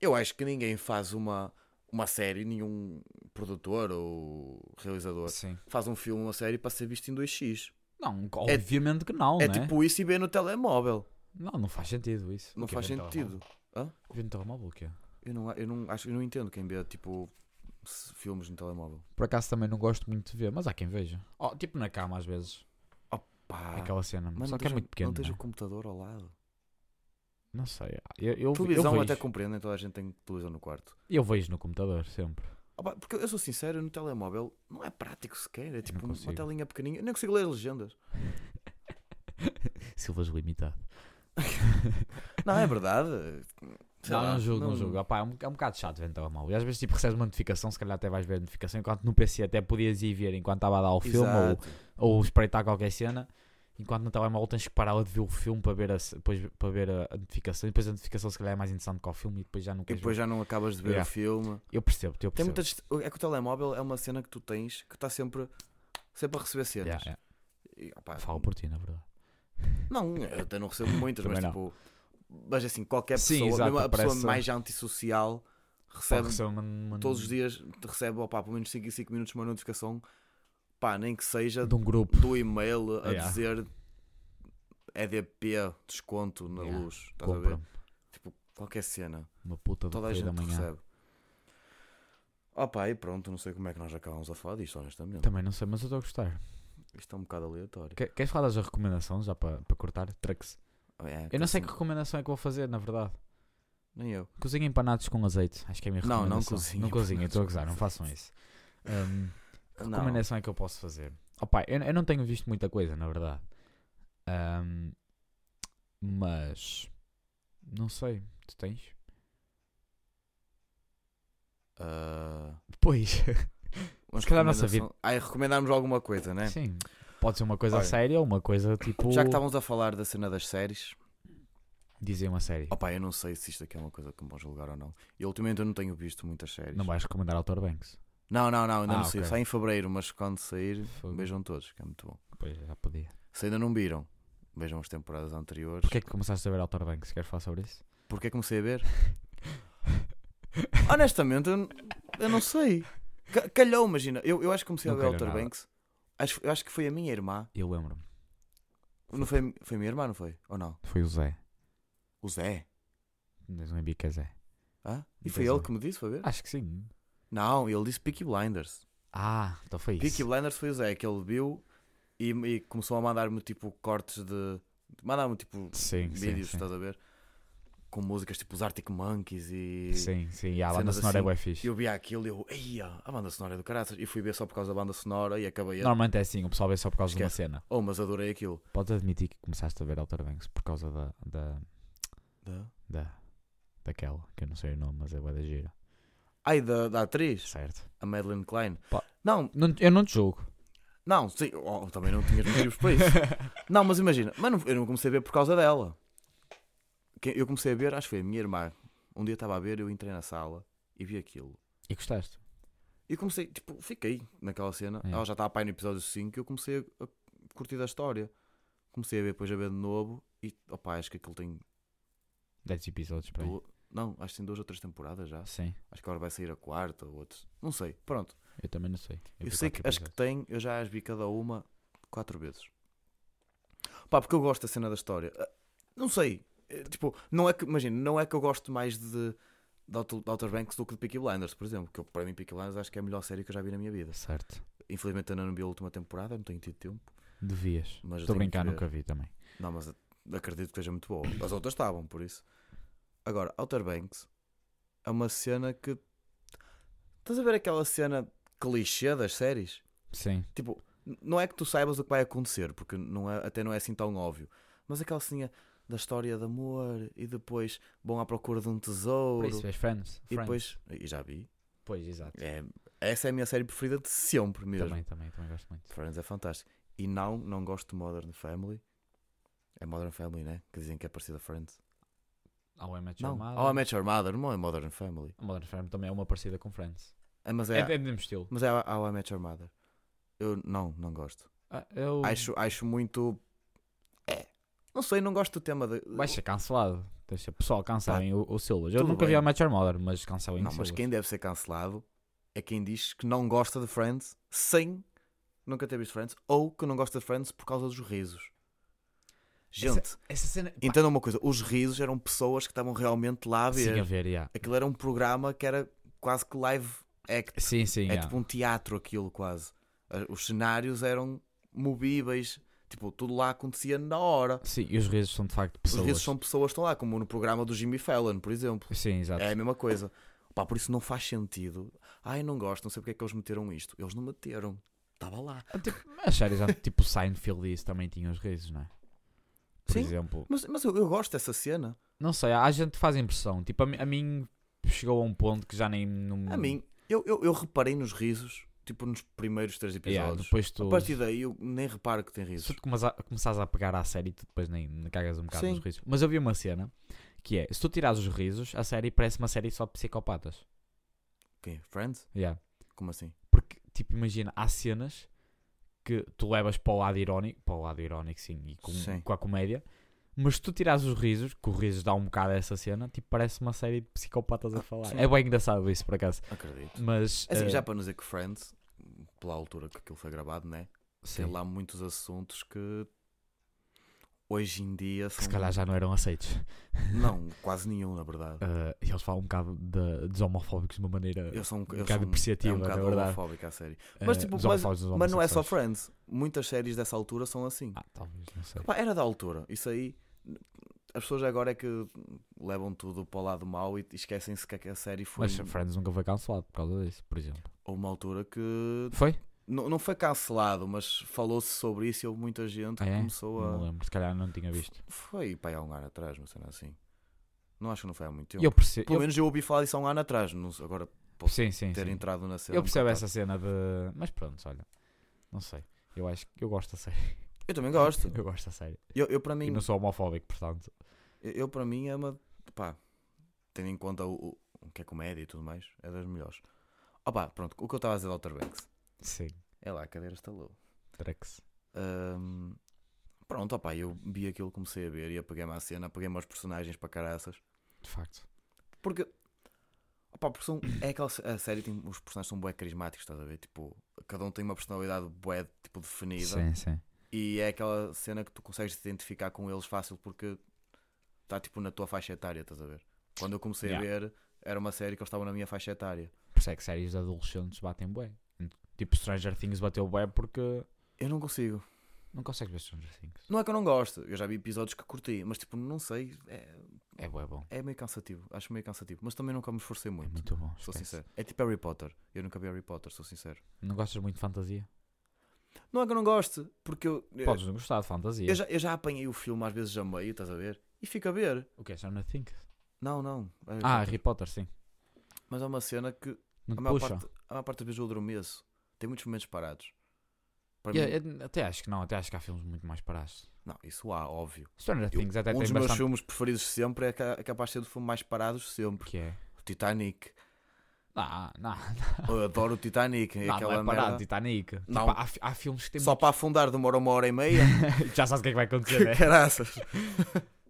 [SPEAKER 2] eu acho que ninguém faz uma, uma série, nenhum produtor ou realizador
[SPEAKER 1] Sim.
[SPEAKER 2] faz um filme, uma série para ser visto em 2x.
[SPEAKER 1] Não, um obviamente que não,
[SPEAKER 2] é
[SPEAKER 1] né?
[SPEAKER 2] tipo isso e vê no telemóvel.
[SPEAKER 1] Não, não faz sentido isso.
[SPEAKER 2] Não
[SPEAKER 1] O quê?
[SPEAKER 2] faz
[SPEAKER 1] Ver no
[SPEAKER 2] sentido.
[SPEAKER 1] telemóvel? Ver no telemóvel o quê?
[SPEAKER 2] Eu não, eu, não, acho, eu não entendo quem vê tipo s- filmes no telemóvel.
[SPEAKER 1] Por acaso também não gosto muito de ver, mas há quem veja. Oh, tipo na cama às vezes.
[SPEAKER 2] Pá,
[SPEAKER 1] aquela cena.
[SPEAKER 2] mas
[SPEAKER 1] só
[SPEAKER 2] não
[SPEAKER 1] que é
[SPEAKER 2] tens o-
[SPEAKER 1] muito pequeno.
[SPEAKER 2] Não tens
[SPEAKER 1] Não,
[SPEAKER 2] o computador ao lado.
[SPEAKER 1] é? Não sei. Eu, eu,
[SPEAKER 2] televisão
[SPEAKER 1] eu,
[SPEAKER 2] até
[SPEAKER 1] vejo,
[SPEAKER 2] compreendem, toda a gente tem televisão no quarto.
[SPEAKER 1] eu vejo no computador sempre.
[SPEAKER 2] Ah pá, porque eu sou sincero, no telemóvel não é prático sequer. É tipo uma
[SPEAKER 1] consigo.
[SPEAKER 2] telinha pequenininha. Eu nem consigo ler legendas.
[SPEAKER 1] Silvas limitado.
[SPEAKER 2] Não, é verdade. Sei
[SPEAKER 1] não,
[SPEAKER 2] lá,
[SPEAKER 1] não julgo, não, julgo. Opá, é, um, é um bocado chato ver no telemóvel. E às vezes tipo, recebes uma notificação, se calhar até vais ver a notificação, enquanto no PC até podias ir ver enquanto estava a dar o filme ou
[SPEAKER 2] Exato.
[SPEAKER 1] ou espreitar qualquer cena, enquanto no telemóvel tens que parar de ver o filme para ver a, depois, para ver a, a notificação, e depois a notificação se calhar é mais interessante que o filme e depois já não
[SPEAKER 2] E
[SPEAKER 1] queres
[SPEAKER 2] depois
[SPEAKER 1] ver.
[SPEAKER 2] já não acabas de ver
[SPEAKER 1] Yeah.
[SPEAKER 2] o filme.
[SPEAKER 1] Eu percebo, eu percebo.
[SPEAKER 2] Tem muitas... É que o telemóvel é uma cena que tu tens que está sempre, sempre a receber cenas.
[SPEAKER 1] Yeah, yeah.
[SPEAKER 2] E, opá,
[SPEAKER 1] Falo por ti, na verdade.
[SPEAKER 2] Não, eu até não recebo muitas, mas
[SPEAKER 1] Também
[SPEAKER 2] tipo. Mas assim, qualquer
[SPEAKER 1] Sim,
[SPEAKER 2] pessoa,
[SPEAKER 1] exato,
[SPEAKER 2] mesmo a pessoa
[SPEAKER 1] parece-
[SPEAKER 2] mais antissocial,
[SPEAKER 1] Pá,
[SPEAKER 2] recebe
[SPEAKER 1] recebo uma- uma-
[SPEAKER 2] todos os dias, recebe opá, pelo menos 5 em 5 minutos uma notificação, pá, nem que seja
[SPEAKER 1] de um grupo.
[SPEAKER 2] do e-mail a
[SPEAKER 1] Yeah.
[SPEAKER 2] dizer EDP, desconto na
[SPEAKER 1] Yeah.
[SPEAKER 2] luz. Estás a ver?
[SPEAKER 1] Compra
[SPEAKER 2] Tipo, qualquer cena.
[SPEAKER 1] uma puta de
[SPEAKER 2] Toda a
[SPEAKER 1] correio da
[SPEAKER 2] gente
[SPEAKER 1] manhã.
[SPEAKER 2] recebe. Opa, e pronto, não sei como é que nós acabamos a falar disto, honestamente.
[SPEAKER 1] Então, Também não sei, mas eu estou a gostar.
[SPEAKER 2] Isto é um bocado aleatório.
[SPEAKER 1] Que- Queres falar das recomendações já para para cortar? Trux.
[SPEAKER 2] Oh, é,
[SPEAKER 1] Eu não sei que
[SPEAKER 2] assim,
[SPEAKER 1] recomendação é que vou fazer, na verdade.
[SPEAKER 2] Nem eu.
[SPEAKER 1] Cozinha empanados com azeite. Acho que é a minha
[SPEAKER 2] Não, não
[SPEAKER 1] recomendação.
[SPEAKER 2] cozinhem
[SPEAKER 1] Não cozinhem,
[SPEAKER 2] empanados
[SPEAKER 1] estou a
[SPEAKER 2] com
[SPEAKER 1] gozar, não façam isso. Hum, que
[SPEAKER 2] Não.
[SPEAKER 1] recomendação é que eu posso fazer? Opa, eu, eu não tenho visto muita coisa, na verdade. Hum, mas. Não sei. Tu tens?
[SPEAKER 2] Ah,
[SPEAKER 1] Pois.
[SPEAKER 2] mas
[SPEAKER 1] Se calhar a nossa
[SPEAKER 2] recomendação- Ai, recomendarmos alguma coisa, né?
[SPEAKER 1] Sim. Pode ser uma coisa
[SPEAKER 2] Olha.
[SPEAKER 1] séria ou uma coisa tipo.
[SPEAKER 2] Já que estávamos a falar da cena das séries,
[SPEAKER 1] Dizer uma série.
[SPEAKER 2] opá, eu não sei se isto aqui é uma coisa que me vão julgar ou não. E ultimamente eu não tenho visto muitas séries.
[SPEAKER 1] Não vais recomendar Outer Banks.
[SPEAKER 2] Não, não, não, ainda
[SPEAKER 1] Ah,
[SPEAKER 2] não saiu.
[SPEAKER 1] ok.
[SPEAKER 2] Sai em fevereiro, mas quando sair,
[SPEAKER 1] Fogo.
[SPEAKER 2] vejam todos, que é muito bom.
[SPEAKER 1] Pois, já podia.
[SPEAKER 2] Se ainda não viram, vejam as temporadas anteriores.
[SPEAKER 1] Porquê é que começaste a ver Outer Banks? Queres falar sobre isso?
[SPEAKER 2] Porquê comecei a ver? Honestamente, eu, eu não sei. Ca- Calhou, imagina. Eu, eu acho que comecei
[SPEAKER 1] Não
[SPEAKER 2] a ver
[SPEAKER 1] calhou
[SPEAKER 2] Outer
[SPEAKER 1] nada.
[SPEAKER 2] Banks. Acho, eu acho que foi a minha irmã.
[SPEAKER 1] Eu lembro-me.
[SPEAKER 2] Não foi, foi a minha irmã, não foi? Ou não?
[SPEAKER 1] Foi o Zé.
[SPEAKER 2] O Zé.
[SPEAKER 1] Mas não é bica Zé.
[SPEAKER 2] Hã? E
[SPEAKER 1] Não
[SPEAKER 2] foi
[SPEAKER 1] tens
[SPEAKER 2] ele
[SPEAKER 1] a-
[SPEAKER 2] que me disse, foi ver?
[SPEAKER 1] Acho que sim.
[SPEAKER 2] Não, ele disse Peaky Blinders.
[SPEAKER 1] Ah, então foi isso.
[SPEAKER 2] Peaky Blinders foi o Zé que ele viu e, e começou a mandar-me tipo cortes de. Mandar-me tipo
[SPEAKER 1] Sim, sim.
[SPEAKER 2] vídeos,
[SPEAKER 1] sim.
[SPEAKER 2] estás a ver? Com músicas tipo os Arctic Monkeys e.
[SPEAKER 1] Sim, sim, e a banda
[SPEAKER 2] cenas
[SPEAKER 1] sonora é
[SPEAKER 2] assim.
[SPEAKER 1] bué fixe.
[SPEAKER 2] Eu vi aquilo e eu, eia, a banda sonora é do caraças. E fui ver só por causa da banda sonora e acabei a.
[SPEAKER 1] Normalmente é assim, o pessoal vê só por causa
[SPEAKER 2] Esquece.
[SPEAKER 1] de uma cena.
[SPEAKER 2] Oh, mas adorei aquilo.
[SPEAKER 1] Podes admitir que começaste a ver Outer Banks por causa da, da, da, daquela, que eu não sei o nome, mas é bué da gira.
[SPEAKER 2] Ai, da, da atriz,
[SPEAKER 1] Certo.
[SPEAKER 2] a Madeleine Klein.
[SPEAKER 1] Pá.
[SPEAKER 2] Não,
[SPEAKER 1] Não- eu não te julgo.
[SPEAKER 2] não, sim, oh, também não tinhas motivos para isso. Não, mas imagina, mas não- eu não comecei a ver por causa dela. Que- Eu comecei a ver, acho que foi a minha irmã. Um dia estava a ver, eu entrei na sala e vi aquilo.
[SPEAKER 1] E gostaste?
[SPEAKER 2] E comecei, tipo, fiquei naquela cena.
[SPEAKER 1] É.
[SPEAKER 2] Ela já estava pai no episódio 5 e eu comecei a, a curtir da história. Comecei a ver, depois a ver de novo e, opá, acho que aquilo tem
[SPEAKER 1] 10 episódios para aí.
[SPEAKER 2] duas- Não, acho que tem duas ou três temporadas já.
[SPEAKER 1] Sim,
[SPEAKER 2] Acho que agora vai sair a quarta ou outros. Não sei. Pronto.
[SPEAKER 1] eu também não sei.
[SPEAKER 2] Eu,
[SPEAKER 1] vi
[SPEAKER 2] sei
[SPEAKER 1] qualquer
[SPEAKER 2] que as que
[SPEAKER 1] episódio.
[SPEAKER 2] tem, eu já as vi cada uma quatro vezes. Pá, porque eu gosto da cena da história. Ah, Não sei. Eh, Tipo, não é que, imagina, não é que eu gosto mais de, de Outer de Outer Banks do que de Peaky Blinders, por exemplo. Que eu, para mim, Peaky Blinders acho que é a melhor série que eu já vi na minha vida.
[SPEAKER 1] Certo.
[SPEAKER 2] Infelizmente ainda não vi a última temporada, não tenho tido tempo.
[SPEAKER 1] Devias.
[SPEAKER 2] Mas eu
[SPEAKER 1] Estou a
[SPEAKER 2] tenho que
[SPEAKER 1] brincar,
[SPEAKER 2] ver.
[SPEAKER 1] nunca vi também.
[SPEAKER 2] Não, mas acredito que seja muito boa. As outras estavam, por isso. Agora, Outer Banks é uma cena que. Estás a ver aquela cena clichê das séries?
[SPEAKER 1] Sim,
[SPEAKER 2] Tipo, n- não é que tu saibas o que vai acontecer, porque não é, até não é assim tão óbvio. Mas aquela cena da história de amor e depois vão à procura de um
[SPEAKER 1] por
[SPEAKER 2] tesouro.
[SPEAKER 1] isso vês Friends.
[SPEAKER 2] e
[SPEAKER 1] Friends.
[SPEAKER 2] depois. E já vi.
[SPEAKER 1] Pois, exato.
[SPEAKER 2] É, essa é a minha série preferida de sempre mesmo.
[SPEAKER 1] Também, também, também gosto muito.
[SPEAKER 2] Friends é fantástico. E não, não gosto de Modern Family. É Modern Family, né? Que dizem que é parecida a Friends.
[SPEAKER 1] Há o Match
[SPEAKER 2] Não.
[SPEAKER 1] Armada.
[SPEAKER 2] Oh, I Met Your Mother, não é Modern Family.
[SPEAKER 1] A Modern Family também é uma parecida com Friends.
[SPEAKER 2] É, mas
[SPEAKER 1] É,
[SPEAKER 2] é,
[SPEAKER 1] é do mesmo estilo.
[SPEAKER 2] mas é How I Met Your Mother. Eu não, não gosto.
[SPEAKER 1] Ah, eu...
[SPEAKER 2] Acho, acho muito. É. Não sei, não gosto do tema de.
[SPEAKER 1] Vai ser cancelado. Deixa o pessoal cancelem o, o Silas. Eu
[SPEAKER 2] tudo
[SPEAKER 1] nunca vi
[SPEAKER 2] bem.
[SPEAKER 1] a Match Your Mother, mas cancelem o
[SPEAKER 2] Não, mas
[SPEAKER 1] Silas.
[SPEAKER 2] quem deve ser cancelado é quem diz que não gosta de Friends sem nunca ter visto Friends ou que não gosta de Friends por causa dos risos. Gente,
[SPEAKER 1] Essa cena. pá,
[SPEAKER 2] entendam uma coisa: os risos eram pessoas que estavam realmente lá a ver.
[SPEAKER 1] sim, é a ver, yeah.
[SPEAKER 2] Aquilo era um programa que era quase que live act.
[SPEAKER 1] Sim, sim.
[SPEAKER 2] É
[SPEAKER 1] yeah.
[SPEAKER 2] tipo um teatro aquilo quase. Ah, Os cenários eram movíveis. Tipo, tudo lá acontecia na hora.
[SPEAKER 1] Sim, e os risos são de facto
[SPEAKER 2] um- Os
[SPEAKER 1] pessoas.
[SPEAKER 2] risos são pessoas que estão lá, como no programa do Jimmy Fallon, por exemplo.
[SPEAKER 1] Sim, exato.
[SPEAKER 2] É a mesma coisa. Pá, por isso não faz sentido. Ai, não gosto, não sei porque é que eles meteram isto. Eles não meteram. Estava lá.
[SPEAKER 1] Tipo, as séries, há- tipo Seinfeld e isso também tinham os risos, não é? Por
[SPEAKER 2] Sim.
[SPEAKER 1] exemplo.
[SPEAKER 2] Mas, mas eu, eu gosto dessa cena.
[SPEAKER 1] Não sei, há gente que faz impressão. Tipo, a, mi- a mim chegou a um ponto que já nem. Não...
[SPEAKER 2] A mim, eu, eu, eu reparei nos risos, tipo nos primeiros três
[SPEAKER 1] Yeah,
[SPEAKER 2] episódios.
[SPEAKER 1] depois tu.
[SPEAKER 2] A partir daí eu nem reparo que tem
[SPEAKER 1] Se
[SPEAKER 2] risos.
[SPEAKER 1] tu começa- começares a pegar à série, tu depois nem nem cagas um bocado
[SPEAKER 2] Sim.
[SPEAKER 1] nos risos. Mas eu vi uma cena que é: se tu tirares os risos, a série parece uma série só de psicopatas.
[SPEAKER 2] Quem? Friends?
[SPEAKER 1] Yeah.
[SPEAKER 2] Como assim?
[SPEAKER 1] Porque, tipo, imagina, há cenas que tu levas para o lado irónico, para o lado irónico, sim, e com,
[SPEAKER 2] Sim.
[SPEAKER 1] com a comédia, mas se tu tirares os risos, que o riso dá um bocado a essa cena, tipo, parece uma série de psicopatas a
[SPEAKER 2] Ah,
[SPEAKER 1] falar.
[SPEAKER 2] sim.
[SPEAKER 1] É bem engraçado isso, por acaso.
[SPEAKER 2] Acredito.
[SPEAKER 1] Mas.
[SPEAKER 2] Assim,
[SPEAKER 1] eh,
[SPEAKER 2] já para nos dizer que Friends, pela altura que aquilo foi gravado, né?
[SPEAKER 1] sim.
[SPEAKER 2] Tem lá muitos assuntos que hoje em dia são.
[SPEAKER 1] Se calhar já não eram aceitos.
[SPEAKER 2] Não, quase nenhum, na verdade.
[SPEAKER 1] Ah, eles falam um bocado de, dos homofóbicos de uma maneira.
[SPEAKER 2] Eu sou um, eu
[SPEAKER 1] bocado
[SPEAKER 2] sou um,
[SPEAKER 1] depreciativa,
[SPEAKER 2] é um
[SPEAKER 1] na
[SPEAKER 2] bocado
[SPEAKER 1] verdade.
[SPEAKER 2] homofóbica a série. Mas,
[SPEAKER 1] ah,
[SPEAKER 2] tipo,
[SPEAKER 1] dos
[SPEAKER 2] mas-
[SPEAKER 1] homofóbicos dos
[SPEAKER 2] Mas não é só
[SPEAKER 1] homossexuais.
[SPEAKER 2] Friends. Muitas séries dessa altura são assim.
[SPEAKER 1] Ah, talvez, não sei.
[SPEAKER 2] Pá, era da altura. Isso aí. As pessoas agora é que levam tudo para o lado mau e esquecem-se que a série foi um
[SPEAKER 1] Mas Friends nunca foi cancelado por causa disso, por exemplo.
[SPEAKER 2] houve uma altura que
[SPEAKER 1] Foi?
[SPEAKER 2] não, não foi cancelado, mas falou-se sobre isso e houve muita gente que
[SPEAKER 1] Ah, é?
[SPEAKER 2] começou
[SPEAKER 1] Não
[SPEAKER 2] a.
[SPEAKER 1] me lembro, se calhar não tinha visto.
[SPEAKER 2] Foi pá, há um ano atrás, mas cena assim. Não acho que não foi há muito tempo.
[SPEAKER 1] Eu percebo.
[SPEAKER 2] Pelo menos eu ouvi falar disso há um ano atrás, não sei, agora
[SPEAKER 1] eu- Sim, sim.
[SPEAKER 2] ter
[SPEAKER 1] sim.
[SPEAKER 2] entrado na cena.
[SPEAKER 1] Eu
[SPEAKER 2] um
[SPEAKER 1] percebo
[SPEAKER 2] bocado
[SPEAKER 1] essa cena de. Mas pronto, olha. Não sei. Eu acho que eu gosto da série.
[SPEAKER 2] tarde. Eu também gosto.
[SPEAKER 1] Eu gosto da série.
[SPEAKER 2] Eu, eu para
[SPEAKER 1] E
[SPEAKER 2] mim,
[SPEAKER 1] não sou homofóbico, portanto.
[SPEAKER 2] eu, eu para mim é uma. pá, tendo em conta o, o- o que é comédia e tudo mais, é das melhores. Opa, pronto, o que eu estava a dizer do Outer Banks.
[SPEAKER 1] Sim.
[SPEAKER 2] É lá, a cadeira estalou.
[SPEAKER 1] Drex.
[SPEAKER 2] Ahm, pronto, opa, eu vi aquilo, comecei a ver e apaguei-me à cena, apaguei-me aos personagens para caraças.
[SPEAKER 1] De facto.
[SPEAKER 2] Porque, opá, porque são, é aquela sé- a série, tem, os personagens são bué carismáticos, estás a ver? Tipo, cada um tem uma personalidade bué, tipo, definida.
[SPEAKER 1] Sim, sim.
[SPEAKER 2] E é aquela cena que tu consegues te identificar com eles fácil porque está, tipo, na tua faixa etária, estás a ver? Quando eu comecei a ver, era uma série que eles estavam na minha faixa etária.
[SPEAKER 1] Por isso é que séries de adolescentes batem bué. Tipo, Stranger Things bateu bué porque
[SPEAKER 2] Eu não consigo.
[SPEAKER 1] não consegues ver Stranger Things.
[SPEAKER 2] Não é que eu não gosto, eu já vi episódios que curti, mas, tipo, não sei, é,
[SPEAKER 1] É bué bom.
[SPEAKER 2] é meio cansativo, acho meio cansativo. Mas também nunca me esforcei
[SPEAKER 1] É
[SPEAKER 2] muito.
[SPEAKER 1] muito bom.
[SPEAKER 2] Sou
[SPEAKER 1] esquece.
[SPEAKER 2] sincero. É tipo Harry Potter. Eu nunca vi Harry Potter, sou sincero.
[SPEAKER 1] Não gostas muito de fantasia?
[SPEAKER 2] Não é que eu não goste, porque eu. eu-
[SPEAKER 1] Podes não gostar de fantasia.
[SPEAKER 2] Eu já, eu já apanhei o filme às vezes a meio, estás a ver? E fico a ver.
[SPEAKER 1] O que é Stranger Things?
[SPEAKER 2] Não, não. Harry
[SPEAKER 1] Ah,
[SPEAKER 2] Potter.
[SPEAKER 1] Harry Potter, sim.
[SPEAKER 2] Mas é uma cena que
[SPEAKER 1] Não
[SPEAKER 2] a
[SPEAKER 1] te
[SPEAKER 2] maior,
[SPEAKER 1] puxa.
[SPEAKER 2] parte, a maior parte das vezes eu adormeço. Tem muitos momentos parados. Para
[SPEAKER 1] E
[SPEAKER 2] mim,
[SPEAKER 1] eu- é, até acho que não, até acho que há filmes muito mais parados.
[SPEAKER 2] Não, isso há, óbvio.
[SPEAKER 1] Stranger
[SPEAKER 2] Eu-
[SPEAKER 1] Things até é,
[SPEAKER 2] um
[SPEAKER 1] tem
[SPEAKER 2] dos meus
[SPEAKER 1] bastante.
[SPEAKER 2] filmes preferidos sempre é, ca- é capaz de ser do filme mais parados sempre.
[SPEAKER 1] Que é?
[SPEAKER 2] O Titanic.
[SPEAKER 1] Não, não,
[SPEAKER 2] Eu adoro o Titanic. É
[SPEAKER 1] não,
[SPEAKER 2] aquela
[SPEAKER 1] não é parado,
[SPEAKER 2] merda.
[SPEAKER 1] Titanic.
[SPEAKER 2] Não.
[SPEAKER 1] Tipo, há, fi- há filmes que têm.
[SPEAKER 2] Só para afundar demora uma hora e meia.
[SPEAKER 1] Já sabes o que é que vai acontecer, né?
[SPEAKER 2] que caraças.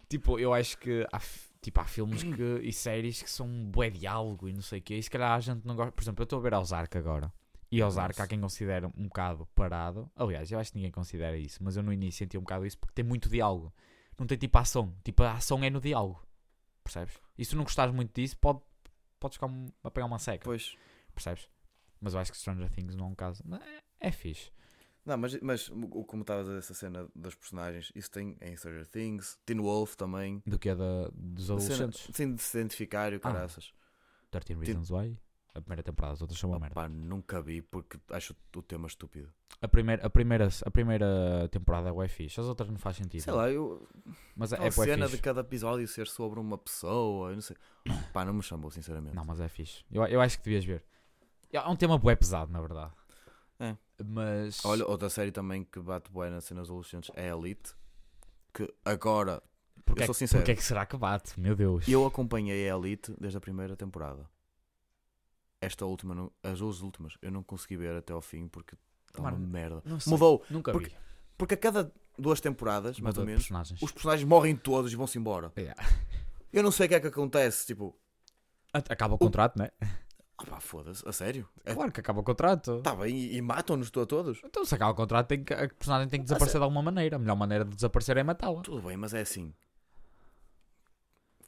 [SPEAKER 1] Tipo, eu acho que há, fi- tipo, há filmes que, e séries que são um bué diálogo e não sei o quê. E se calhar a gente não gosta. Por exemplo, eu estou a ver Ozark agora. E Ozark há
[SPEAKER 2] Nossa.
[SPEAKER 1] quem considera um bocado parado. Aliás, eu acho que ninguém considera isso. Mas eu no início senti um bocado isso porque tem muito diálogo. Não tem tipo ação. Tipo, a ação é no diálogo. Percebes? E se tu não gostares muito disso, pode, podes ficar um- a pegar uma seca.
[SPEAKER 2] Pois.
[SPEAKER 1] Percebes? Mas eu acho que Stranger Things não é um caso. Mas É, é fixe.
[SPEAKER 2] Não, mas, mas o- como estavas a dizer, essa cena das personagens, isso tem em Stranger Things, Teen Wolf também.
[SPEAKER 1] Do que é da, dos
[SPEAKER 2] A cena- Tipo
[SPEAKER 1] adolescentes. Ah,
[SPEAKER 2] Sim, de se identificar e o caraças.
[SPEAKER 1] 13 Reasons Why. A primeira temporada, as outras são uma merda.
[SPEAKER 2] Pá, nunca vi porque acho o tema estúpido.
[SPEAKER 1] A primeira, a primeira, a primeira temporada é bué fixe. As outras não faz sentido.
[SPEAKER 2] Sei lá, eu,
[SPEAKER 1] Mas é,
[SPEAKER 2] a
[SPEAKER 1] é bué
[SPEAKER 2] cena
[SPEAKER 1] fixe.
[SPEAKER 2] de cada episódio ser sobre uma pessoa, eu não sei. Pá, não me chamou, sinceramente.
[SPEAKER 1] Não, mas é fixe. Eu, eu acho que devias ver. É um tema bué pesado, na verdade.
[SPEAKER 2] É.
[SPEAKER 1] Mas...
[SPEAKER 2] Olha, outra série também que bate bem na cena dos adolescentes é Elite. Que agora,
[SPEAKER 1] porque,
[SPEAKER 2] eu
[SPEAKER 1] é, que-
[SPEAKER 2] sou sincero.
[SPEAKER 1] porque é que será que bate? Meu Deus.
[SPEAKER 2] eu acompanhei a Elite desde a primeira temporada. Esta última, não- as duas últimas, eu não consegui ver até ao fim porque é uma
[SPEAKER 1] Mano,
[SPEAKER 2] merda.
[SPEAKER 1] Não sei.
[SPEAKER 2] Mudou,
[SPEAKER 1] Nunca
[SPEAKER 2] Porque-
[SPEAKER 1] vi.
[SPEAKER 2] Porque a cada duas temporadas, mais
[SPEAKER 1] Mudou de
[SPEAKER 2] ou menos,
[SPEAKER 1] personagens.
[SPEAKER 2] os personagens morrem todos e vão-se embora.
[SPEAKER 1] Yeah.
[SPEAKER 2] Eu não sei o que é que acontece. Tipo,
[SPEAKER 1] At- Acaba o contrato, não é?
[SPEAKER 2] ah pá, foda-se, a sério? É,
[SPEAKER 1] Claro que acaba o contrato.
[SPEAKER 2] tá bem, e, e matam-nos to- a todos?
[SPEAKER 1] Então se acaba o contrato, tem que, a personagem tem que
[SPEAKER 2] Tá
[SPEAKER 1] desaparecer de alguma maneira. A melhor maneira de desaparecer é matá-la.
[SPEAKER 2] Tudo bem, mas é assim.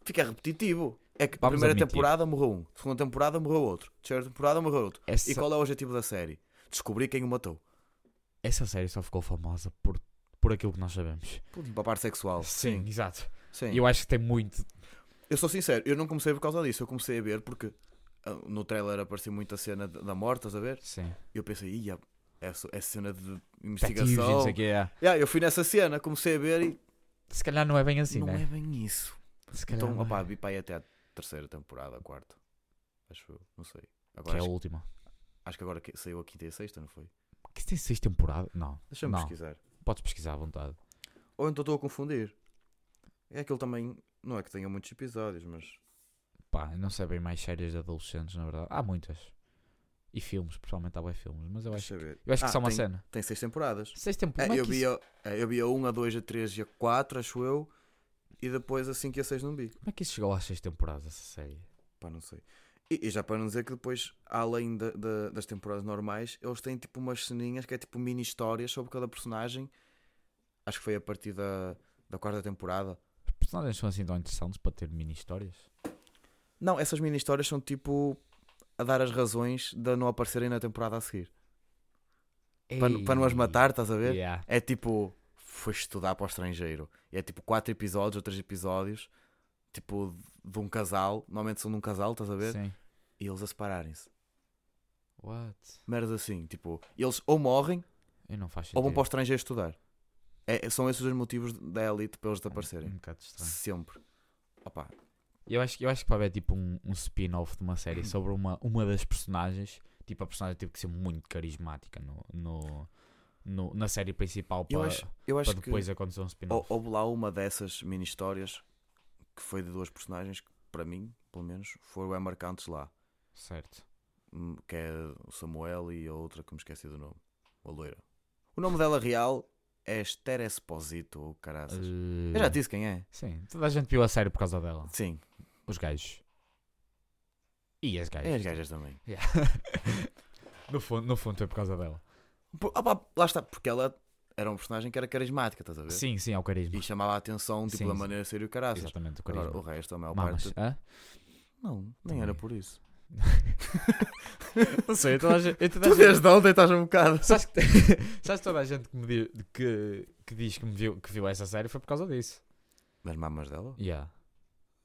[SPEAKER 2] Fica repetitivo. É que
[SPEAKER 1] Vamos
[SPEAKER 2] primeira
[SPEAKER 1] admitir.
[SPEAKER 2] temporada morreu um, segunda temporada morreu outro, terceira temporada morreu outro.
[SPEAKER 1] Essa,
[SPEAKER 2] E qual é o objetivo da série? Descobrir quem o matou.
[SPEAKER 1] essa série só ficou famosa por, por aquilo que nós sabemos.
[SPEAKER 2] Para a parte um sexual.
[SPEAKER 1] Sim, exato.
[SPEAKER 2] Sim.
[SPEAKER 1] Eu acho que tem muito.
[SPEAKER 2] Eu sou sincero, eu não comecei por causa disso. Eu comecei a ver porque ah, no trailer apareceu muita cena da da morte, estás a ver?
[SPEAKER 1] Sim.
[SPEAKER 2] E eu pensei, ia, essa, essa cena de
[SPEAKER 1] Detetives e não
[SPEAKER 2] investigação.
[SPEAKER 1] sei o que é.
[SPEAKER 2] Yeah, eu fui nessa cena, comecei a ver e
[SPEAKER 1] Se calhar não é bem assim,
[SPEAKER 2] não
[SPEAKER 1] né?
[SPEAKER 2] é bem isso.
[SPEAKER 1] Se calhar
[SPEAKER 2] Então,
[SPEAKER 1] não é.
[SPEAKER 2] opá, vi para aí até à terceira temporada, a quarta. Acho eu, não sei.
[SPEAKER 1] que
[SPEAKER 2] Agora,
[SPEAKER 1] é a
[SPEAKER 2] acho,
[SPEAKER 1] última.
[SPEAKER 2] acho que agora que- saiu a quinta e a sexta, não foi?
[SPEAKER 1] Que isso tem seis temporadas? Não.
[SPEAKER 2] Deixa-me
[SPEAKER 1] Não.
[SPEAKER 2] pesquisar.
[SPEAKER 1] Podes pesquisar à vontade.
[SPEAKER 2] Ou então estou a confundir. É que ele também, não é que tenha muitos episódios, mas.
[SPEAKER 1] Pá, eu não sei bem mais séries de adolescentes, na verdade. Há muitas. E filmes, principalmente há bué filmes. Mas eu acho,
[SPEAKER 2] deixa ver.
[SPEAKER 1] eu acho que
[SPEAKER 2] Ah,
[SPEAKER 1] só uma
[SPEAKER 2] tem,
[SPEAKER 1] cena.
[SPEAKER 2] Tem seis temporadas.
[SPEAKER 1] Seis temporadas. Como é
[SPEAKER 2] É, eu,
[SPEAKER 1] que
[SPEAKER 2] vi
[SPEAKER 1] isso-
[SPEAKER 2] a, é, eu vi a 1, a 2, a 3 e a 4, acho eu. E depois a 5 e a 6 não vi.
[SPEAKER 1] como é que isso chegou às seis temporadas, essa série?
[SPEAKER 2] Pá, não sei. E, e já para não dizer que depois, além da- da- das temporadas normais, eles têm tipo umas ceninhas que é tipo mini histórias sobre cada personagem. Acho que foi a partir da, da quarta temporada.
[SPEAKER 1] Os personagens são assim tão interessantes para ter mini histórias.
[SPEAKER 2] Não, essas mini histórias são tipo a dar as razões de não aparecerem na temporada a seguir. Para,
[SPEAKER 1] Ei.
[SPEAKER 2] para não as matar, estás a ver?
[SPEAKER 1] Yeah.
[SPEAKER 2] É tipo, foi estudar para o estrangeiro. E é tipo quatro episódios ou três episódios, tipo, de um casal. Normalmente são de um casal, estás a ver?
[SPEAKER 1] Sim.
[SPEAKER 2] E eles a separarem-se.
[SPEAKER 1] What?
[SPEAKER 2] Merdas assim, tipo, eles ou morrem
[SPEAKER 1] Eu não faço
[SPEAKER 2] ou vão
[SPEAKER 1] sentido.
[SPEAKER 2] para o estrangeiro estudar. É- são esses os motivos da elite para eles
[SPEAKER 1] Um
[SPEAKER 2] desaparecerem.
[SPEAKER 1] bocado estranho.
[SPEAKER 2] Sempre. Opa,
[SPEAKER 1] Eu acho, eu acho que para haver tipo um, um spin-off de uma série sobre uma, uma das personagens, tipo a personagem teve que ser muito carismática no, no, no- na série principal
[SPEAKER 2] eu
[SPEAKER 1] para,
[SPEAKER 2] acho, eu
[SPEAKER 1] para
[SPEAKER 2] acho que
[SPEAKER 1] depois acontecer um
[SPEAKER 2] hou-
[SPEAKER 1] spin-off.
[SPEAKER 2] houve lá uma dessas mini-histórias que foi de duas personagens que, para mim, pelo menos, foram bem marcantes lá.
[SPEAKER 1] Certo.
[SPEAKER 2] Hum, que é o Samuel e a outra que me esqueci do nome, a loira. O nome dela real é Esther Esposito, ou caraças. Eu já
[SPEAKER 1] Eh,
[SPEAKER 2] disse quem é.
[SPEAKER 1] Sim, toda a gente viu a série por causa dela.
[SPEAKER 2] Sim,
[SPEAKER 1] Os gajos. E as gajas.
[SPEAKER 2] é as gajas também.
[SPEAKER 1] Yeah. no, fundo, no fundo foi por causa dela.
[SPEAKER 2] Por- opa, lá está, porque ela era um personagem que era carismática, estás a ver?
[SPEAKER 1] Sim, sim, é o carisma.
[SPEAKER 2] E chamava a atenção, tipo,
[SPEAKER 1] Sim,
[SPEAKER 2] da
[SPEAKER 1] sim.
[SPEAKER 2] maneira séria e o caraças.
[SPEAKER 1] Exatamente, o carisma.
[SPEAKER 2] Agora, o resto, a maior
[SPEAKER 1] Mamas.
[SPEAKER 2] parte.
[SPEAKER 1] hã?
[SPEAKER 2] Não, nem
[SPEAKER 1] Também.
[SPEAKER 2] era por isso.
[SPEAKER 1] Não sei, eu toda a gente- eu toda a
[SPEAKER 2] Tu
[SPEAKER 1] gente-
[SPEAKER 2] desde ontem estás um bocado.
[SPEAKER 1] Sabes, que, sabes toda a gente que, me di- que, que diz que, me viu, que viu essa série foi por causa disso.
[SPEAKER 2] Mas mamas dela?
[SPEAKER 1] Yeah.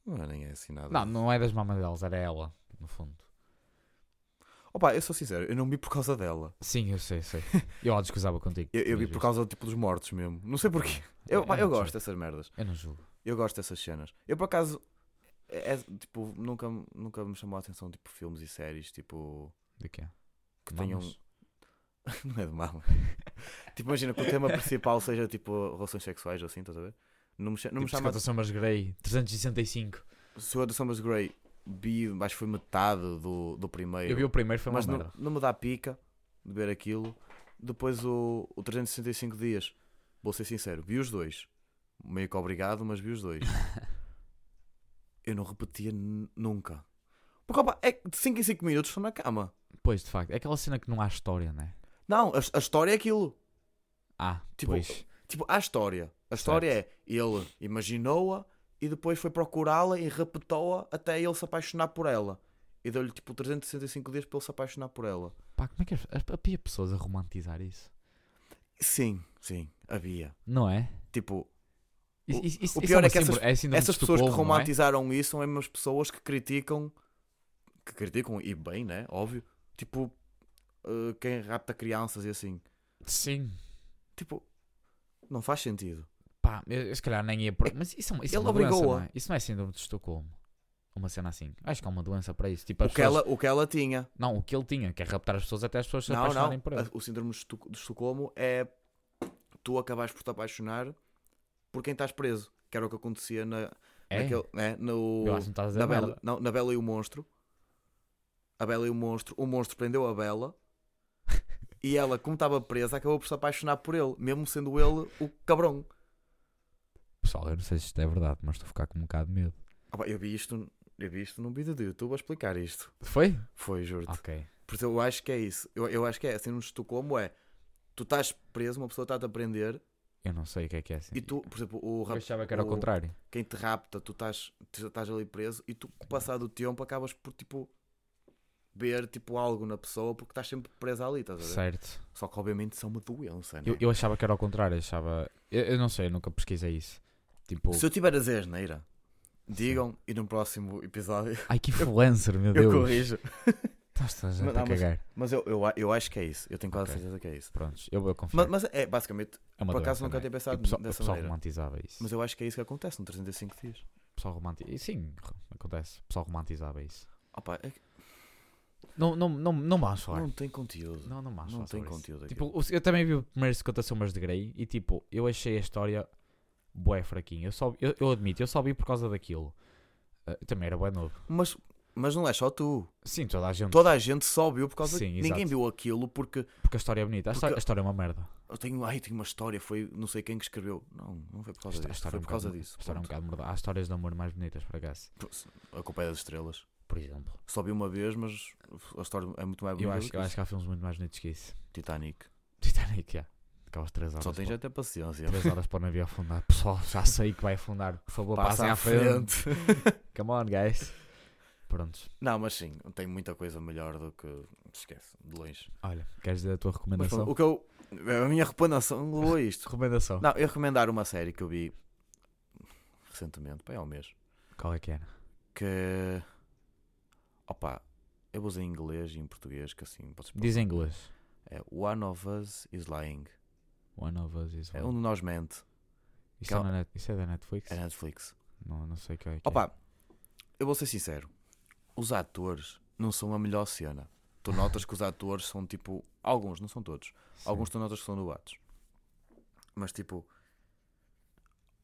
[SPEAKER 2] Não, nem é assim nada.
[SPEAKER 1] Não, não é das mamas delas, era ela, no fundo.
[SPEAKER 2] Opa, eu sou sincero, eu não vi por causa dela.
[SPEAKER 1] Sim, eu sei, sei. Eu a descusava contigo.
[SPEAKER 2] Eu, eu
[SPEAKER 1] mas
[SPEAKER 2] vi por
[SPEAKER 1] justo. Ah,
[SPEAKER 2] causa tipo, dos mortos mesmo. Não sei porquê. Eu, pá,
[SPEAKER 1] não
[SPEAKER 2] eu
[SPEAKER 1] julgo.
[SPEAKER 2] gosto dessas merdas.
[SPEAKER 1] Eu não julgo.
[SPEAKER 2] Eu gosto dessas cenas. Eu por acaso é, é, tipo, nunca, nunca me chamou a atenção tipo filmes e séries tipo
[SPEAKER 1] De quê?
[SPEAKER 2] que
[SPEAKER 1] Mamas?
[SPEAKER 2] tenham. Não é de mama. tipo, imagina que o tema principal seja tipo relações sexuais ou assim, estás a ver? Não me, cha- não
[SPEAKER 1] Tipo,
[SPEAKER 2] me chama. a-
[SPEAKER 1] 50 Sombras Grey, 365.
[SPEAKER 2] Se o Anderson Grey vi, acho que foi metade do, do primeiro.
[SPEAKER 1] Eu vi o primeiro, foi uma
[SPEAKER 2] mas não,
[SPEAKER 1] merda.
[SPEAKER 2] não me dá pica de ver aquilo. Depois o, o 365 dias, vou ser sincero, vi os dois. Meio que obrigado, mas vi os dois. Eu não repetia n- nunca. Porque opa, é que de 5 em 5 minutos estou na cama.
[SPEAKER 1] Pois, de facto. É aquela cena que não há história, né?
[SPEAKER 2] Não, a, a história é aquilo.
[SPEAKER 1] Ah,
[SPEAKER 2] Tipo,
[SPEAKER 1] pois.
[SPEAKER 2] Tipo, há história. A história é ele imaginou-a e depois foi procurá-la e repetou-a até ele se apaixonar por ela. E deu-lhe tipo 365 dias para ele se apaixonar por ela.
[SPEAKER 1] Pá, como é que é? Havia pessoas a romantizar isso.
[SPEAKER 2] Sim, sim, havia.
[SPEAKER 1] Não é?
[SPEAKER 2] Tipo,
[SPEAKER 1] Isso,
[SPEAKER 2] O-
[SPEAKER 1] isso- isso
[SPEAKER 2] o pior
[SPEAKER 1] uma
[SPEAKER 2] é que essas-
[SPEAKER 1] síndrome- é síndrome de
[SPEAKER 2] Essas pessoas que
[SPEAKER 1] Estocolmo, não é?
[SPEAKER 2] romantizaram isso são as mesmas pessoas que criticam, que criticam, e bem, né? Óbvio, tipo, eh, quem rapta crianças e assim.
[SPEAKER 1] Sim.
[SPEAKER 2] Tipo, não faz sentido.
[SPEAKER 1] Pá, eu, eu se calhar nem ia por. Mas isso, é uma- isso é
[SPEAKER 2] Ele
[SPEAKER 1] uma doença,
[SPEAKER 2] obrigou-a.
[SPEAKER 1] não é? Isso não é síndrome de Estocolmo. Uma cena assim. Acho que há uma doença para isso. Tipo,
[SPEAKER 2] O
[SPEAKER 1] as
[SPEAKER 2] que,
[SPEAKER 1] pessoas-
[SPEAKER 2] ela, o que ela tinha.
[SPEAKER 1] Não, o que ele tinha, que é raptar as pessoas até as pessoas se
[SPEAKER 2] Não,
[SPEAKER 1] apaixonarem
[SPEAKER 2] não.
[SPEAKER 1] por ele.
[SPEAKER 2] A- O síndrome de Esto- de Estocolmo é tu acabaste por te apaixonar por quem estás preso. Que era o que acontecia na,
[SPEAKER 1] É?
[SPEAKER 2] naquele- né, no,
[SPEAKER 1] Eu acho que não estás a dizer
[SPEAKER 2] na, Bela,
[SPEAKER 1] merda.
[SPEAKER 2] não, na Bela e o Monstro. A Bela e o Monstro. O monstro prendeu a Bela. e ela, como estava presa, acabou por se apaixonar por ele, mesmo sendo ele o cabrão.
[SPEAKER 1] Pessoal, eu não sei se isto é verdade, mas estou a ficar com um bocado de medo.
[SPEAKER 2] Ah pá, eu vi isto. Eu vi isto num vídeo do YouTube a explicar isto.
[SPEAKER 1] Foi?
[SPEAKER 2] Foi, juro-te.
[SPEAKER 1] Ok.
[SPEAKER 2] Porque eu acho que é isso. Eu, eu acho que é. Assim, no Estocolmo é. Tu estás preso, uma pessoa está-te a prender
[SPEAKER 1] Eu não sei o que é que é assim.
[SPEAKER 2] e tu, por exemplo, o
[SPEAKER 1] eu
[SPEAKER 2] rap,
[SPEAKER 1] achava que era o...
[SPEAKER 2] o-
[SPEAKER 1] contrário.
[SPEAKER 2] quem te rapta, tu estás, tu estás ali preso e tu, com o passar do tempo, acabas por tipo ver tipo algo na pessoa porque estás sempre presa ali, estás a ver?
[SPEAKER 1] Certo.
[SPEAKER 2] Só que obviamente isso é uma doença, né?
[SPEAKER 1] Eu, eu achava que era o contrário, eu achava. Eu, eu não sei, eu nunca pesquisei isso. Tipo,
[SPEAKER 2] Se eu tiver a dizer asneira, digam e no próximo episódio
[SPEAKER 1] ai que influencer, meu
[SPEAKER 2] eu
[SPEAKER 1] Deus.
[SPEAKER 2] corrijo.
[SPEAKER 1] Estás a gente
[SPEAKER 2] Mas
[SPEAKER 1] a
[SPEAKER 2] não, mas-
[SPEAKER 1] cagar.
[SPEAKER 2] Mas eu, eu, a- eu acho que é isso, eu tenho quase
[SPEAKER 1] Ok.
[SPEAKER 2] certeza que é isso.
[SPEAKER 1] Prontos, eu, eu confio.
[SPEAKER 2] Mas, mas é basicamente,
[SPEAKER 1] é uma
[SPEAKER 2] por acaso
[SPEAKER 1] doença,
[SPEAKER 2] nunca
[SPEAKER 1] não é?
[SPEAKER 2] tinha
[SPEAKER 1] E
[SPEAKER 2] pensado
[SPEAKER 1] o pessoal-
[SPEAKER 2] dessa
[SPEAKER 1] O pessoal
[SPEAKER 2] maneira.
[SPEAKER 1] romantizava isso.
[SPEAKER 2] mas eu acho que é isso que acontece no 305 dias.
[SPEAKER 1] O pessoal romanti... e Sim, ro- acontece. O pessoal romantizava isso.
[SPEAKER 2] Opa, é que
[SPEAKER 1] Não, não, não, não vamos falar.
[SPEAKER 2] não tem conteúdo.
[SPEAKER 1] Não, não mais.
[SPEAKER 2] Não tem conteúdo aqui.
[SPEAKER 1] Tipo, o- eu também vi o primeiro 50 Sombras de Grey e tipo, eu achei a história bué fraquinha. Eu, só, eu, eu admito, eu só vi por causa daquilo. Ah, eu também era bué novo.
[SPEAKER 2] Mas, mas não é só tu.
[SPEAKER 1] Sim, toda a gente.
[SPEAKER 2] Toda a gente só viu por causa
[SPEAKER 1] Sim,
[SPEAKER 2] que ninguém
[SPEAKER 1] exato.
[SPEAKER 2] viu aquilo porque
[SPEAKER 1] Porque a história é bonita. A, história,
[SPEAKER 2] Porque-
[SPEAKER 1] a história é uma merda.
[SPEAKER 2] eu tenho, ai, tenho uma história, foi não sei quem que escreveu. Não, não foi por
[SPEAKER 1] A
[SPEAKER 2] causa
[SPEAKER 1] histó- a
[SPEAKER 2] disso.
[SPEAKER 1] história é
[SPEAKER 2] Foi
[SPEAKER 1] um
[SPEAKER 2] por causa
[SPEAKER 1] bocado-
[SPEAKER 2] disso.
[SPEAKER 1] A história é um bocado merda. Há histórias de amor mais bonitas, por acaso.
[SPEAKER 2] Pronto. A culpa é das estrelas.
[SPEAKER 1] Por exemplo.
[SPEAKER 2] Só vi uma vez, mas a história é muito mais
[SPEAKER 1] Eu
[SPEAKER 2] bonita.
[SPEAKER 1] acho,
[SPEAKER 2] do que
[SPEAKER 1] eu
[SPEAKER 2] isso.
[SPEAKER 1] acho que há filmes muito mais bonitos que isso.
[SPEAKER 2] Titanic.
[SPEAKER 1] Titanic, já. Aquelas 3 horas.
[SPEAKER 2] Só tens
[SPEAKER 1] pá.
[SPEAKER 2] até paciência. né?
[SPEAKER 1] 3 horas para o navio afundar. Pessoal, já sei que vai afundar. Por favor,
[SPEAKER 2] Passa
[SPEAKER 1] passem
[SPEAKER 2] à frente.
[SPEAKER 1] Come on, guys. Prontos.
[SPEAKER 2] Não, mas sim, tem muita coisa melhor do que. Esquece, de longe.
[SPEAKER 1] Olha, queres dizer a tua
[SPEAKER 2] Mas
[SPEAKER 1] recomendação?
[SPEAKER 2] pronto, o que eu. A minha recomendação levou a isto.
[SPEAKER 1] Recomendação.
[SPEAKER 2] Não, eu recomendar uma série que eu vi recentemente, bem ao mês.
[SPEAKER 1] Qual é que era?
[SPEAKER 2] Que. Opa, eu vou dizer em inglês e em português, que assim. Posso
[SPEAKER 1] Diz em inglês.
[SPEAKER 2] É One of Us is Lying.
[SPEAKER 1] One of Us is
[SPEAKER 2] É
[SPEAKER 1] one.
[SPEAKER 2] um de nós mente.
[SPEAKER 1] Isso, é na net- isso é da Netflix?
[SPEAKER 2] É Netflix.
[SPEAKER 1] Não, não sei qual é que é.
[SPEAKER 2] Opa, eu vou ser sincero. Os atores não são a melhor cena. Tu notas que os atores são tipo. Alguns, não são todos.
[SPEAKER 1] Sim.
[SPEAKER 2] Alguns tu notas que são novatos. Mas tipo.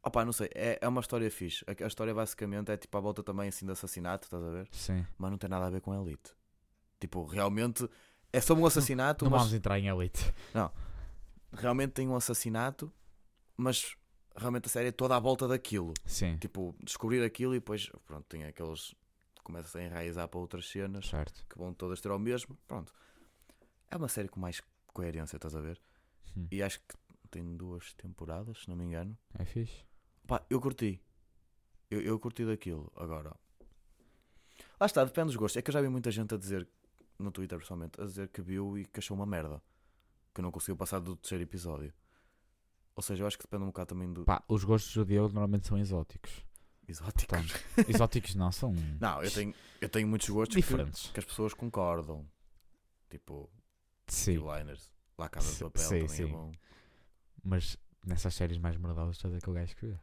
[SPEAKER 2] Opa, não sei. É, é uma história fixe. A, a história basicamente é tipo à volta também assim de assassinato, estás a ver?
[SPEAKER 1] Sim.
[SPEAKER 2] Mas não tem nada a ver com Elite. Tipo, realmente. É só um assassinato,
[SPEAKER 1] Não
[SPEAKER 2] mas
[SPEAKER 1] vamos entrar em Elite.
[SPEAKER 2] realmente tem um assassinato, mas realmente a série é toda à volta daquilo.
[SPEAKER 1] Sim.
[SPEAKER 2] tipo, descobrir aquilo e depois, pronto, tem aqueles. começa a enraizar para outras cenas
[SPEAKER 1] Certo.
[SPEAKER 2] que vão todas ter ao mesmo. Pronto. É uma série com mais coerência, estás a ver?
[SPEAKER 1] Hum.
[SPEAKER 2] E acho que tem duas temporadas, se não me engano.
[SPEAKER 1] É fixe.
[SPEAKER 2] Pá, eu curti. Eu, eu curti daquilo. Agora, lá está, depende dos gostos. É que eu já vi muita gente a dizer, no Twitter pessoalmente, a dizer que viu e que achou uma merda. Que não conseguiu passar do terceiro episódio. Ou seja, eu acho que depende um bocado também do.
[SPEAKER 1] Pá, os gostos do Diogo normalmente são exóticos.
[SPEAKER 2] Exótico.
[SPEAKER 1] Portanto, exóticos não, são
[SPEAKER 2] Não, eu tenho, eu tenho muitos gostos que-
[SPEAKER 1] diferentes.
[SPEAKER 2] Que, as pessoas concordam. Tipo,
[SPEAKER 1] Sim,
[SPEAKER 2] liners. Lá Casa de
[SPEAKER 1] Sim,
[SPEAKER 2] Papel
[SPEAKER 1] sim,
[SPEAKER 2] também é
[SPEAKER 1] sim.
[SPEAKER 2] bom.
[SPEAKER 1] mas nessas séries mais merdosas estás a que o gajo que vê.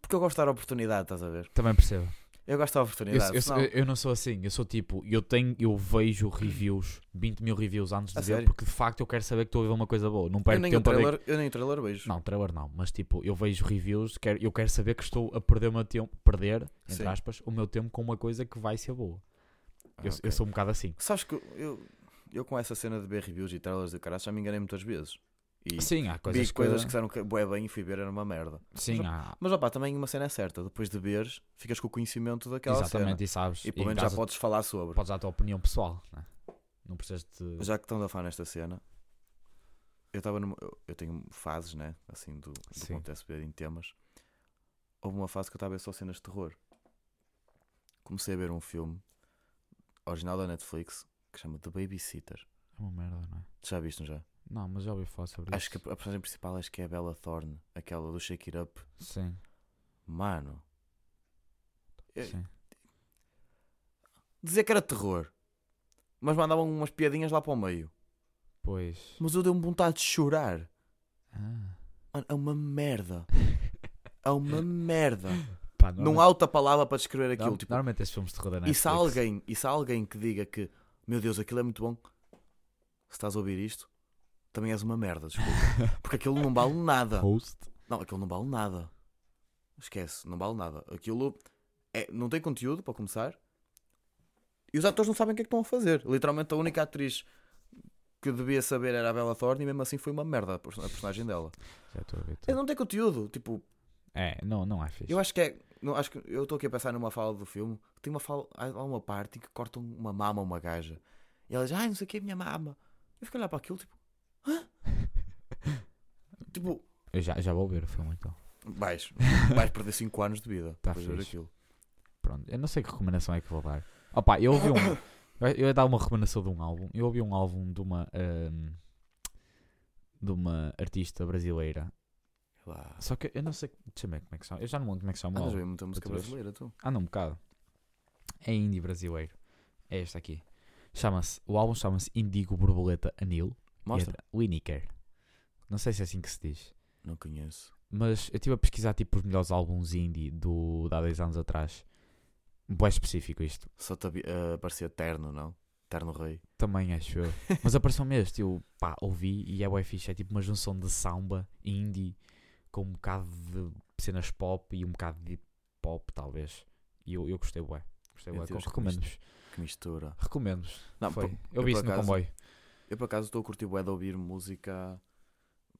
[SPEAKER 2] Porque eu gosto de dar oportunidade, estás a ver?
[SPEAKER 1] Também percebo.
[SPEAKER 2] Eu gosto da
[SPEAKER 1] Eu,
[SPEAKER 2] oportunidade.
[SPEAKER 1] eu-
[SPEAKER 2] senão-
[SPEAKER 1] eu- eu não sou assim, eu sou tipo, eu tenho, eu vejo reviews, 20 mil reviews antes de
[SPEAKER 2] A
[SPEAKER 1] ver,
[SPEAKER 2] sério?
[SPEAKER 1] porque de facto eu quero saber que estou a ver uma coisa boa. Não
[SPEAKER 2] eu
[SPEAKER 1] perco
[SPEAKER 2] nem o
[SPEAKER 1] tempo a ver-
[SPEAKER 2] trailer, eu nem o trailer vejo.
[SPEAKER 1] um Não, trailer não, mas tipo, eu vejo reviews, quero, eu quero saber que estou a perder o meu tempo, perder, entre
[SPEAKER 2] Sim.
[SPEAKER 1] aspas, o meu tempo com uma coisa que vai ser boa.
[SPEAKER 2] Ah,
[SPEAKER 1] eu,
[SPEAKER 2] ok.
[SPEAKER 1] eu sou um bocado assim.
[SPEAKER 2] Sabes que eu, eu com essa cena de ver reviews e trailers de caralho já me enganei muitas vezes. E
[SPEAKER 1] Sim, há
[SPEAKER 2] vi
[SPEAKER 1] coisas
[SPEAKER 2] coisas que saíram bué bem e fui ver era uma merda.
[SPEAKER 1] Sim, há,
[SPEAKER 2] Mas opá, também uma cena é certa. Depois de veres, ficas com o conhecimento daquela
[SPEAKER 1] Exatamente,
[SPEAKER 2] cena.
[SPEAKER 1] e sabes.
[SPEAKER 2] E pelo menos
[SPEAKER 1] estás
[SPEAKER 2] já
[SPEAKER 1] a-
[SPEAKER 2] podes falar sobre.
[SPEAKER 1] podes dar a tua opinião pessoal. Não, é? Não precisas de.
[SPEAKER 2] Já que estão a falar nesta cena, eu estava numa. Eu, eu tenho fases, né? Assim, do, do que
[SPEAKER 1] Sim.
[SPEAKER 2] acontece ver em temas. Houve uma fase que eu estava a ver só cenas de terror. Comecei a ver um filme original da Netflix que chama The Babysitter.
[SPEAKER 1] É uma merda, não é?
[SPEAKER 2] Tu já viste, não já?
[SPEAKER 1] Não, mas já ouvi falar sobre
[SPEAKER 2] Acho que
[SPEAKER 1] isso.
[SPEAKER 2] a, a personagem principal acho que é a Bella Thorne, aquela do Shake It Up.
[SPEAKER 1] Sim,
[SPEAKER 2] Mano, É-
[SPEAKER 1] sim.
[SPEAKER 2] dizer que era terror, mas mandavam umas piadinhas lá para o meio.
[SPEAKER 1] Pois.
[SPEAKER 2] Mas eu dei-me vontade de chorar.
[SPEAKER 1] Ah.
[SPEAKER 2] Mano, é uma merda. É uma merda.
[SPEAKER 1] Pá,
[SPEAKER 2] Não há outra palavra para descrever
[SPEAKER 1] normalmente-
[SPEAKER 2] aquilo.
[SPEAKER 1] norm-
[SPEAKER 2] tipo,
[SPEAKER 1] Normalmente esses filmes de terror da
[SPEAKER 2] e, se há
[SPEAKER 1] Netflix-
[SPEAKER 2] alguém, e se há alguém que diga que, meu Deus, aquilo é muito bom, se estás a ouvir isto, também és uma merda, desculpa. Porque aquilo não vale nada.
[SPEAKER 1] Host.
[SPEAKER 2] Não, aquilo não vale nada. Esquece, não vale nada. Aquilo é- não tem conteúdo, para começar. E os atores não sabem o que é que estão a fazer. Literalmente, a única atriz que devia saber era a Bella Thorne e mesmo assim foi uma merda a person- a personagem dela.
[SPEAKER 1] Já estou a ver.
[SPEAKER 2] É,
[SPEAKER 1] tudo.
[SPEAKER 2] Não tem conteúdo. Tipo,
[SPEAKER 1] É, não, não é fixe.
[SPEAKER 2] Eu acho que é. Não, acho que eu estou aqui a pensar numa fala do filme. Tem uma fala. Há há uma parte em que cortam uma mama a uma gaja. E ela diz, ai, não sei o que é a minha mama. Eu fico a olhar para aquilo, tipo, hã? tipo,
[SPEAKER 1] Eu já, já vou ver o filme então.
[SPEAKER 2] vais, vais perder 5 anos de vida.
[SPEAKER 1] Tá
[SPEAKER 2] depois de ver
[SPEAKER 1] fixe.
[SPEAKER 2] aquilo.
[SPEAKER 1] Pronto, eu não sei que recomendação é que vou dar. Opa, eu ouvi um. eu- Eu ia dar uma recomendação de um álbum. Eu ouvi um álbum de uma. ahm, de uma artista brasileira.
[SPEAKER 2] Lá.
[SPEAKER 1] Só que eu não sei. Deixa eu ver como é que chama. Eu já não me lembro como é que chama. o
[SPEAKER 2] Andas a
[SPEAKER 1] álbum.
[SPEAKER 2] ver muita música
[SPEAKER 1] outra vez.
[SPEAKER 2] brasileira, tu.
[SPEAKER 1] Ah, não, um bocado. É indie brasileiro. É este aqui. Chama-se, o álbum chama-se Indigo Borboleta Anil. e é
[SPEAKER 2] Mostra.
[SPEAKER 1] da Lineker. Não sei se é assim que se diz.
[SPEAKER 2] Não conheço.
[SPEAKER 1] Mas eu estive a pesquisar tipo os melhores álbuns indie do, de há 10 anos atrás. Bem específico isto.
[SPEAKER 2] Só te havi- ah, parecia terno, não? Terno rei.
[SPEAKER 1] Também acho eu. Mas apareceu-me este. Eu pá, ouvi e é bué fixe. É tipo uma junção de samba indie com um bocado de cenas pop e um bocado de pop, talvez. E eu, eu gostei bué. Gostei
[SPEAKER 2] Meu
[SPEAKER 1] bué.
[SPEAKER 2] Deus, que
[SPEAKER 1] Recomendo-vos.
[SPEAKER 2] Que mistura.
[SPEAKER 1] Recomendo-vos.
[SPEAKER 2] Não,
[SPEAKER 1] Foi.
[SPEAKER 2] Ah, por-
[SPEAKER 1] eu vi
[SPEAKER 2] por
[SPEAKER 1] isso no
[SPEAKER 2] acaso-
[SPEAKER 1] comboio.
[SPEAKER 2] Eu por acaso estou a curtir bué de ouvir música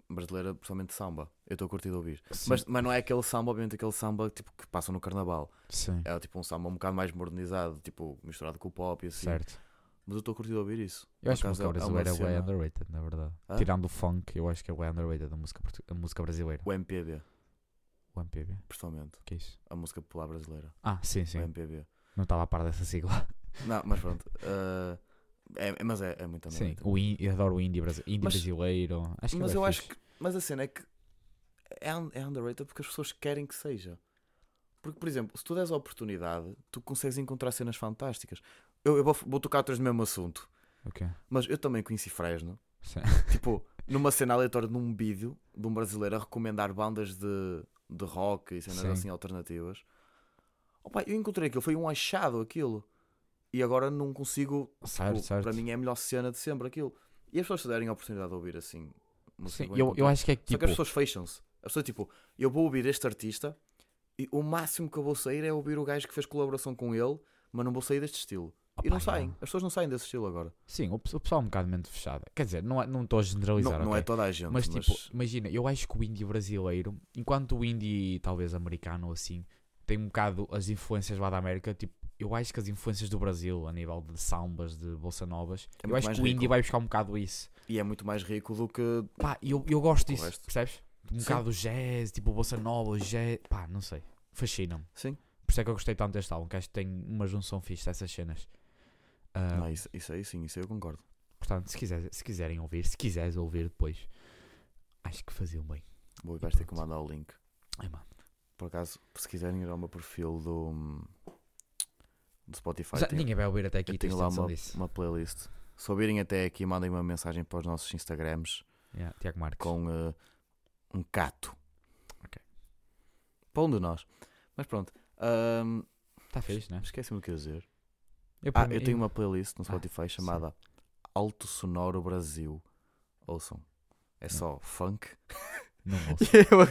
[SPEAKER 2] brasileira, principalmente samba. Eu estou a curtir de ouvir.
[SPEAKER 1] Sim.
[SPEAKER 2] Mas, mas não é aquele samba, obviamente, aquele samba tipo, que passa no carnaval.
[SPEAKER 1] Sim.
[SPEAKER 2] É tipo um samba um bocado mais modernizado, tipo misturado com o pop e assim.
[SPEAKER 1] Certo.
[SPEAKER 2] Mas eu estou curtido a ouvir isso.
[SPEAKER 1] Eu acho
[SPEAKER 2] Por
[SPEAKER 1] que a
[SPEAKER 2] acaso,
[SPEAKER 1] música
[SPEAKER 2] há uma
[SPEAKER 1] brasileira é bem
[SPEAKER 2] cena-
[SPEAKER 1] underrated, na verdade.
[SPEAKER 2] Hã?
[SPEAKER 1] Tirando o funk, eu acho que é bem underrated a música, portu- a música brasileira.
[SPEAKER 2] O MPB,
[SPEAKER 1] O MPB.
[SPEAKER 2] principalmente.
[SPEAKER 1] O que é isso?
[SPEAKER 2] A música popular brasileira.
[SPEAKER 1] Ah, sim,
[SPEAKER 2] O
[SPEAKER 1] sim.
[SPEAKER 2] MPB.
[SPEAKER 1] Não estava a par dessa sigla.
[SPEAKER 2] Não, mas pronto. ah, é, é- mas é, é muito
[SPEAKER 1] Sim,
[SPEAKER 2] underrated.
[SPEAKER 1] o in, eu adoro o indie, brasi- indie
[SPEAKER 2] Mas-
[SPEAKER 1] brasileiro. Acho que é
[SPEAKER 2] Mas
[SPEAKER 1] bué
[SPEAKER 2] eu acho
[SPEAKER 1] fixe.
[SPEAKER 2] que. Mas a cena é que é, un- é underrated porque as pessoas querem que seja. Porque, por exemplo, se tu deres a oportunidade, tu consegues encontrar cenas fantásticas. Eu, eu vou, vou tocar atrás do mesmo assunto.
[SPEAKER 1] Ok.
[SPEAKER 2] Mas eu também conheci Fresno.
[SPEAKER 1] Sim.
[SPEAKER 2] Tipo, numa cena aleatória de um vídeo de um brasileiro a recomendar bandas de, de rock e cenas
[SPEAKER 1] Sim.
[SPEAKER 2] assim alternativas. Opa, eu encontrei aquilo, foi um achado aquilo. E agora não consigo.
[SPEAKER 1] Certo,
[SPEAKER 2] tipo,
[SPEAKER 1] certo.
[SPEAKER 2] Para mim é a melhor cena de sempre aquilo. E as pessoas se derem a oportunidade de ouvir assim. música,
[SPEAKER 1] Sim,
[SPEAKER 2] vão
[SPEAKER 1] eu, eu
[SPEAKER 2] encontrar.
[SPEAKER 1] acho que é
[SPEAKER 2] Só
[SPEAKER 1] tipo.
[SPEAKER 2] que as pessoas fecham-se. As pessoas, tipo, eu vou ouvir este artista e o máximo que eu vou sair é ouvir o gajo que fez colaboração com ele, mas não vou sair deste estilo.
[SPEAKER 1] Opa,
[SPEAKER 2] e não saem. As pessoas não saem desse estilo agora.
[SPEAKER 1] Sim, o, pe- o pessoal é um bocado mente fechada. Quer dizer, não é- não estou a
[SPEAKER 2] Não,
[SPEAKER 1] generalizar.
[SPEAKER 2] não
[SPEAKER 1] ok?
[SPEAKER 2] é toda a gente,
[SPEAKER 1] Mas
[SPEAKER 2] mas,
[SPEAKER 1] tipo, imagina, eu acho que o indie brasileiro, enquanto o indie talvez americano ou assim, tem um bocado as influências lá da América, tipo, eu acho que as influências do Brasil, a nível de sambas, de bolsa novas,
[SPEAKER 2] É
[SPEAKER 1] eu
[SPEAKER 2] muito
[SPEAKER 1] acho
[SPEAKER 2] mais
[SPEAKER 1] que o indie
[SPEAKER 2] rico.
[SPEAKER 1] vai buscar um bocado isso.
[SPEAKER 2] E é muito mais rico do que
[SPEAKER 1] Pá, eu, eu gosto disso,
[SPEAKER 2] Correto.
[SPEAKER 1] percebes? Um
[SPEAKER 2] Sim.
[SPEAKER 1] bocado jazz, tipo bolsa nova, jazz, pá, não sei, fascina-me.
[SPEAKER 2] Sim.
[SPEAKER 1] Por isso é que eu gostei tanto deste álbum, que acho que tem uma junção fixe dessas cenas. Ah,
[SPEAKER 2] Não, isso, isso aí sim, isso aí eu concordo.
[SPEAKER 1] Portanto, se, quiser, se quiserem ouvir, se quiseres ouvir depois, acho que faziam bem.
[SPEAKER 2] Vou
[SPEAKER 1] E
[SPEAKER 2] vais ter que
[SPEAKER 1] pronto.
[SPEAKER 2] mandar o link.
[SPEAKER 1] Ai, mano.
[SPEAKER 2] Por acaso, se quiserem ir ao meu perfil do, do Spotify,
[SPEAKER 1] Já-
[SPEAKER 2] tem-
[SPEAKER 1] ninguém vai ouvir até aqui,
[SPEAKER 2] eu
[SPEAKER 1] tens
[SPEAKER 2] tenho lá
[SPEAKER 1] atenção
[SPEAKER 2] uma,
[SPEAKER 1] disso.
[SPEAKER 2] uma playlist. Se ouvirem até aqui, mandem uma mensagem para os nossos Instagrams
[SPEAKER 1] Yeah, Tiago Marques.
[SPEAKER 2] com eh, um cato.
[SPEAKER 1] Ok.
[SPEAKER 2] Para um de nós. Mas pronto. ahm,
[SPEAKER 1] Está fixe, né?
[SPEAKER 2] Esqueci-me o que eu ia dizer.
[SPEAKER 1] Eu,
[SPEAKER 2] Ah,
[SPEAKER 1] por mim-
[SPEAKER 2] eu tenho uma playlist no Spotify
[SPEAKER 1] sim.
[SPEAKER 2] chamada Alto Sonoro Brasil. Ouçam. É só funk. É
[SPEAKER 1] Não ouço,
[SPEAKER 2] eu agora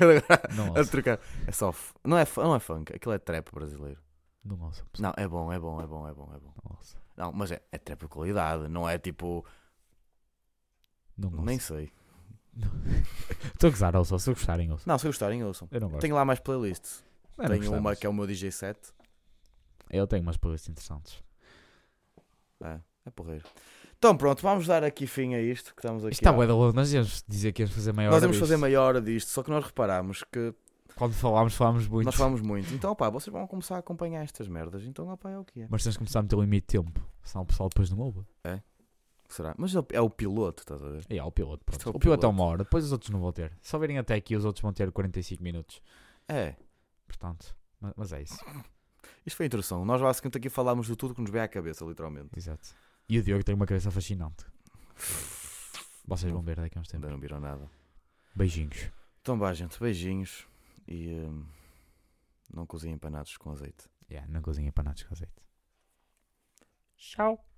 [SPEAKER 1] não
[SPEAKER 2] a
[SPEAKER 1] ouço.
[SPEAKER 2] trocar. É só. f- Não é, fu- não é funk, aquilo é trap brasileiro.
[SPEAKER 1] Não ouço. pessoal,
[SPEAKER 2] Não, é bom, é bom, é bom, é bom, é bom.
[SPEAKER 1] Não ouço.
[SPEAKER 2] Não, mas é, é trap de qualidade, não é tipo.
[SPEAKER 1] Não ouço.
[SPEAKER 2] Nem sei.
[SPEAKER 1] Estou a gozar, ouço. Se gostarem, ouço.
[SPEAKER 2] Não, se gostarem, ouçam.
[SPEAKER 1] Eu não gosto.
[SPEAKER 2] Tenho lá mais playlists.
[SPEAKER 1] Eu não
[SPEAKER 2] Tenho
[SPEAKER 1] gostava,
[SPEAKER 2] uma é
[SPEAKER 1] mas-
[SPEAKER 2] que é o meu DJ set.
[SPEAKER 1] Eu tenho umas playlists interessantes.
[SPEAKER 2] É, é porreiro. Então pronto, vamos dar aqui fim a isto que estamos aqui.
[SPEAKER 1] Isto está
[SPEAKER 2] a-
[SPEAKER 1] bué da louco. Nós íamos dizer que íamos fazer maior
[SPEAKER 2] Nós vamos
[SPEAKER 1] disto.
[SPEAKER 2] fazer meia hora disto, só que nós reparámos que
[SPEAKER 1] Quando falámos, falámos muito.
[SPEAKER 2] nós falamos muito. Então, opá, vocês vão começar a acompanhar estas merdas. Então, opá, é o que é.
[SPEAKER 1] Mas tens de começar a meter o limite de tempo. Senão o pessoal depois não ouve.
[SPEAKER 2] Será? Mas é o- é o piloto, estás a ver?
[SPEAKER 1] E é o piloto, pronto.
[SPEAKER 2] Isto é o
[SPEAKER 1] o piloto é
[SPEAKER 2] piloto.
[SPEAKER 1] uma hora. Depois os outros não vão ter. Se virem até aqui, os outros vão ter 45 minutos.
[SPEAKER 2] É.
[SPEAKER 1] Portanto, ma- mas é isso.
[SPEAKER 2] Isto foi a introdução. Nós basicamente aqui falámos de tudo que nos veio à cabeça, literalmente.
[SPEAKER 1] Exato. E o Diogo tem uma cabeça fascinante. Vocês vão ver daqui a uns tempos.
[SPEAKER 2] Ainda não viram nada.
[SPEAKER 1] Beijinhos.
[SPEAKER 2] Então, vá, gente, beijinhos e hum, não cozinhem empanados com azeite.
[SPEAKER 1] Yeah, não cozinha panados com azeite.
[SPEAKER 3] Tchau.